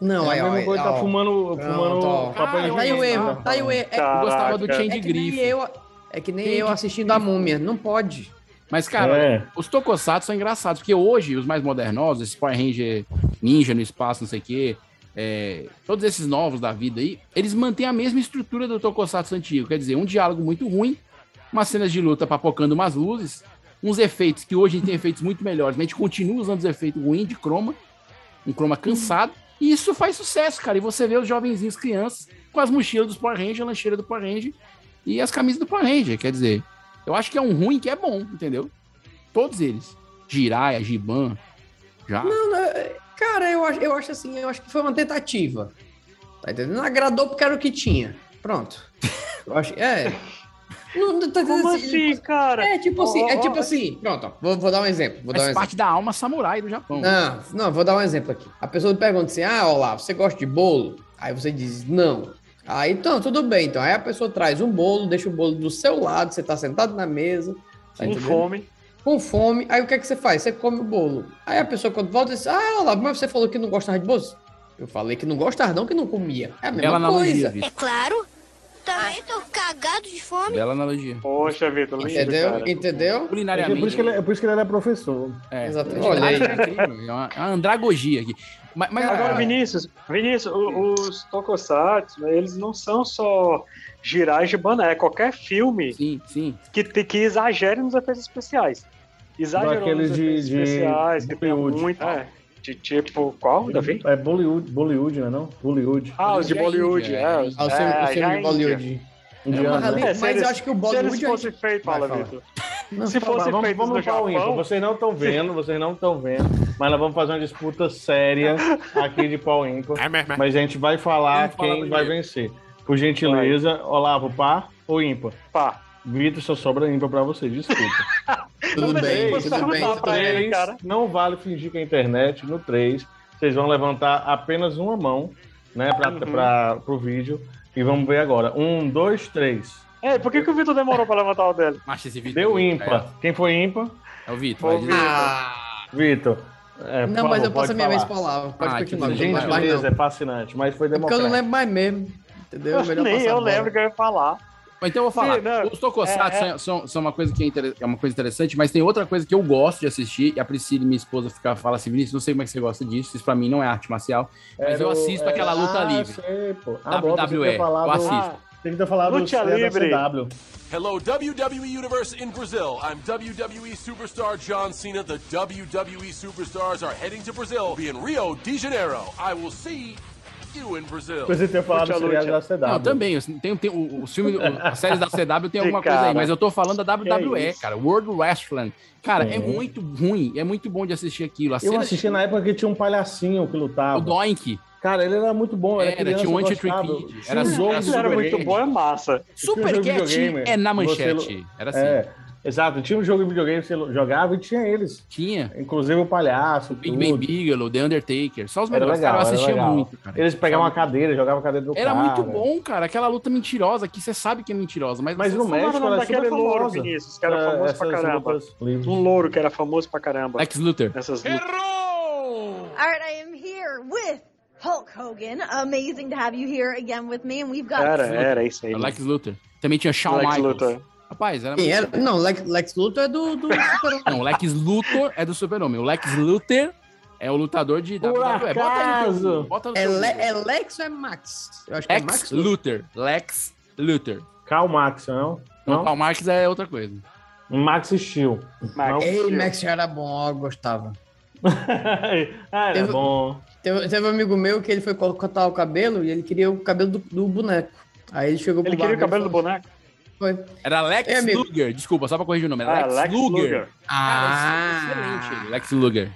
[SPEAKER 4] Não,
[SPEAKER 3] É a
[SPEAKER 4] aí, ó,
[SPEAKER 3] mesma coisa,
[SPEAKER 4] ó.
[SPEAKER 3] tá fumando-
[SPEAKER 4] Pronto,
[SPEAKER 3] fumando um
[SPEAKER 4] ó.
[SPEAKER 3] papel
[SPEAKER 4] Ah, Tá aí o
[SPEAKER 3] higiênico,
[SPEAKER 4] erro,
[SPEAKER 3] né?
[SPEAKER 4] tá aí o erro. É,
[SPEAKER 1] Eu gostava do Caraca.
[SPEAKER 4] é
[SPEAKER 1] Change
[SPEAKER 4] que nem
[SPEAKER 1] Griffin.
[SPEAKER 4] eu, É que nem
[SPEAKER 1] Change
[SPEAKER 4] eu assistindo a múmia. Não pode.
[SPEAKER 1] Mas, cara,
[SPEAKER 3] É.
[SPEAKER 1] os tokusatsu são engraçados, porque hoje os mais modernos, esse Power Ranger Ninja no espaço, não sei o quê, é, todos esses novos da vida aí, eles mantêm a mesma estrutura do tokusatsu antigo. Quer dizer, um diálogo muito ruim, umas cenas de luta papocando umas luzes, uns efeitos que hoje a gente tem efeitos muito melhores, mas a gente continua usando os efeitos ruins de croma, um croma cansado, e isso faz sucesso, cara. E você vê os jovenzinhos crianças com as mochilas dos Power Ranger, a lancheira do Power Ranger e as camisas do Power Ranger. Quer dizer, eu acho que é um ruim que é bom, entendeu? Todos eles. Jiraiya, Giban, já.
[SPEAKER 4] Não, não, é- cara, eu acho, eu acho assim, eu acho que foi uma tentativa. Tá entendendo? Não agradou porque era o que tinha. Pronto. Eu acho, é. Não, não, tá entendendo?
[SPEAKER 2] Como assim, cara?
[SPEAKER 4] É tipo assim, é
[SPEAKER 2] Ó, ó,
[SPEAKER 4] tipo assim. Pronto, ó, vou, vou dar um exemplo. Vou dar um
[SPEAKER 1] Faz
[SPEAKER 4] exemplo.
[SPEAKER 1] parte da alma samurai do Japão.
[SPEAKER 4] Não, é não, vou dar um exemplo aqui. A pessoa pergunta assim: Ah, olá, você gosta de bolo? Aí você diz não. Aí então, tudo bem. Então, aí a pessoa traz um bolo, deixa o bolo do seu lado, você tá sentado na mesa. tá
[SPEAKER 2] Com
[SPEAKER 4] entendendo?
[SPEAKER 2] fome.
[SPEAKER 4] Com fome. Aí o que é que você faz? Você come o bolo. Aí a pessoa, quando volta, diz: Ah, olá, mas você falou que não gostava de bolo? Eu falei que não gostava, não, que não comia. É a mesma
[SPEAKER 1] Bela analogia,
[SPEAKER 4] coisa.
[SPEAKER 1] bicho.
[SPEAKER 15] Claro. Também tô cagado de fome.
[SPEAKER 1] Bela analogia.
[SPEAKER 2] Poxa, Vitor, lindo,
[SPEAKER 4] Entendeu?
[SPEAKER 2] cara.
[SPEAKER 4] Entendeu?
[SPEAKER 3] É por, isso que ele, é por isso que ele é professor.
[SPEAKER 1] É,
[SPEAKER 4] Exatamente.
[SPEAKER 1] Olha aí.
[SPEAKER 4] Olha aí.
[SPEAKER 1] É uma, é uma andragogia aqui. Mas, mas-
[SPEAKER 2] Agora, Vinícius, Vinícius, o- os tokusatsu, né, eles não são só girais de banana, é qualquer filme
[SPEAKER 1] Sim, sim.
[SPEAKER 2] Que, te- que exagere nos efeitos especiais. Exagerou
[SPEAKER 3] Daqueles
[SPEAKER 2] nos
[SPEAKER 3] de-
[SPEAKER 2] efeitos
[SPEAKER 3] de
[SPEAKER 2] especiais, que tem
[SPEAKER 3] Hollywood.
[SPEAKER 2] muito... é, de tipo, qual, Davi?
[SPEAKER 3] É Bollywood, Bollywood, não é não? Bollywood.
[SPEAKER 2] Ah, os de Bollywood, é. os-
[SPEAKER 4] Ah, o filme-
[SPEAKER 2] é,
[SPEAKER 4] o filme
[SPEAKER 2] já
[SPEAKER 4] de
[SPEAKER 2] é
[SPEAKER 4] Bollywood.
[SPEAKER 2] Índia.
[SPEAKER 3] Indiana,
[SPEAKER 4] mas
[SPEAKER 3] né?
[SPEAKER 4] ali- É mas eu acho que o Bollywood é
[SPEAKER 2] Se É, eles fossem feitos,
[SPEAKER 3] Vai,
[SPEAKER 2] fala,
[SPEAKER 3] fala.
[SPEAKER 2] Vitor.
[SPEAKER 4] Não,
[SPEAKER 2] Se
[SPEAKER 3] Tá,
[SPEAKER 2] fossem
[SPEAKER 3] mas vamos,
[SPEAKER 2] feitos
[SPEAKER 3] vamos
[SPEAKER 2] no
[SPEAKER 3] para
[SPEAKER 4] um
[SPEAKER 3] o Info.
[SPEAKER 2] Japão...
[SPEAKER 3] Vocês não estão vendo, vocês não estão vendo, mas nós vamos fazer uma
[SPEAKER 1] É
[SPEAKER 3] disputa séria aqui de pau Info. Mas a gente vai falar quem vai vencer. Por gentileza, Olavo, par ou ímpar?
[SPEAKER 2] Par.
[SPEAKER 3] Vitor, só sobra ímpar pra você, desculpa.
[SPEAKER 2] Tudo Mas bem, você tudo bem. perguntar pra ele,
[SPEAKER 3] Três,
[SPEAKER 2] cara.
[SPEAKER 3] Não vale fingir que é internet. No 3, vocês vão levantar apenas uma mão, né, pra,
[SPEAKER 2] Uhum.
[SPEAKER 3] pra, pro vídeo. E vamos ver agora. Um, dois, três.
[SPEAKER 2] É, por que, que o Vitor demorou pra levantar o dele?
[SPEAKER 1] Mas esse vídeo
[SPEAKER 3] Deu ímpar. Quem foi ímpar?
[SPEAKER 1] É o Vitor. vai dizer.
[SPEAKER 3] Vitor. é, por
[SPEAKER 4] Ah, Não, mas
[SPEAKER 3] favor,
[SPEAKER 4] eu passo
[SPEAKER 3] pode
[SPEAKER 4] a minha vez
[SPEAKER 3] falar.
[SPEAKER 4] pra lá. Pode
[SPEAKER 3] Ah,
[SPEAKER 4] continuar.
[SPEAKER 3] que
[SPEAKER 4] não vai mais,
[SPEAKER 3] gentileza,
[SPEAKER 4] não.
[SPEAKER 3] é fascinante, mas foi
[SPEAKER 4] Porque eu não
[SPEAKER 3] democrático.
[SPEAKER 4] lembro mais mesmo. Entendeu? É Melhor
[SPEAKER 2] Nem
[SPEAKER 4] passar a
[SPEAKER 2] eu
[SPEAKER 4] bola.
[SPEAKER 2] lembro que eu ia falar.
[SPEAKER 1] Mas então eu vou falar.
[SPEAKER 2] Sim, não,
[SPEAKER 1] Os tokusatsu
[SPEAKER 2] é, é.
[SPEAKER 1] são, são uma coisa que é, inter- é uma coisa interessante, mas tem outra coisa que eu gosto de assistir. E a Priscila, minha esposa, fica, fala assim: Vinícius, não sei como é que você gosta disso. Isso pra mim não é arte marcial. Mas
[SPEAKER 3] Era
[SPEAKER 1] eu
[SPEAKER 3] o-
[SPEAKER 1] assisto
[SPEAKER 2] é
[SPEAKER 3] era-
[SPEAKER 1] aquela luta
[SPEAKER 3] Ah,
[SPEAKER 1] livre.
[SPEAKER 3] sei, pô. Ah, bom, pensei que
[SPEAKER 1] WWE.
[SPEAKER 3] tinha falado-
[SPEAKER 1] Eu
[SPEAKER 2] Ah,
[SPEAKER 1] assisto.
[SPEAKER 3] Tem que ter falado
[SPEAKER 2] Luta
[SPEAKER 3] é da
[SPEAKER 2] livre.
[SPEAKER 3] CW.
[SPEAKER 16] Hello, WWE Universe in Brazil. I'm WWE Superstar John Cena. The WWE Superstars are heading to Brazil. Be in Rio de Janeiro. I will see you in Brazil.
[SPEAKER 3] Pensei que tinha falado do seriado da CW.
[SPEAKER 1] Não, também. eu- Tem, tem, o, o filme, o- a série da CW tem alguma
[SPEAKER 3] Cara,
[SPEAKER 1] coisa aí, mas eu tô falando da
[SPEAKER 3] que
[SPEAKER 1] WWE,
[SPEAKER 3] é isso?
[SPEAKER 1] cara. World Wrestling. Cara, é.
[SPEAKER 3] É.
[SPEAKER 1] muito ruim. É muito bom de assistir aquilo. A
[SPEAKER 3] Eu
[SPEAKER 1] cena-
[SPEAKER 3] assisti na época que tinha um palhacinho que lutava.
[SPEAKER 1] O Doink.
[SPEAKER 3] Cara, ele era muito bom. Era,
[SPEAKER 1] Era,
[SPEAKER 3] criança,
[SPEAKER 1] tinha um
[SPEAKER 3] eu
[SPEAKER 1] anti-trick
[SPEAKER 3] gostava.
[SPEAKER 1] kid,
[SPEAKER 3] Tinha
[SPEAKER 1] era-
[SPEAKER 3] um jogo
[SPEAKER 1] era
[SPEAKER 3] de
[SPEAKER 1] super
[SPEAKER 3] videogame.
[SPEAKER 1] muito bom,
[SPEAKER 2] é massa.
[SPEAKER 3] Tinha um
[SPEAKER 1] Super
[SPEAKER 3] jogo de
[SPEAKER 1] Cat
[SPEAKER 3] videogame,
[SPEAKER 1] é na
[SPEAKER 3] você-
[SPEAKER 1] manchete, era assim.
[SPEAKER 3] É, exato, tinha um jogo de videogame que você jogava e tinha eles.
[SPEAKER 1] Tinha.
[SPEAKER 3] Inclusive o palhaço,
[SPEAKER 1] Big
[SPEAKER 3] tudo.
[SPEAKER 1] Ben Bigelow, The Undertaker. Só os
[SPEAKER 3] Era
[SPEAKER 1] melhores,
[SPEAKER 3] legal,
[SPEAKER 1] cara. Eu
[SPEAKER 3] era
[SPEAKER 1] assistia
[SPEAKER 3] legal.
[SPEAKER 1] muito, cara.
[SPEAKER 3] Eles pegavam a cadeira, jogavam a cadeira do
[SPEAKER 1] Era
[SPEAKER 3] cara.
[SPEAKER 1] muito bom, cara. Aquela luta mentirosa que você sabe que é mentirosa, mas,
[SPEAKER 3] Mas
[SPEAKER 1] você
[SPEAKER 3] no
[SPEAKER 1] sabe.
[SPEAKER 3] México ela é
[SPEAKER 2] Daquele
[SPEAKER 3] super
[SPEAKER 2] louro,
[SPEAKER 3] famosa.
[SPEAKER 2] Vinícius, que era
[SPEAKER 3] É,
[SPEAKER 2] famoso pra
[SPEAKER 3] essas
[SPEAKER 2] caramba.
[SPEAKER 3] lutas
[SPEAKER 2] Um louro que era famoso pra
[SPEAKER 3] é.
[SPEAKER 2] caramba.
[SPEAKER 1] Lex Luthor.
[SPEAKER 2] Essas lutas.
[SPEAKER 17] All right, I am here with Hulk Hogan. Amazing to have you here again with me, and we've got.
[SPEAKER 2] Era, era isso aí.
[SPEAKER 1] Lex Luthor. Também tinha Shawn
[SPEAKER 2] Lex
[SPEAKER 1] Michaels.
[SPEAKER 2] Luthor.
[SPEAKER 1] Rapaz, era
[SPEAKER 4] Quem
[SPEAKER 1] muito
[SPEAKER 4] era?
[SPEAKER 1] bom.
[SPEAKER 4] é, Não, Lex, Lex Luthor é do, do Super-Homem.
[SPEAKER 1] Ah, Não, o Lex Luthor é do super-homem. O Lex Luthor é o lutador de
[SPEAKER 4] Por
[SPEAKER 1] WWE.
[SPEAKER 4] acaso.
[SPEAKER 1] bota no
[SPEAKER 4] É,
[SPEAKER 1] teu
[SPEAKER 4] Le-
[SPEAKER 1] Google.
[SPEAKER 4] é Lex ou é Max? Eu acho que é
[SPEAKER 1] Lex
[SPEAKER 4] Max.
[SPEAKER 1] Luthor. Lex Luthor.
[SPEAKER 3] Karl Marx, não?
[SPEAKER 1] Não,
[SPEAKER 3] Não?
[SPEAKER 1] Karl Marx é outra coisa.
[SPEAKER 3] Max Steel. Não?
[SPEAKER 4] Ei, Max era bom, eu gostava.
[SPEAKER 3] Ah, era
[SPEAKER 2] um-
[SPEAKER 4] Teve-
[SPEAKER 3] bom.
[SPEAKER 4] Teve, teve um amigo meu que ele foi co- cortar o cabelo e ele queria o cabelo do, do boneco. Aí ele chegou pro
[SPEAKER 2] Ele queria o cabelo
[SPEAKER 4] barbeiro
[SPEAKER 2] do boneco?
[SPEAKER 4] e falou- Foi.
[SPEAKER 1] Era Lex
[SPEAKER 4] É, amigo.
[SPEAKER 1] Luger. Desculpa, só pra corrigir o nome. Era
[SPEAKER 2] Ah,
[SPEAKER 1] Lex,
[SPEAKER 2] Lex
[SPEAKER 1] Luger.
[SPEAKER 2] Luger. é
[SPEAKER 1] Ah, excelente ele. Lex Luger.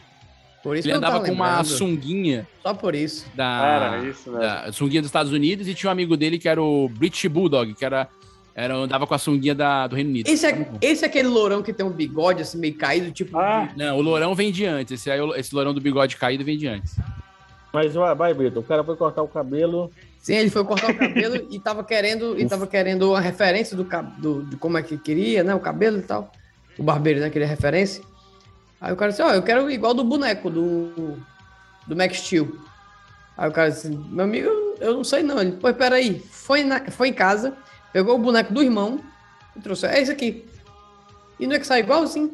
[SPEAKER 4] Por isso
[SPEAKER 1] ele
[SPEAKER 4] que eu
[SPEAKER 1] andava
[SPEAKER 4] tava
[SPEAKER 1] com uma
[SPEAKER 4] lembrando.
[SPEAKER 1] sunguinha
[SPEAKER 4] Só por isso.
[SPEAKER 1] da,
[SPEAKER 2] Era isso,
[SPEAKER 1] da sunguinha dos Estados Unidos e tinha um amigo dele que era o British Bulldog, que era, era andava com a sunguinha da, do Reino Unido.
[SPEAKER 4] Esse é, esse é aquele lourão que tem um bigode assim meio caído, tipo.
[SPEAKER 2] Ah.
[SPEAKER 4] de-
[SPEAKER 1] Não, o Lourão vem de antes. Esse, aí, esse Lourão do bigode caído vem de antes.
[SPEAKER 3] Mas vai, vai, Vitor. O cara foi cortar o cabelo.
[SPEAKER 4] Sim, ele foi cortar o cabelo e tava querendo e tava querendo a referência do, cab- do de como é que queria, né? O cabelo e tal. O barbeiro, né? Queria referência. Aí o cara disse, ó, eu quero igual do boneco, do, do Max Steel. Aí o cara disse, meu amigo, eu- eu não sei não. Ele, pô, peraí. Foi, na, foi em casa, pegou o boneco do irmão e trouxe, é esse aqui. E não é que sai igual, sim?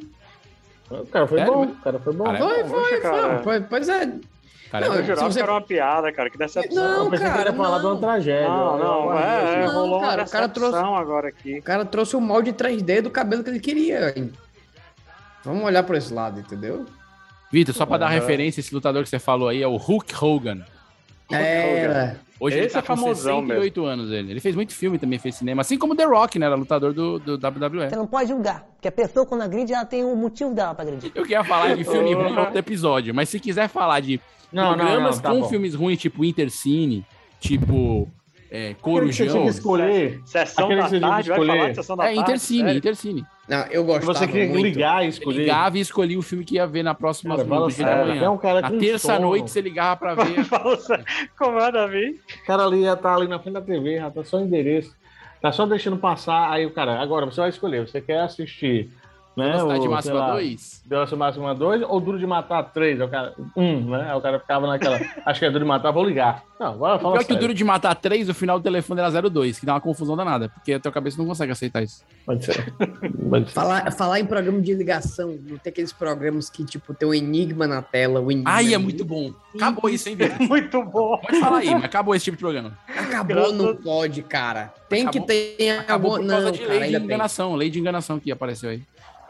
[SPEAKER 3] O cara foi
[SPEAKER 2] Sério,
[SPEAKER 3] bom.
[SPEAKER 2] mas-
[SPEAKER 3] O cara foi bom.
[SPEAKER 1] Cara, é
[SPEAKER 4] foi,
[SPEAKER 2] bom,
[SPEAKER 4] foi,
[SPEAKER 2] poxa, cara.
[SPEAKER 4] foi, foi. Pois é.
[SPEAKER 1] Cara,
[SPEAKER 4] Não,
[SPEAKER 2] Eu jurava
[SPEAKER 4] se
[SPEAKER 2] que era uma piada, cara. Que decepção.
[SPEAKER 4] Não,
[SPEAKER 3] Eu pensei que ele
[SPEAKER 4] cara,
[SPEAKER 3] ia falar de uma
[SPEAKER 4] não.
[SPEAKER 3] tragédia.
[SPEAKER 2] Não, não,
[SPEAKER 3] Uma coisa
[SPEAKER 2] é, é,
[SPEAKER 3] assim.
[SPEAKER 4] Não,
[SPEAKER 2] rolou uma
[SPEAKER 4] cara, o cara
[SPEAKER 2] decepção
[SPEAKER 4] trouxe-
[SPEAKER 2] agora aqui.
[SPEAKER 4] O cara trouxe o molde 3D do cabelo que ele queria. Vamos olhar para esse lado, entendeu?
[SPEAKER 1] Vitor, só pra dar
[SPEAKER 4] Aham.
[SPEAKER 1] referência, esse lutador que você falou aí é o Hulk Hogan.
[SPEAKER 4] É. Era.
[SPEAKER 1] Hoje ele
[SPEAKER 2] Esse
[SPEAKER 1] tá
[SPEAKER 2] é
[SPEAKER 1] com
[SPEAKER 2] famosão
[SPEAKER 1] 68 anos. Ele. ele fez muito filme também, fez cinema. Assim como The Rock, né? Era lutador do, do WWE.
[SPEAKER 11] Você não pode julgar, porque a pessoa quando agride, ela tem o motivo dela pra agredir.
[SPEAKER 1] Eu queria falar de filme ruim no outro episódio, mas se quiser falar de
[SPEAKER 3] Não, não,
[SPEAKER 1] programas
[SPEAKER 3] não, tá
[SPEAKER 1] com
[SPEAKER 3] bom.
[SPEAKER 1] filmes ruins, tipo Intercine, tipo é,
[SPEAKER 3] Aquele que você tinha
[SPEAKER 1] Corujão.
[SPEAKER 3] que escolher.
[SPEAKER 2] Sessão
[SPEAKER 3] Aquele que
[SPEAKER 2] da
[SPEAKER 3] você tinha que
[SPEAKER 2] tarde, vai falar
[SPEAKER 3] escolher.
[SPEAKER 2] de sessão da
[SPEAKER 1] É,
[SPEAKER 2] tarde.
[SPEAKER 1] Intercine,
[SPEAKER 2] sério?
[SPEAKER 1] Intercine.
[SPEAKER 4] Não, eu gostava
[SPEAKER 3] Você queria
[SPEAKER 4] muito.
[SPEAKER 3] ligar e escolher.
[SPEAKER 1] Ligava e escolhia o filme que ia ver na próxima
[SPEAKER 3] Cara, fala
[SPEAKER 1] no dia da
[SPEAKER 3] sério,
[SPEAKER 1] manhã.
[SPEAKER 3] é um cara
[SPEAKER 1] na
[SPEAKER 3] com
[SPEAKER 1] terça-noite
[SPEAKER 3] sono.
[SPEAKER 1] você ligava pra ver.
[SPEAKER 2] Nossa, Como é, Davi?
[SPEAKER 3] O cara ali já tá ali na frente da TV, já tá só endereço. Tá só deixando passar. Aí o cara, agora você vai escolher. Você quer assistir. Né,
[SPEAKER 1] Velocidade
[SPEAKER 3] o,
[SPEAKER 1] Máxima
[SPEAKER 3] sei lá,
[SPEAKER 1] 2?
[SPEAKER 3] Velocidade Máxima 2 ou Duro de Matar 3? Aí o cara, um, né? Aí o cara ficava naquela. acho que é Duro de Matar, vou ligar. Não, agora fala
[SPEAKER 1] Pior é que o
[SPEAKER 3] sério.
[SPEAKER 1] Duro de Matar 3, o final do telefone era 02, que dá uma confusão danada, porque a tua cabeça não consegue aceitar isso.
[SPEAKER 3] Pode ser. Pode ser.
[SPEAKER 4] Falar, falar em programa de ligação, não tem aqueles programas que, tipo, tem um enigma na tela. O enigma
[SPEAKER 1] Ai, é muito bom. Acabou isso, hein, Vitor?
[SPEAKER 2] Muito bom.
[SPEAKER 1] Pode falar aí, mas acabou esse tipo de programa.
[SPEAKER 4] Acabou, não pode, cara. Tem
[SPEAKER 1] Acabou-
[SPEAKER 4] que ter
[SPEAKER 1] Acabou
[SPEAKER 4] alguma.
[SPEAKER 1] por causa
[SPEAKER 4] Não,
[SPEAKER 1] de
[SPEAKER 4] cara,
[SPEAKER 1] lei de
[SPEAKER 4] ainda tem.
[SPEAKER 1] enganação, lei de enganação que apareceu aí.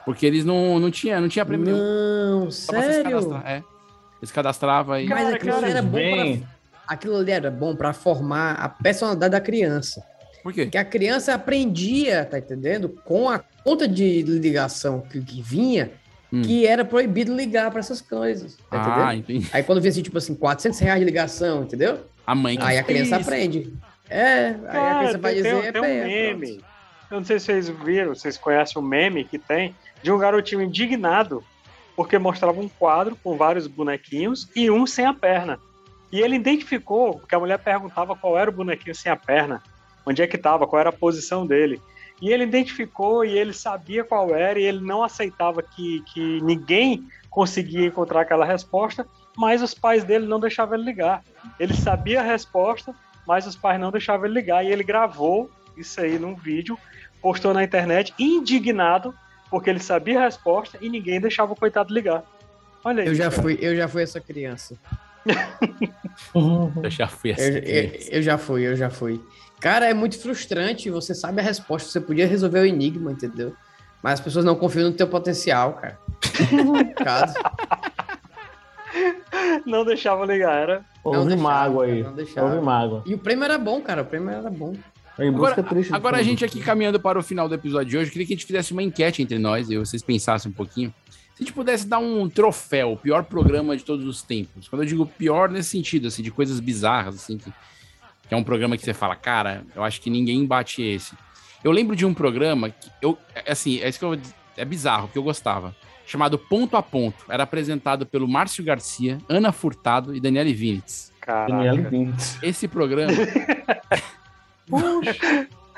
[SPEAKER 1] Porque eles não, não tinham não tinha prêmio nenhum.
[SPEAKER 4] Não,
[SPEAKER 1] Só pra você se
[SPEAKER 4] sério.
[SPEAKER 1] cadastrar. É. Eles cadastravam aí.
[SPEAKER 4] Mas aquilo
[SPEAKER 2] cara,
[SPEAKER 4] era bom
[SPEAKER 3] Bem,
[SPEAKER 4] pra. Aquilo ali era bom pra formar a personalidade da criança.
[SPEAKER 1] Por quê?
[SPEAKER 4] Que a criança aprendia, tá entendendo? Com a conta de ligação que, que vinha,
[SPEAKER 1] Hum.
[SPEAKER 4] que era proibido ligar pra essas coisas, tá entendendo?
[SPEAKER 1] Ah, entendi.
[SPEAKER 4] Aí quando vinha assim, tipo assim, 400 reais de ligação, entendeu?
[SPEAKER 1] A mãe que
[SPEAKER 4] Aí a
[SPEAKER 1] fez
[SPEAKER 4] criança
[SPEAKER 1] isso.
[SPEAKER 4] aprende. É,
[SPEAKER 2] Cara,
[SPEAKER 4] aí você vai
[SPEAKER 2] tem,
[SPEAKER 4] dizer
[SPEAKER 2] tem-
[SPEAKER 4] é
[SPEAKER 2] tem
[SPEAKER 4] bem,
[SPEAKER 2] um
[SPEAKER 4] é,
[SPEAKER 2] meme. Eu não sei se vocês viram, vocês conhecem o meme que tem de um garotinho indignado porque mostrava um quadro com vários bonequinhos e um sem a perna. E ele identificou que a mulher perguntava qual era o bonequinho sem a perna, onde é que estava, qual era a posição dele. E ele identificou e ele sabia qual era e ele não aceitava que, que ninguém conseguia encontrar aquela resposta, mas os pais dele não deixavam ele ligar. Ele sabia a resposta, mas os pais não deixavam ele ligar e ele gravou isso aí num vídeo, postou na internet, indignado, porque ele sabia a resposta e ninguém deixava o coitado ligar. Olha aí.
[SPEAKER 4] Eu já
[SPEAKER 2] cara.
[SPEAKER 4] fui, eu já fui essa criança.
[SPEAKER 1] Eu já fui assim.
[SPEAKER 4] Eu, eu- eu já fui, eu já fui. Cara, é muito frustrante, você sabe a resposta, você podia resolver o enigma, entendeu? Mas as pessoas não confiam no teu potencial, cara. Complicado.
[SPEAKER 2] Não deixava ligar, era.
[SPEAKER 4] Não
[SPEAKER 3] Houve
[SPEAKER 4] deixava,
[SPEAKER 3] mágoa
[SPEAKER 4] cara,
[SPEAKER 3] aí.
[SPEAKER 4] não deixava.
[SPEAKER 3] Houve mágoa.
[SPEAKER 4] E o prêmio era bom, cara, o prêmio era bom.
[SPEAKER 3] Em busca
[SPEAKER 1] Agora,
[SPEAKER 3] triste do
[SPEAKER 1] agora a
[SPEAKER 3] fundo.
[SPEAKER 1] gente aqui caminhando para o final do episódio de hoje, eu queria que a gente fizesse uma enquete entre nós e vocês pensassem um pouquinho. Se a gente pudesse dar um troféu, o pior programa de todos os tempos. Quando eu digo pior nesse sentido, assim, de coisas bizarras, assim, que, que é um programa que você fala, cara, eu acho que ninguém bate esse. Eu lembro de um programa que eu, é assim, é isso que eu, vou dizer, é bizarro, que eu gostava, chamado Ponto a Ponto. Era apresentado pelo Márcio Garcia, Ana Furtado e Daniele Vinitz.
[SPEAKER 2] Caraca.
[SPEAKER 3] Daniele Vinitz.
[SPEAKER 1] Esse programa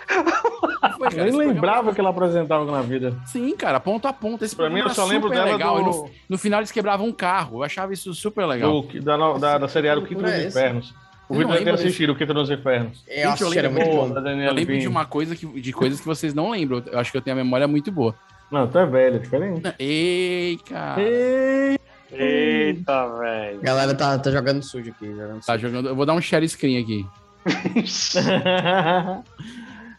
[SPEAKER 1] Foi, cara,
[SPEAKER 3] Eu
[SPEAKER 1] esse
[SPEAKER 3] nem
[SPEAKER 1] programa- tá
[SPEAKER 3] lembrava que ela apresentava na vida.
[SPEAKER 1] Sim, cara, ponto a ponto. Esse
[SPEAKER 3] Pra mim,
[SPEAKER 1] programa
[SPEAKER 3] eu só
[SPEAKER 1] era
[SPEAKER 3] lembro
[SPEAKER 1] super
[SPEAKER 3] dela
[SPEAKER 1] legal.
[SPEAKER 3] do-
[SPEAKER 1] E No, no final eles quebravam um carro. Eu achava isso super legal.
[SPEAKER 3] Do, da, no- da, da seriada O Quinto
[SPEAKER 1] loucura
[SPEAKER 3] dos
[SPEAKER 1] é essa?
[SPEAKER 3] Infernos. O
[SPEAKER 1] Eu
[SPEAKER 3] Vitor
[SPEAKER 1] não
[SPEAKER 3] quer
[SPEAKER 1] lembro desse.
[SPEAKER 3] assistir O Quinto dos Infernos.
[SPEAKER 4] É, eu acho que
[SPEAKER 1] lembro
[SPEAKER 4] era muito
[SPEAKER 1] de-
[SPEAKER 3] Pô,
[SPEAKER 4] bom.
[SPEAKER 3] da
[SPEAKER 1] Eu
[SPEAKER 3] Daniela
[SPEAKER 1] lembro de
[SPEAKER 3] Vinci.
[SPEAKER 1] uma coisa que, de coisas que vocês não lembram. Eu acho que eu tenho a memória muito boa.
[SPEAKER 3] Não, tu é velho, é diferente.
[SPEAKER 1] Ei, cara.
[SPEAKER 2] Eita, velho.
[SPEAKER 4] Galera tá, tá jogando sujo aqui. Jogando
[SPEAKER 1] Tá jogando. Eu vou dar um share screen aqui. é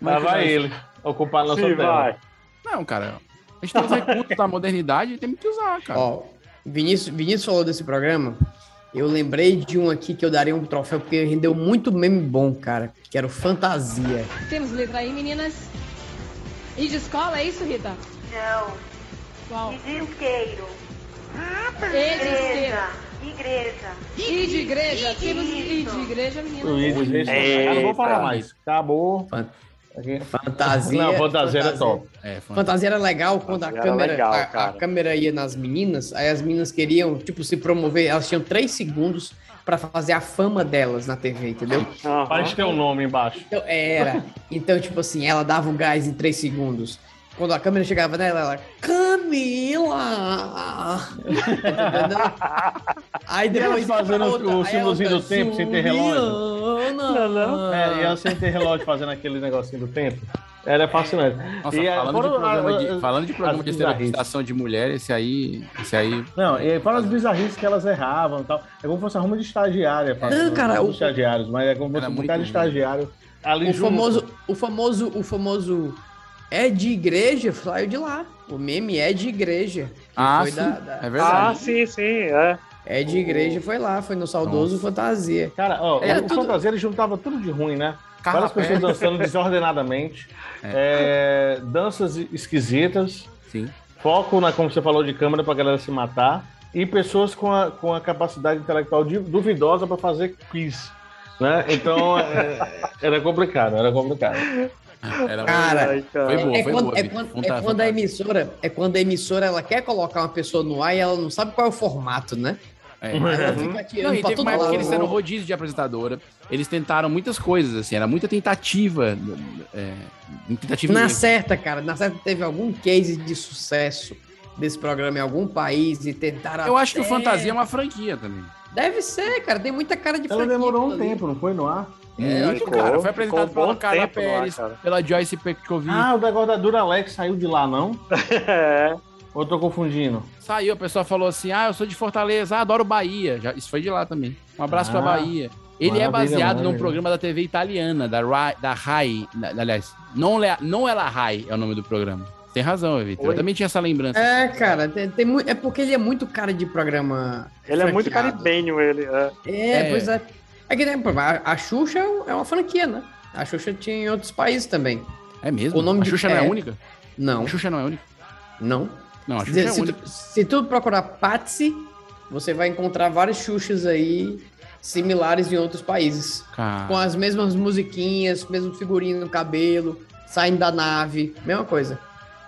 [SPEAKER 3] Lá vai ele, ocupar a nossa
[SPEAKER 2] Sim,
[SPEAKER 3] tela.
[SPEAKER 2] vai.
[SPEAKER 1] Não, cara. A gente tem os recursos da modernidade e temos que usar, cara.
[SPEAKER 4] Ó, Vinícius, Vinícius falou desse programa. Eu lembrei de um aqui que eu daria um troféu, porque rendeu muito meme bom, cara. Que era o Fantasia.
[SPEAKER 18] Temos letra aí, meninas. E de escola, é isso, Rita? Não. Qual?
[SPEAKER 8] Isqueiro. Ah,
[SPEAKER 18] igreja.
[SPEAKER 8] Igreja.
[SPEAKER 18] E de igreja? Temos e de igreja,
[SPEAKER 3] O
[SPEAKER 18] meninas.
[SPEAKER 3] Ídolo, gente,
[SPEAKER 2] Eita.
[SPEAKER 3] não vou falar mais. Acabou.
[SPEAKER 4] Fantasia.
[SPEAKER 3] Não, fantasia era top.
[SPEAKER 1] É, fantástico.
[SPEAKER 4] Fantasia era legal quando a
[SPEAKER 2] Fantasia era
[SPEAKER 4] câmera,
[SPEAKER 2] legal,
[SPEAKER 4] a- a,
[SPEAKER 2] cara.
[SPEAKER 4] câmera ia nas meninas, aí as meninas queriam, tipo, se promover, elas tinham três segundos pra fazer a fama delas na TV, entendeu?
[SPEAKER 2] Aham.
[SPEAKER 3] Faz teu um nome embaixo.
[SPEAKER 4] Então, era. Então, tipo assim, ela dava o gás em três segundos. Quando a câmera chegava nela, ela, Camila! Entendeu? aí
[SPEAKER 3] Elas
[SPEAKER 4] depois
[SPEAKER 3] fazendo
[SPEAKER 4] outra,
[SPEAKER 3] o
[SPEAKER 4] aí
[SPEAKER 3] símbolozinho
[SPEAKER 4] outra,
[SPEAKER 3] do tempo sem ter relógio.
[SPEAKER 4] Juliana!
[SPEAKER 2] Não, não.
[SPEAKER 3] É, e ela sem ter relógio fazendo aquele negocinho do tempo. Era fascinante.
[SPEAKER 1] Nossa,
[SPEAKER 3] e, é,
[SPEAKER 1] falando, de
[SPEAKER 3] fora
[SPEAKER 1] programa
[SPEAKER 3] a-
[SPEAKER 1] de,
[SPEAKER 3] a-
[SPEAKER 1] falando de programa
[SPEAKER 3] as
[SPEAKER 1] de
[SPEAKER 3] bizarrices.
[SPEAKER 1] esterilização de mulher, esse aí. Esse aí.
[SPEAKER 3] Não, e fora as bizarrices que elas erravam e tal. É como se fosse arruma de estagiária. Fábio.
[SPEAKER 4] Não, É, cara,
[SPEAKER 3] Não
[SPEAKER 4] o-
[SPEAKER 3] de estagiários, mas é como se
[SPEAKER 1] Era
[SPEAKER 3] fosse um
[SPEAKER 1] muito
[SPEAKER 3] bocado de
[SPEAKER 1] ruim.
[SPEAKER 3] estagiário. Ali
[SPEAKER 4] O
[SPEAKER 3] junto.
[SPEAKER 4] famoso, o famoso, o famoso é de igreja saiu de lá. O meme é de igreja. que
[SPEAKER 1] Ah,
[SPEAKER 4] foi
[SPEAKER 1] sim.
[SPEAKER 4] da- da-
[SPEAKER 1] É
[SPEAKER 2] Ah,
[SPEAKER 1] verdade.
[SPEAKER 2] sim, sim. É.
[SPEAKER 4] É de igreja foi lá, foi no saudoso fantasia.
[SPEAKER 3] Cara, ó,
[SPEAKER 4] Era
[SPEAKER 3] o
[SPEAKER 4] tudo-
[SPEAKER 3] fantasia ele juntava tudo de ruim, né? Várias
[SPEAKER 1] Carrapé.
[SPEAKER 3] pessoas dançando desordenadamente, é, danças esquisitas,
[SPEAKER 1] Sim.
[SPEAKER 3] foco na, como você falou, de câmera pra galera se matar, e pessoas com a, com a capacidade intelectual de- duvidosa pra fazer quiz. Né? Então é, era complicado, era complicado.
[SPEAKER 2] Ah,
[SPEAKER 1] Era
[SPEAKER 4] Cara,
[SPEAKER 2] Ai, cara.
[SPEAKER 1] Foi boa,
[SPEAKER 4] é,
[SPEAKER 1] foi
[SPEAKER 4] quando,
[SPEAKER 1] boa,
[SPEAKER 4] é
[SPEAKER 1] Vitor. tá,
[SPEAKER 4] quando- é
[SPEAKER 1] Fantástico,
[SPEAKER 4] quando a
[SPEAKER 1] fantástico.
[SPEAKER 4] emissora, é quando a emissora ela quer colocar uma pessoa no ar e ela não sabe qual é o formato, né?
[SPEAKER 1] É.
[SPEAKER 2] um-
[SPEAKER 4] Aí Ela fica atirando
[SPEAKER 1] Não, e
[SPEAKER 4] pra
[SPEAKER 1] teve
[SPEAKER 4] todo
[SPEAKER 1] uma época que eles
[SPEAKER 4] lado.
[SPEAKER 1] deram rodízio de apresentadora. Eles tentaram muitas coisas, assim, era muita tentativa. É, tentativa
[SPEAKER 4] Na
[SPEAKER 1] mesmo.
[SPEAKER 4] certa, cara, na certa teve algum case de sucesso desse programa em algum país e tentaram.
[SPEAKER 1] Eu acho que o
[SPEAKER 4] até-
[SPEAKER 1] Fantasia é uma franquia também.
[SPEAKER 4] Deve ser, cara, tem muita cara de
[SPEAKER 3] Ela
[SPEAKER 4] franquia
[SPEAKER 3] demorou um
[SPEAKER 4] ali.
[SPEAKER 3] tempo, não foi no ar?
[SPEAKER 4] É,
[SPEAKER 1] Muito,
[SPEAKER 2] ficou-
[SPEAKER 1] cara. Foi
[SPEAKER 2] Uhum. ficou
[SPEAKER 1] apresentado
[SPEAKER 2] um
[SPEAKER 1] pela
[SPEAKER 2] bom
[SPEAKER 1] Carla
[SPEAKER 2] tempo lá,
[SPEAKER 1] Pérez,
[SPEAKER 2] cara.
[SPEAKER 1] pela Joyce Petkovic.
[SPEAKER 3] Ah, o negócio da Duralex saiu de lá, não?
[SPEAKER 2] É.
[SPEAKER 3] Ou eu tô confundindo?
[SPEAKER 1] Saiu, a pessoa falou assim: Ah, eu sou de Fortaleza, ah, adoro Bahia. Já, isso foi de lá também. Um abraço pra
[SPEAKER 3] Ah,
[SPEAKER 1] Bahia. Ele é
[SPEAKER 3] maravilha,
[SPEAKER 1] baseado num
[SPEAKER 3] maravilha.
[SPEAKER 1] programa da TV italiana, da Rai. Da Rai na- aliás, não, Le- não ela Rai é o nome do programa. Tem razão, Vitor. Eu
[SPEAKER 2] Oi?
[SPEAKER 1] também tinha essa lembrança.
[SPEAKER 4] É, cara, tem, tem mu- é porque ele é muito cara de programa.
[SPEAKER 2] Ele é muito
[SPEAKER 4] franqueado.
[SPEAKER 2] caribenho, ele. É.
[SPEAKER 4] É,
[SPEAKER 1] É.
[SPEAKER 4] pois é. É que nem, pô, a, a Xuxa é um- é uma franquia, né? A Xuxa tinha em outros países também.
[SPEAKER 1] É, mesmo?
[SPEAKER 4] O nome
[SPEAKER 1] a
[SPEAKER 4] de-
[SPEAKER 1] Xuxa não é
[SPEAKER 4] é.
[SPEAKER 1] única?
[SPEAKER 4] Não,
[SPEAKER 1] A Xuxa não é única?
[SPEAKER 4] não.
[SPEAKER 1] Não, a Xuxa
[SPEAKER 4] Se,
[SPEAKER 1] é
[SPEAKER 4] se
[SPEAKER 1] única.
[SPEAKER 4] tu, se tu procurar Patsy, você vai encontrar vários Xuxas aí. similares em outros países.
[SPEAKER 1] Cara.
[SPEAKER 4] Com as mesmas musiquinhas, mesmo figurino no cabelo, saindo da nave, mesma coisa.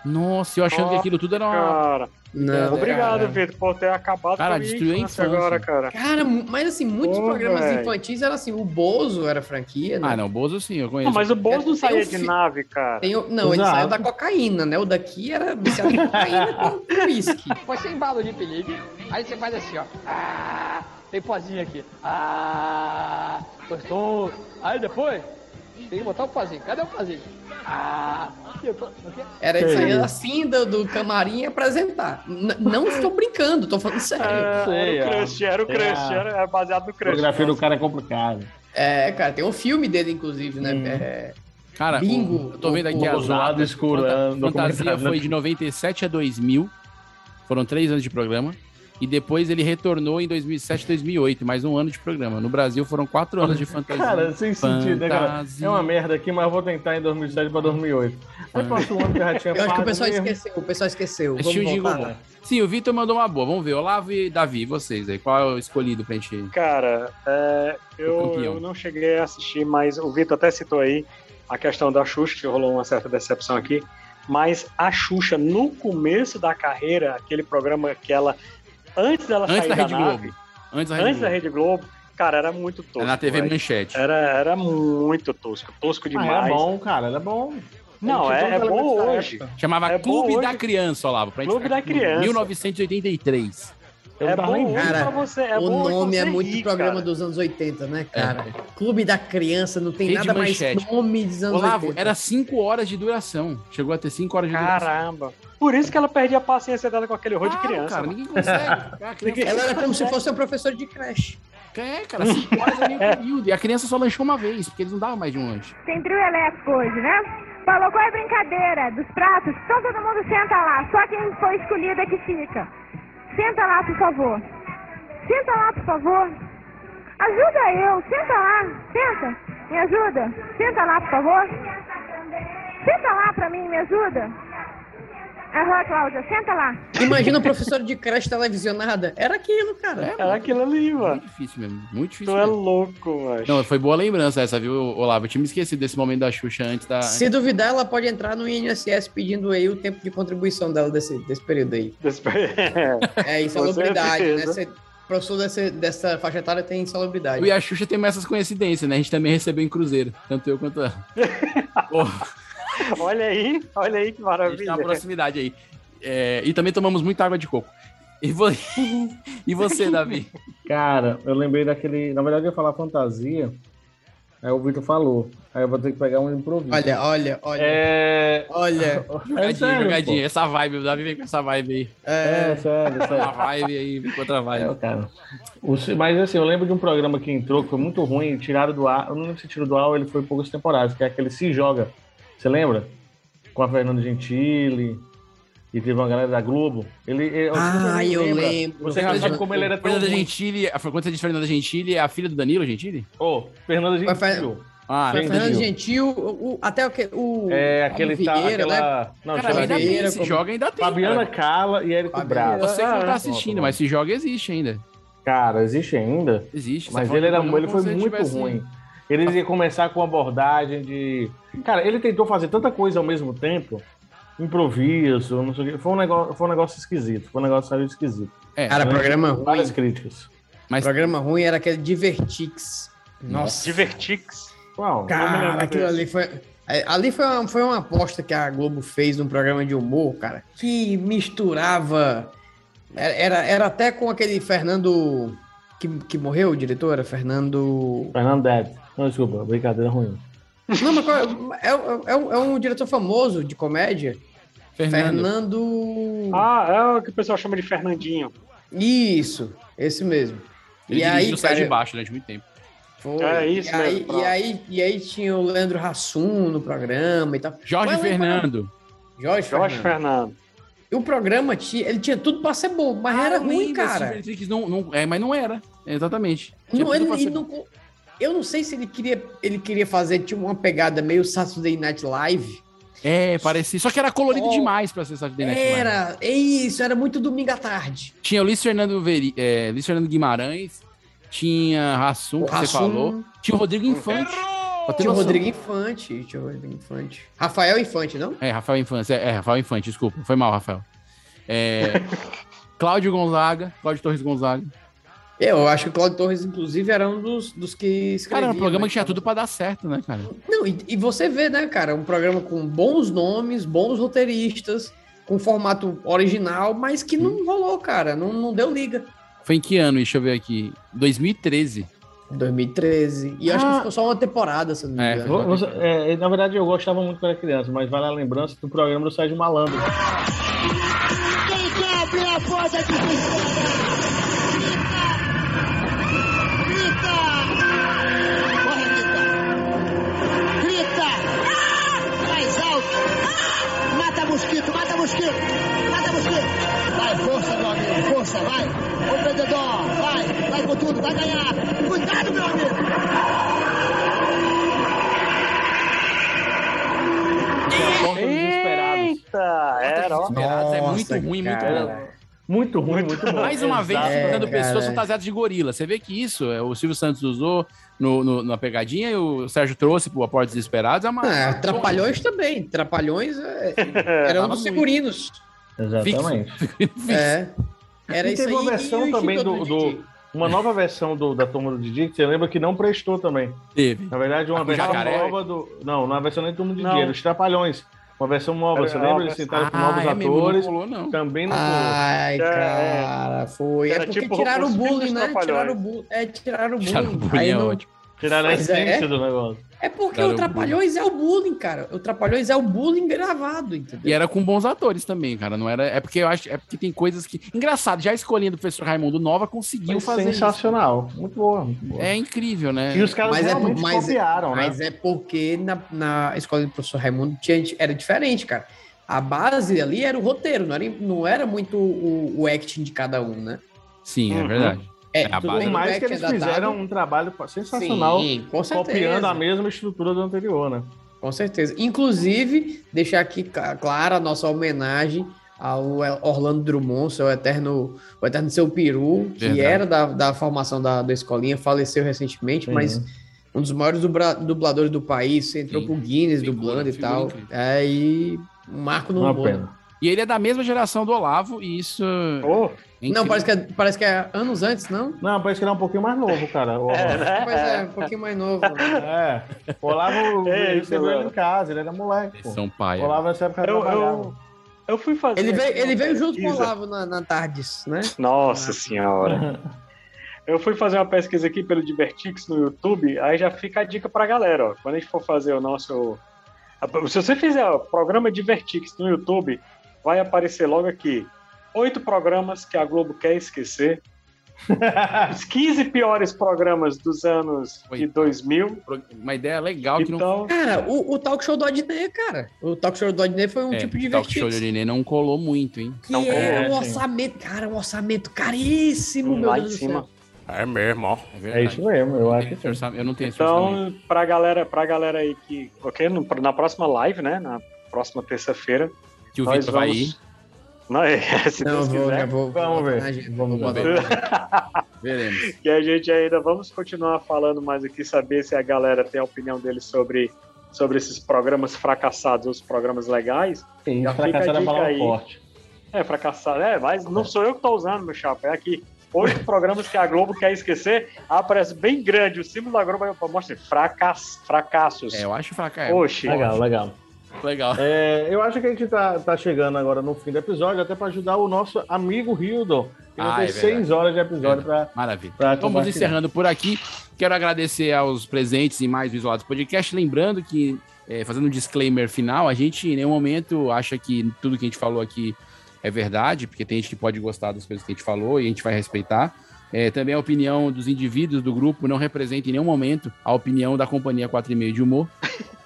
[SPEAKER 1] Nossa, eu achando que aquilo tudo
[SPEAKER 3] Ah,
[SPEAKER 1] era uma.
[SPEAKER 2] Cara.
[SPEAKER 3] é,
[SPEAKER 4] Não,
[SPEAKER 2] Obrigado,
[SPEAKER 3] né?
[SPEAKER 4] cara.
[SPEAKER 2] Vitor, por ter acabado
[SPEAKER 1] Cara,
[SPEAKER 2] com a minha
[SPEAKER 1] destruiu a
[SPEAKER 2] infância
[SPEAKER 1] infância.
[SPEAKER 2] agora, cara.
[SPEAKER 4] Cara, mas assim, muitos
[SPEAKER 2] Pô,
[SPEAKER 4] programas
[SPEAKER 2] véi.
[SPEAKER 4] infantis eram assim, o Bozo era franquia, né?
[SPEAKER 1] Ah, não, Bozo sim, eu conheço.
[SPEAKER 2] Não, mas o Bozo não
[SPEAKER 4] Tem
[SPEAKER 2] saía
[SPEAKER 4] um
[SPEAKER 2] de
[SPEAKER 4] fi-
[SPEAKER 2] nave, cara.
[SPEAKER 4] Tem o- não, ele
[SPEAKER 1] Exato.
[SPEAKER 4] saiu da cocaína, né? O daqui era viciado em cocaína com uísque.
[SPEAKER 19] Você embala de pelique, aí você faz assim, ó. Ah, tem pozinho aqui. Ah, gostou. Aí depois, tem que botar o pozinho. Cadê o pozinho? Ah, eu tô- o quê?
[SPEAKER 4] Era ele
[SPEAKER 19] Que
[SPEAKER 4] sair
[SPEAKER 19] isso?
[SPEAKER 4] assim do, do camarim e apresentar. N- não estou brincando, estou falando sério.
[SPEAKER 3] sei,
[SPEAKER 2] É, era o Crush, era o
[SPEAKER 3] Tem
[SPEAKER 2] Crush,
[SPEAKER 3] a-
[SPEAKER 2] era, era baseado no
[SPEAKER 3] A
[SPEAKER 2] Crush.
[SPEAKER 3] fotografia do cara é complicada.
[SPEAKER 4] É, cara, tem um filme dele, inclusive, né? É,
[SPEAKER 1] Cara,
[SPEAKER 4] Bingo,
[SPEAKER 1] o- eu tô vendo
[SPEAKER 4] o-
[SPEAKER 1] aqui
[SPEAKER 4] o
[SPEAKER 1] as
[SPEAKER 4] Ousado
[SPEAKER 1] datas.
[SPEAKER 3] Escuro, é
[SPEAKER 1] né?
[SPEAKER 3] um
[SPEAKER 1] Fanta- Fantasia
[SPEAKER 3] documentário, né?
[SPEAKER 1] foi de 97 a 2000. Foram três anos de programa. E depois ele retornou em 2007, 2008, mais um ano de programa. No Brasil foram quatro anos de fantasia.
[SPEAKER 3] Cara, sem sentido, né, cara?
[SPEAKER 1] Fantasia.
[SPEAKER 3] É uma merda aqui, mas eu vou tentar em 2007 pra 2008. Aí passou um ano que eu já tinha
[SPEAKER 4] eu acho que o
[SPEAKER 3] pago
[SPEAKER 4] pessoal
[SPEAKER 3] mesmo.
[SPEAKER 4] esqueceu, o pessoal esqueceu.
[SPEAKER 1] Assistiu o
[SPEAKER 4] Vamos
[SPEAKER 1] Digo
[SPEAKER 4] voltar.
[SPEAKER 1] Bom. Sim, o Vitor mandou uma boa. Vamos ver. Olavo e Davi, vocês aí. Qual é o escolhido pra gente.
[SPEAKER 2] Cara, é, eu,
[SPEAKER 1] campeão.
[SPEAKER 2] eu não cheguei a assistir, mas o Vitor até citou aí a questão da Xuxa, que rolou uma certa decepção aqui. Mas a Xuxa, no começo da carreira, aquele programa que ela, antes dela
[SPEAKER 1] Antes
[SPEAKER 2] sair
[SPEAKER 1] da
[SPEAKER 2] da,
[SPEAKER 1] Rede
[SPEAKER 2] nave,
[SPEAKER 1] Globo. Antes da Rede
[SPEAKER 2] antes da
[SPEAKER 1] Globo.
[SPEAKER 2] Rede Globo, cara, era muito tosco.
[SPEAKER 1] Era na TV
[SPEAKER 2] velho.
[SPEAKER 1] Manchete.
[SPEAKER 2] Era, era muito tosco, tosco
[SPEAKER 3] Ah,
[SPEAKER 2] demais.
[SPEAKER 3] era bom, cara, era bom.
[SPEAKER 2] Não,
[SPEAKER 3] Ele tinha
[SPEAKER 2] é, é
[SPEAKER 3] todos os
[SPEAKER 2] bom
[SPEAKER 3] elementos da
[SPEAKER 2] hoje.
[SPEAKER 3] época.
[SPEAKER 1] Chamava
[SPEAKER 2] É bom
[SPEAKER 1] Clube
[SPEAKER 2] hoje.
[SPEAKER 1] da Criança, Olavo. pra gente
[SPEAKER 2] Clube
[SPEAKER 1] ficar
[SPEAKER 2] da
[SPEAKER 1] com-
[SPEAKER 2] Criança.
[SPEAKER 1] 1983.
[SPEAKER 3] Eu
[SPEAKER 2] É
[SPEAKER 3] tava
[SPEAKER 2] bom hoje
[SPEAKER 3] lembrando.
[SPEAKER 4] Cara,
[SPEAKER 2] pra você. É
[SPEAKER 4] o
[SPEAKER 2] bom hoje
[SPEAKER 4] nome
[SPEAKER 2] pra
[SPEAKER 4] é
[SPEAKER 2] você
[SPEAKER 4] muito
[SPEAKER 2] rir,
[SPEAKER 4] programa
[SPEAKER 2] cara.
[SPEAKER 4] dos anos 80, né, cara? Clube da Criança, não tem
[SPEAKER 1] Rede
[SPEAKER 4] nada mais
[SPEAKER 1] Manchete.
[SPEAKER 4] nome dos anos
[SPEAKER 1] Olavo,
[SPEAKER 4] 80.
[SPEAKER 1] era 5 horas de duração. Chegou a ter 5 horas de duração.
[SPEAKER 2] Caramba. Por isso que ela perdia a paciência dela com aquele horror de
[SPEAKER 1] Claro,
[SPEAKER 2] criança.
[SPEAKER 1] cara,
[SPEAKER 2] mano.
[SPEAKER 1] ninguém consegue. A criança-
[SPEAKER 4] Ela era como se fosse um professor de creche.
[SPEAKER 1] É, cara, 5 horas é meio período. E a criança só lanchou uma vez, porque eles não davam mais de um lanche.
[SPEAKER 20] Tem trio elétrico hoje, né? Falou qual é a brincadeira dos pratos? Então todo mundo senta lá, só quem foi escolhido é que fica. Senta lá, por favor. Senta lá, por favor. Ajuda eu, senta lá, senta. Me ajuda. Senta lá, por favor. Senta lá pra mim, me ajuda. Aham, Cláudia, senta lá.
[SPEAKER 4] Imagina um professor de creche televisionada. Era aquilo,
[SPEAKER 1] É,
[SPEAKER 4] cara.
[SPEAKER 2] Era aquilo ali, mano.
[SPEAKER 1] Muito difícil mesmo, muito difícil.
[SPEAKER 2] Tu é
[SPEAKER 1] mesmo.
[SPEAKER 2] louco, mano.
[SPEAKER 1] Não, foi boa lembrança essa, viu, Olavo? Eu tinha me esquecido desse momento da Xuxa antes da.
[SPEAKER 4] Se duvidar, ela pode entrar no INSS pedindo aí o tempo de contribuição dela desse, desse período aí. É insalubridade,
[SPEAKER 2] Com
[SPEAKER 4] né?
[SPEAKER 2] certeza.
[SPEAKER 4] Ser professor dessa, dessa faixa etária tem insalubridade.
[SPEAKER 1] Eu e a Xuxa temos essas coincidências, né? A gente também recebeu em Cruzeiro, tanto eu quanto ela.
[SPEAKER 2] olha aí, olha aí que
[SPEAKER 1] A gente tem
[SPEAKER 2] maravilha.
[SPEAKER 1] uma proximidade aí. É, e também tomamos muita água de coco. E, vo- e você, Davi?
[SPEAKER 3] Cara, eu lembrei daquele. Na verdade, eu ia falar fantasia. Aí o Vitor falou. Aí eu vou ter que pegar um improviso.
[SPEAKER 4] Olha, olha, olha.
[SPEAKER 3] É.
[SPEAKER 4] Olha.
[SPEAKER 3] É
[SPEAKER 1] Jogadinha,
[SPEAKER 3] sério,
[SPEAKER 1] jogadinha.
[SPEAKER 3] pô.
[SPEAKER 1] Essa vibe, o Davi vem com essa vibe aí.
[SPEAKER 3] É, sério,
[SPEAKER 1] Uma
[SPEAKER 3] sério.
[SPEAKER 1] vibe aí, vem com outra
[SPEAKER 3] É,
[SPEAKER 1] vibe.
[SPEAKER 3] cara. O ci- mas assim, eu lembro de um programa que entrou que foi muito ruim, tiraram do ar. Eu não lembro se tirou do ar ou ele foi em poucas temporadas, que é aquele Se Joga. Você lembra? Com a Fernanda Gentili. E teve uma galera da Globo. Ele, é, ele-
[SPEAKER 4] Ah,
[SPEAKER 3] você nem
[SPEAKER 4] eu
[SPEAKER 3] lembra.
[SPEAKER 4] lembro.
[SPEAKER 3] Você já sabe como ele era tão
[SPEAKER 1] Fernanda
[SPEAKER 3] ruim.
[SPEAKER 1] Gentili, a frequência de Fernanda Gentili é a filha do Danilo Gentili?
[SPEAKER 3] Ô, Fernanda
[SPEAKER 4] Foi Fer-
[SPEAKER 3] Gentili.
[SPEAKER 1] Ah,
[SPEAKER 4] Foi
[SPEAKER 3] Sim,
[SPEAKER 4] Fernando
[SPEAKER 3] Gil.
[SPEAKER 4] Gentil, o, o- até o que? O,
[SPEAKER 3] É,
[SPEAKER 4] Fábio
[SPEAKER 3] aquele tá,
[SPEAKER 4] Vieira,
[SPEAKER 3] aquela... Não,
[SPEAKER 1] né? Cara,
[SPEAKER 3] Fabiana,
[SPEAKER 1] ainda tem,
[SPEAKER 4] Vieira,
[SPEAKER 1] se
[SPEAKER 4] como-
[SPEAKER 1] joga ainda tem. Cara.
[SPEAKER 3] Fabiana Carla e Érico
[SPEAKER 4] Fabiana.
[SPEAKER 3] Bravo.
[SPEAKER 1] Eu sei que não
[SPEAKER 3] é Ah,
[SPEAKER 1] tá assistindo,
[SPEAKER 3] pronto,
[SPEAKER 1] mas se joga existe ainda.
[SPEAKER 3] Cara, existe ainda.
[SPEAKER 1] Existe.
[SPEAKER 3] Mas
[SPEAKER 1] Só
[SPEAKER 3] ele era
[SPEAKER 1] falta um
[SPEAKER 3] ele foi
[SPEAKER 1] como se
[SPEAKER 3] muito
[SPEAKER 1] tivesse-
[SPEAKER 3] ruim. Ele ia começar com abordagem de. Cara, ele tentou fazer tanta coisa ao mesmo tempo. Improviso, não sei o quê. Foi um negócio, foi um negócio esquisito. Foi um negócio saiu esquisito. né?
[SPEAKER 1] É,
[SPEAKER 4] Cara, programa
[SPEAKER 3] Várias Várias
[SPEAKER 4] ruim.
[SPEAKER 3] críticas.
[SPEAKER 1] mas
[SPEAKER 4] Programa ruim era aquele Divertix. Nossa.
[SPEAKER 2] Divertix.
[SPEAKER 3] Uau.
[SPEAKER 2] Não me lembro
[SPEAKER 4] Cara, aquilo
[SPEAKER 2] desse.
[SPEAKER 4] ali foi. é, Ali foi uma, foi uma aposta que a Globo fez num programa de humor, cara, que misturava. Era, era, era até com aquele Fernando. Que, que morreu, o diretor? Era Fernando.
[SPEAKER 3] Fernando Debs. Não, desculpa, brincadeira ruim.
[SPEAKER 4] Não, mas qual é- é, é um- é um diretor famoso de comédia.
[SPEAKER 1] Fernando.
[SPEAKER 4] Fernando.
[SPEAKER 2] Ah, é o que o pessoal chama de Fernandinho.
[SPEAKER 4] Isso, esse mesmo.
[SPEAKER 1] Ele
[SPEAKER 4] e
[SPEAKER 1] dirigiu
[SPEAKER 4] aí,
[SPEAKER 1] o Sai de
[SPEAKER 4] cara,
[SPEAKER 1] Baixo durante muito tempo.
[SPEAKER 4] Foi.
[SPEAKER 2] É isso
[SPEAKER 4] e, aí,
[SPEAKER 2] mesmo, Paulo.
[SPEAKER 4] e, aí, e aí tinha o Leandro Hassum no programa e tal.
[SPEAKER 1] Jorge
[SPEAKER 4] Mas lá em
[SPEAKER 1] Fernando.
[SPEAKER 4] Para- Jorge,
[SPEAKER 2] Jorge
[SPEAKER 4] Fernando.
[SPEAKER 2] Fernando.
[SPEAKER 4] E o programa tinha, ele tinha tudo pra ser bom, mas era ruim,
[SPEAKER 1] Ainda,
[SPEAKER 4] cara.
[SPEAKER 1] Super Trix não, não- é, mas não era. Exatamente. Tinha
[SPEAKER 4] Não,
[SPEAKER 1] tudo
[SPEAKER 4] ele,
[SPEAKER 1] pra
[SPEAKER 4] ele
[SPEAKER 1] ser-
[SPEAKER 4] não- eu não sei se ele queria, ele queria fazer tipo, uma pegada meio Saturday Night Live.
[SPEAKER 1] É, parecia. Só que era colorido
[SPEAKER 4] Só-
[SPEAKER 1] demais pra ser Saturday Night Live.
[SPEAKER 4] Era, é isso, era muito domingo à tarde.
[SPEAKER 1] Tinha o Luiz Fernando, Veri, é, Luiz Fernando Guimarães, Tinha Rassum, que você
[SPEAKER 4] Hassum.
[SPEAKER 1] falou. Tinha o Rodrigo Infante. Pra ter
[SPEAKER 4] Tinha o
[SPEAKER 1] noção.
[SPEAKER 4] Rodrigo Infante. Tinha o Rodrigo Infante. Rafael Infante, não?
[SPEAKER 1] É, Rafael Infante. É, é, Rafael Infante, desculpa. Foi mal, Rafael. É, Cláudio Gonzaga, Cláudio Torres Gonzaga.
[SPEAKER 4] Eu acho que o Cláudio Torres, inclusive, era um dos, dos que escrevia.
[SPEAKER 1] Cara, era um programa
[SPEAKER 4] né?
[SPEAKER 1] que tinha tudo pra dar certo, né, cara?
[SPEAKER 4] Não, e, e você vê, né, cara, um programa com bons nomes, bons roteiristas, com formato original, mas que não rolou, cara. Não, não deu liga.
[SPEAKER 1] Foi em que ano? Deixa eu ver aqui. 2013.
[SPEAKER 4] 2013. E eu
[SPEAKER 3] Ah.
[SPEAKER 4] acho que ficou só uma temporada, se eu não me
[SPEAKER 1] É,
[SPEAKER 4] engano.
[SPEAKER 3] Vo- você- é, na verdade, eu gostava muito quando era criança, mas vale a lembrança do programa do Sérgio Malandro.
[SPEAKER 8] Quem quer abrir a porta de Grita! Grita! Mais alto! Ah! Mata mosquito, mata mosquito! Mata mosquito! Vai, força, meu amigo, força, vai! Ô, perdedor, vai! Vai com tudo, vai ganhar! Cuidado, meu amigo!
[SPEAKER 2] Eita, era, ó.
[SPEAKER 1] Desesperados, é muito ruim, muito
[SPEAKER 2] cara.
[SPEAKER 1] ruim.
[SPEAKER 3] Muito ruim, muito bom.
[SPEAKER 1] Mais uma vez,
[SPEAKER 3] Exato.
[SPEAKER 1] citando
[SPEAKER 3] É,
[SPEAKER 1] pessoas
[SPEAKER 3] cara.
[SPEAKER 1] fantasiadas de gorila. Você vê que isso, é, o Silvio Santos usou no, no- na pegadinha e o Sérgio trouxe pro Aporte Desesperados. É uma...
[SPEAKER 4] Ah, Trapalhões também. Trapalhões é, era um
[SPEAKER 1] Tava
[SPEAKER 4] dos figurinos.
[SPEAKER 3] Exatamente.
[SPEAKER 4] É. Era
[SPEAKER 3] e
[SPEAKER 4] isso
[SPEAKER 3] teve
[SPEAKER 4] aí.
[SPEAKER 3] uma
[SPEAKER 4] e
[SPEAKER 3] versão
[SPEAKER 4] o
[SPEAKER 3] também do,
[SPEAKER 4] Instituto
[SPEAKER 3] do- uma nova versão do- da turma do Didi, que você lembra que não prestou também.
[SPEAKER 1] Teve.
[SPEAKER 3] Na verdade, uma
[SPEAKER 1] Ah, com
[SPEAKER 3] versão
[SPEAKER 1] jacaré?
[SPEAKER 3] nova do. Não, não é a versão nem turma do Didi,
[SPEAKER 1] Não.
[SPEAKER 3] era os Trapalhões. Uma versão nova,
[SPEAKER 1] Era
[SPEAKER 3] você
[SPEAKER 1] uma
[SPEAKER 3] lembra? Eles
[SPEAKER 1] versão-
[SPEAKER 3] sentaram com
[SPEAKER 1] Ah,
[SPEAKER 3] novos
[SPEAKER 1] é mesmo, não Ah,
[SPEAKER 3] atores.
[SPEAKER 1] colou, não.
[SPEAKER 3] Também não colou.
[SPEAKER 4] Ai, cara, foi. É
[SPEAKER 3] É, Era
[SPEAKER 4] porque
[SPEAKER 3] tipo
[SPEAKER 4] tiraram o
[SPEAKER 3] os filmes
[SPEAKER 4] bullying,
[SPEAKER 3] dos
[SPEAKER 4] né?
[SPEAKER 3] Trapalhões.
[SPEAKER 4] Tiraram o bullying. É, tiraram o bullying.
[SPEAKER 3] Tiraram o bullying
[SPEAKER 4] Aí
[SPEAKER 3] é
[SPEAKER 4] não-
[SPEAKER 3] ótimo. Tiraram a
[SPEAKER 4] Mas é-
[SPEAKER 3] essência do negócio.
[SPEAKER 4] É porque
[SPEAKER 1] Tiraram
[SPEAKER 4] o
[SPEAKER 1] o
[SPEAKER 4] Trapalhões é o bullying, cara. O Trapalhões é o bullying gravado, entendeu?
[SPEAKER 1] E é era com bons atores também, cara. Não era. É porque eu acho. É porque tem coisas que. Engraçado, já escolhendo o professor Raimundo Nova conseguiu
[SPEAKER 3] Mas
[SPEAKER 1] fazer.
[SPEAKER 3] sensacional. Muito boa, muito
[SPEAKER 1] isso.
[SPEAKER 3] boa.
[SPEAKER 1] É incrível, né?
[SPEAKER 3] E os caras
[SPEAKER 4] Mas é,
[SPEAKER 3] realmente
[SPEAKER 4] mas,
[SPEAKER 3] copiaram, né?
[SPEAKER 4] mas é porque na, na escola do professor Raimundo tinha- era diferente, cara. A base ali era o roteiro, não era, não era muito o, o acting de cada um, né?
[SPEAKER 1] Sim, é
[SPEAKER 3] Uhum.
[SPEAKER 1] verdade.
[SPEAKER 4] É,
[SPEAKER 1] a
[SPEAKER 4] tudo
[SPEAKER 1] base.
[SPEAKER 3] Por mais
[SPEAKER 4] Como
[SPEAKER 3] que
[SPEAKER 4] é que
[SPEAKER 3] eles
[SPEAKER 4] é datado?
[SPEAKER 3] fizeram um trabalho sensacional,
[SPEAKER 4] Sim, com certeza.
[SPEAKER 3] copiando a mesma estrutura do anterior, né?
[SPEAKER 4] Com certeza. Inclusive, deixar aqui ca- clara a nossa homenagem ao El- Orlando Drummond, seu eterno, o eterno seu peru, que
[SPEAKER 1] Verdade.
[SPEAKER 4] era da, da formação da, da escolinha, faleceu recentemente,
[SPEAKER 3] Sim.
[SPEAKER 4] mas um dos maiores dubra- dubladores do país, entrou
[SPEAKER 1] Sim.
[SPEAKER 4] pro Guinness dublando e
[SPEAKER 1] figura
[SPEAKER 4] tal.
[SPEAKER 1] incrível.
[SPEAKER 4] Aí, um marco no
[SPEAKER 3] Uma
[SPEAKER 4] humor.
[SPEAKER 3] pena.
[SPEAKER 1] E ele é da mesma geração do Olavo, e isso.
[SPEAKER 2] Oh,
[SPEAKER 1] é
[SPEAKER 4] Não,
[SPEAKER 1] incrível.
[SPEAKER 4] parece que, é, parece que é anos antes, não?
[SPEAKER 3] Não, parece que ele é um pouquinho mais novo, cara. O
[SPEAKER 2] É,
[SPEAKER 3] Olavo.
[SPEAKER 4] Mas
[SPEAKER 2] né?
[SPEAKER 4] é um pouquinho mais novo.
[SPEAKER 3] É. O Olavo
[SPEAKER 2] É,
[SPEAKER 3] ele
[SPEAKER 2] isso,
[SPEAKER 3] recebeu ele
[SPEAKER 2] mano.
[SPEAKER 3] em casa, ele era moleque. Pô.
[SPEAKER 1] São
[SPEAKER 3] O
[SPEAKER 1] pai.
[SPEAKER 3] Olavo nessa época
[SPEAKER 2] Eu,
[SPEAKER 3] trabalhava.
[SPEAKER 2] eu, eu fui fazer.
[SPEAKER 4] Ele veio,
[SPEAKER 2] aqui
[SPEAKER 4] ele
[SPEAKER 2] uma
[SPEAKER 4] veio junto com o
[SPEAKER 2] pesquisa.
[SPEAKER 4] Olavo na, na Tardes, né?
[SPEAKER 2] Nossa senhora. Eu fui fazer uma pesquisa aqui pelo Divertix no YouTube, aí já fica a dica pra galera, ó. Quando a gente for fazer o nosso. Se você fizer o programa Divertix no YouTube, vai aparecer logo aqui. Oito programas que a Globo quer esquecer. Os 15 piores programas dos anos de
[SPEAKER 1] Oito.
[SPEAKER 2] 2000.
[SPEAKER 1] Uma ideia legal que não.
[SPEAKER 2] Então,
[SPEAKER 4] Cara, o, o talk show do Adnet, cara. O talk show do Adnet foi um
[SPEAKER 1] é,
[SPEAKER 4] tipo
[SPEAKER 1] o
[SPEAKER 4] de
[SPEAKER 1] talk show de
[SPEAKER 4] divertido.
[SPEAKER 1] Nenê não colou muito, hein?
[SPEAKER 4] Que
[SPEAKER 2] Não,
[SPEAKER 4] é
[SPEAKER 3] é,
[SPEAKER 4] um
[SPEAKER 3] sim.
[SPEAKER 4] orçamento, cara, um orçamento caríssimo,
[SPEAKER 2] Hum,
[SPEAKER 4] meu
[SPEAKER 2] lá em
[SPEAKER 4] Deus do
[SPEAKER 2] cima.
[SPEAKER 4] céu.
[SPEAKER 12] É mesmo, ó.
[SPEAKER 1] É
[SPEAKER 3] É
[SPEAKER 1] verdade.
[SPEAKER 3] isso mesmo, eu acho que
[SPEAKER 1] Esse
[SPEAKER 3] sim.
[SPEAKER 1] orçamento- Eu não tenho esse orçamento.
[SPEAKER 2] Então, pra galera, pra galera aí que. Ok? No- Na próxima live, né? Na próxima terça-feira.
[SPEAKER 1] Que o
[SPEAKER 2] nós
[SPEAKER 1] Vitor vai ir.
[SPEAKER 2] vamos- Não, é, se
[SPEAKER 4] Não, eu
[SPEAKER 2] Deus
[SPEAKER 4] vou,
[SPEAKER 2] quiser.
[SPEAKER 4] já vou.
[SPEAKER 3] Vamos ver,
[SPEAKER 4] Vamos
[SPEAKER 1] vamos
[SPEAKER 4] ver.
[SPEAKER 1] ver. Veremos.
[SPEAKER 2] E a gente ainda vamos continuar falando mais aqui, saber se a galera tem a opinião deles sobre, sobre esses programas fracassados, os programas legais.
[SPEAKER 3] Sim,
[SPEAKER 2] Já fica a
[SPEAKER 3] fracassado é
[SPEAKER 2] dica
[SPEAKER 3] falar
[SPEAKER 2] aí.
[SPEAKER 3] forte.
[SPEAKER 2] É, fracassado, é, mas não sou eu que estou usando, meu chapa, é aqui. Oito programas que a Globo quer esquecer, aparece bem grande o símbolo da Globo, aí mostra assim, fracass, fracassos.
[SPEAKER 1] É, eu acho fraca. É,
[SPEAKER 2] Oxe,
[SPEAKER 3] Legal, legal.
[SPEAKER 1] legal.
[SPEAKER 3] É, eu acho que a gente tá, tá chegando agora no fim do episódio, até para ajudar o nosso amigo Hildon. que
[SPEAKER 1] Ah,
[SPEAKER 3] vai ter
[SPEAKER 1] é
[SPEAKER 3] seis
[SPEAKER 1] verdade.
[SPEAKER 3] horas de episódio para
[SPEAKER 1] Maravilha. Então,
[SPEAKER 3] Pra
[SPEAKER 1] Vamos
[SPEAKER 3] compartilhar.
[SPEAKER 1] encerrando por aqui. Quero agradecer aos presentes e mais do Isolados Podcast. Lembrando que, eh, fazendo um disclaimer final, a gente em nenhum momento acha que tudo que a gente falou aqui é verdade, porque tem gente que pode gostar das coisas que a gente falou e a gente vai respeitar. Eh, também a opinião dos indivíduos do grupo não representa em nenhum momento a opinião da companhia 4,5 de humor.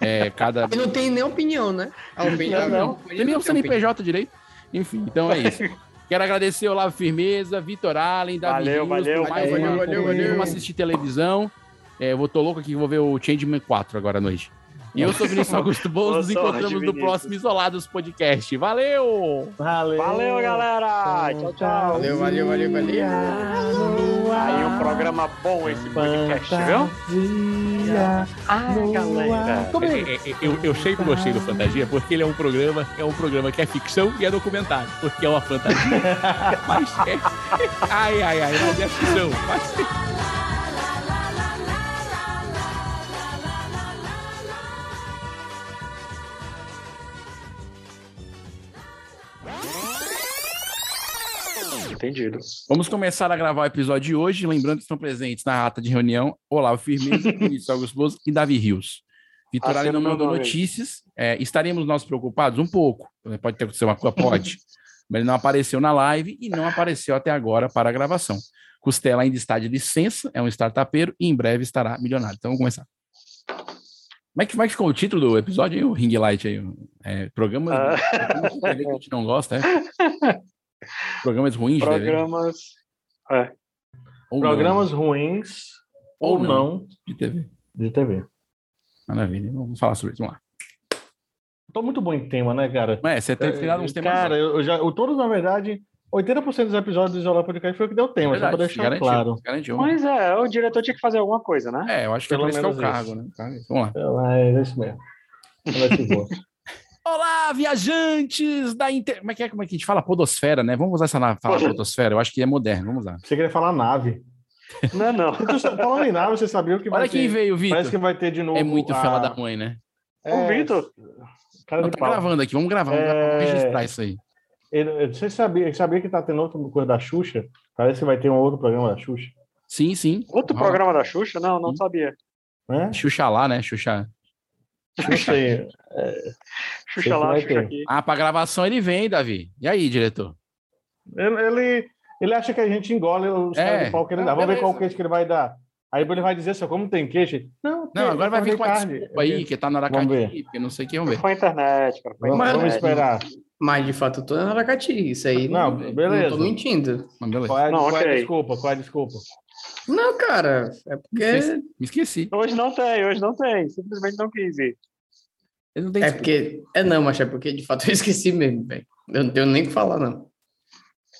[SPEAKER 1] É, cada.
[SPEAKER 4] E não tem nem opinião, né? A
[SPEAKER 1] Não,
[SPEAKER 4] opinião, não.
[SPEAKER 1] não. Ele nem precisa nem PJ direito. Enfim, então é isso. Quero agradecer Olavo Firmeza, Vitor Allen, Davi
[SPEAKER 2] Valeu,
[SPEAKER 1] Rios,
[SPEAKER 2] valeu,
[SPEAKER 1] por mais
[SPEAKER 4] valeu,
[SPEAKER 1] uma-
[SPEAKER 4] valeu, valeu.
[SPEAKER 1] Vamos assistir televisão. É, eu vou, tô louco aqui, vou ver o Changeman 4 agora à noite. E eu sou Vinícius Augusto Bolso,
[SPEAKER 2] Boa
[SPEAKER 1] nos
[SPEAKER 2] sorte,
[SPEAKER 1] encontramos no
[SPEAKER 2] Vinícius.
[SPEAKER 1] próximo Isolados Podcast. Valeu!
[SPEAKER 3] Valeu,
[SPEAKER 2] Valeu, galera! Tchau, tchau!
[SPEAKER 4] Valeu, valeu, valeu, valeu.
[SPEAKER 3] Lua,
[SPEAKER 2] Aí um programa bom esse podcast, viu?
[SPEAKER 1] Ah,
[SPEAKER 2] galera.
[SPEAKER 1] Como é? eu, eu sempre gostei do Fantasia porque ele é um programa, é um programa que é ficção e é documentário, porque é uma fantasia. mas é. Ai, ai, ai, mas é ficção. Mas...
[SPEAKER 2] Entendido.
[SPEAKER 1] Vamos começar a gravar o episódio de hoje, lembrando que estão presentes na ata de reunião Olavo Firmino, Vinícius Augusto Bozo e Davi Rios. Vitor Ali
[SPEAKER 2] Acertou
[SPEAKER 1] Ah, não mandou
[SPEAKER 2] o nome.
[SPEAKER 1] notícias. É, estaremos nós preocupados? Um pouco. Pode ter acontecido uma coisa, pode. Mas ele não apareceu na live e não apareceu até agora para a gravação. Costela ainda está de licença, é um startupeiro e em breve estará milionário. Então vamos começar. Como é que, como é que ficou o título do episódio aí, o Ring Light aí? É, programas, programas de TV que a gente não gosta, é? Programas ruins, né?
[SPEAKER 2] Programas. É.
[SPEAKER 1] Ou
[SPEAKER 3] Programas ruins ou,
[SPEAKER 1] Ou
[SPEAKER 3] não.
[SPEAKER 1] não. de TV.
[SPEAKER 3] de TV.
[SPEAKER 1] Maravilha, vamos falar sobre isso, vamos lá.
[SPEAKER 3] Tô muito bom em tema, né, cara?
[SPEAKER 1] É, você tem tirado uns temas.
[SPEAKER 3] Cara, eu eu já, eu, todos, na verdade, 80% dos episódios do Isolar Podcast foi o que deu tema, só pra deixar
[SPEAKER 1] É garantiu,
[SPEAKER 3] claro.
[SPEAKER 1] Garantiu.
[SPEAKER 2] Mas é, o diretor tinha que fazer alguma coisa, né?
[SPEAKER 1] É, eu acho que é
[SPEAKER 3] Pelo
[SPEAKER 1] por isso que é o
[SPEAKER 3] menos
[SPEAKER 1] cargo,
[SPEAKER 3] isso.
[SPEAKER 1] né? Cargo, Vamos lá.
[SPEAKER 3] É, é isso mesmo. Ela é que boa.
[SPEAKER 1] Olá, viajantes da inter... Como é que é? Como é que a gente fala? Podosfera, né? Vamos usar essa na... fala
[SPEAKER 3] Poxa.
[SPEAKER 1] podosfera, eu acho que é moderno, vamos lá.
[SPEAKER 3] Você queria falar nave.
[SPEAKER 2] Não, é não.
[SPEAKER 3] Porque você- tá Falando em nave, você sabia o que vai
[SPEAKER 1] Olha
[SPEAKER 3] ter.
[SPEAKER 1] quem veio, Vitor.
[SPEAKER 3] assim, Parece que vai ter de novo.
[SPEAKER 1] É muito
[SPEAKER 3] a- É,
[SPEAKER 1] fela da mãe, né?
[SPEAKER 2] O Vitor.
[SPEAKER 3] Cara
[SPEAKER 1] Não,
[SPEAKER 3] de
[SPEAKER 1] tá
[SPEAKER 3] pau.
[SPEAKER 1] gravando aqui, vamos gravar, vamos, gravar, vamos
[SPEAKER 3] É.
[SPEAKER 1] registrar isso aí.
[SPEAKER 3] Ele- Você sabia, sabia que tá tendo outra coisa da Xuxa? Parece que vai ter um outro programa da Xuxa.
[SPEAKER 1] Sim, sim.
[SPEAKER 2] Outro
[SPEAKER 1] Rola.
[SPEAKER 2] programa da Xuxa? Não, não sabia.
[SPEAKER 3] Né?
[SPEAKER 1] Xuxa lá, né? Xuxa.
[SPEAKER 3] Xuxa aí.
[SPEAKER 2] Xuxa lá,
[SPEAKER 3] vai
[SPEAKER 2] Xuxa
[SPEAKER 3] ter.
[SPEAKER 2] aqui.
[SPEAKER 1] Ah, pra gravação ele vem, Davi. E aí, diretor?
[SPEAKER 3] Ele, ele, ele acha que a gente engole os
[SPEAKER 1] É.
[SPEAKER 3] caras de pau que ele dá.
[SPEAKER 1] Não,
[SPEAKER 3] Vamos ver
[SPEAKER 1] beleza.
[SPEAKER 3] qual queijo que ele vai dar. Aí ele vai dizer assim, como tem queijo? Não, tem,
[SPEAKER 1] Não, agora vai
[SPEAKER 3] tem
[SPEAKER 1] vir com a
[SPEAKER 3] carne.
[SPEAKER 1] desculpa aí, que tá na
[SPEAKER 3] Vamos ver.
[SPEAKER 1] Aracati, porque não sei o que, vamos ver.
[SPEAKER 2] Foi a internet, cara. Foi a
[SPEAKER 3] Vamos,
[SPEAKER 4] Mas-
[SPEAKER 3] vamos
[SPEAKER 2] internet.
[SPEAKER 3] esperar.
[SPEAKER 4] Mas de fato eu tô na Aracati, isso aí.
[SPEAKER 3] Não,
[SPEAKER 4] Não,
[SPEAKER 3] beleza.
[SPEAKER 4] não tô mentindo.
[SPEAKER 1] Mas beleza.
[SPEAKER 3] Qual é, a-
[SPEAKER 2] Não,
[SPEAKER 3] qual é a
[SPEAKER 2] ok.
[SPEAKER 3] desculpa? Qual é a desculpa?
[SPEAKER 4] Não, cara, é porque.
[SPEAKER 1] Me esqueci.
[SPEAKER 2] Hoje não tem, hoje não tem. Simplesmente não quis ir.
[SPEAKER 1] Ele não tem
[SPEAKER 4] É porque. É não, mas é porque de fato eu esqueci mesmo, velho. Eu não tenho nem o que falar, não.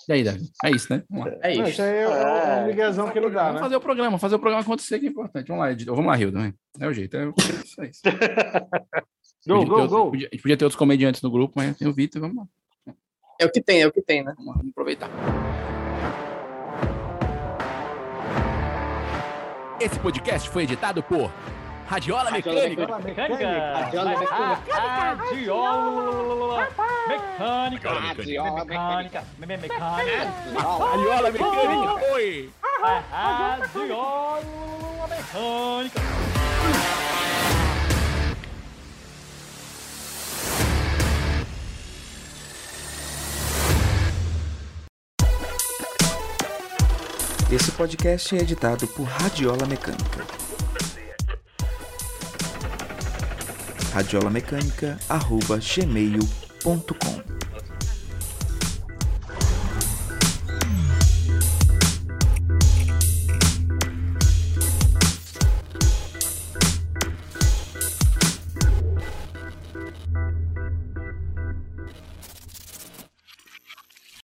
[SPEAKER 1] E aí, Davi? É isso, né? Vamos lá.
[SPEAKER 4] É
[SPEAKER 3] Não,
[SPEAKER 4] isso.
[SPEAKER 3] isso aí é, é
[SPEAKER 2] É.
[SPEAKER 3] um miguezão que ele dá,
[SPEAKER 1] Vamos
[SPEAKER 3] né?
[SPEAKER 1] fazer o programa, fazer o programa acontecer que é importante. Vamos lá, editor. Vamos lá, Hildo. né? É o jeito. É o... isso aí.
[SPEAKER 3] Gol,
[SPEAKER 1] Podia ter
[SPEAKER 3] gol,
[SPEAKER 1] outro-
[SPEAKER 3] gol.
[SPEAKER 1] podia- a gente podia ter outros comediantes no grupo, mas tem o Vitor, vamos lá,
[SPEAKER 4] É o que tem, é o que tem, né?
[SPEAKER 1] vamos lá, vamos aproveitar. Esse podcast foi editado por Radiola Mecânica.
[SPEAKER 3] Fala, mecânica.
[SPEAKER 19] Ah, Radiola mecânica. Radiola mecânica. Mecânica.
[SPEAKER 1] Radiola Mecânica. Oi.
[SPEAKER 19] Radiola mecânica.
[SPEAKER 21] Esse podcast é editado por Radiola Mecânica. radiolamecânica.gmail.com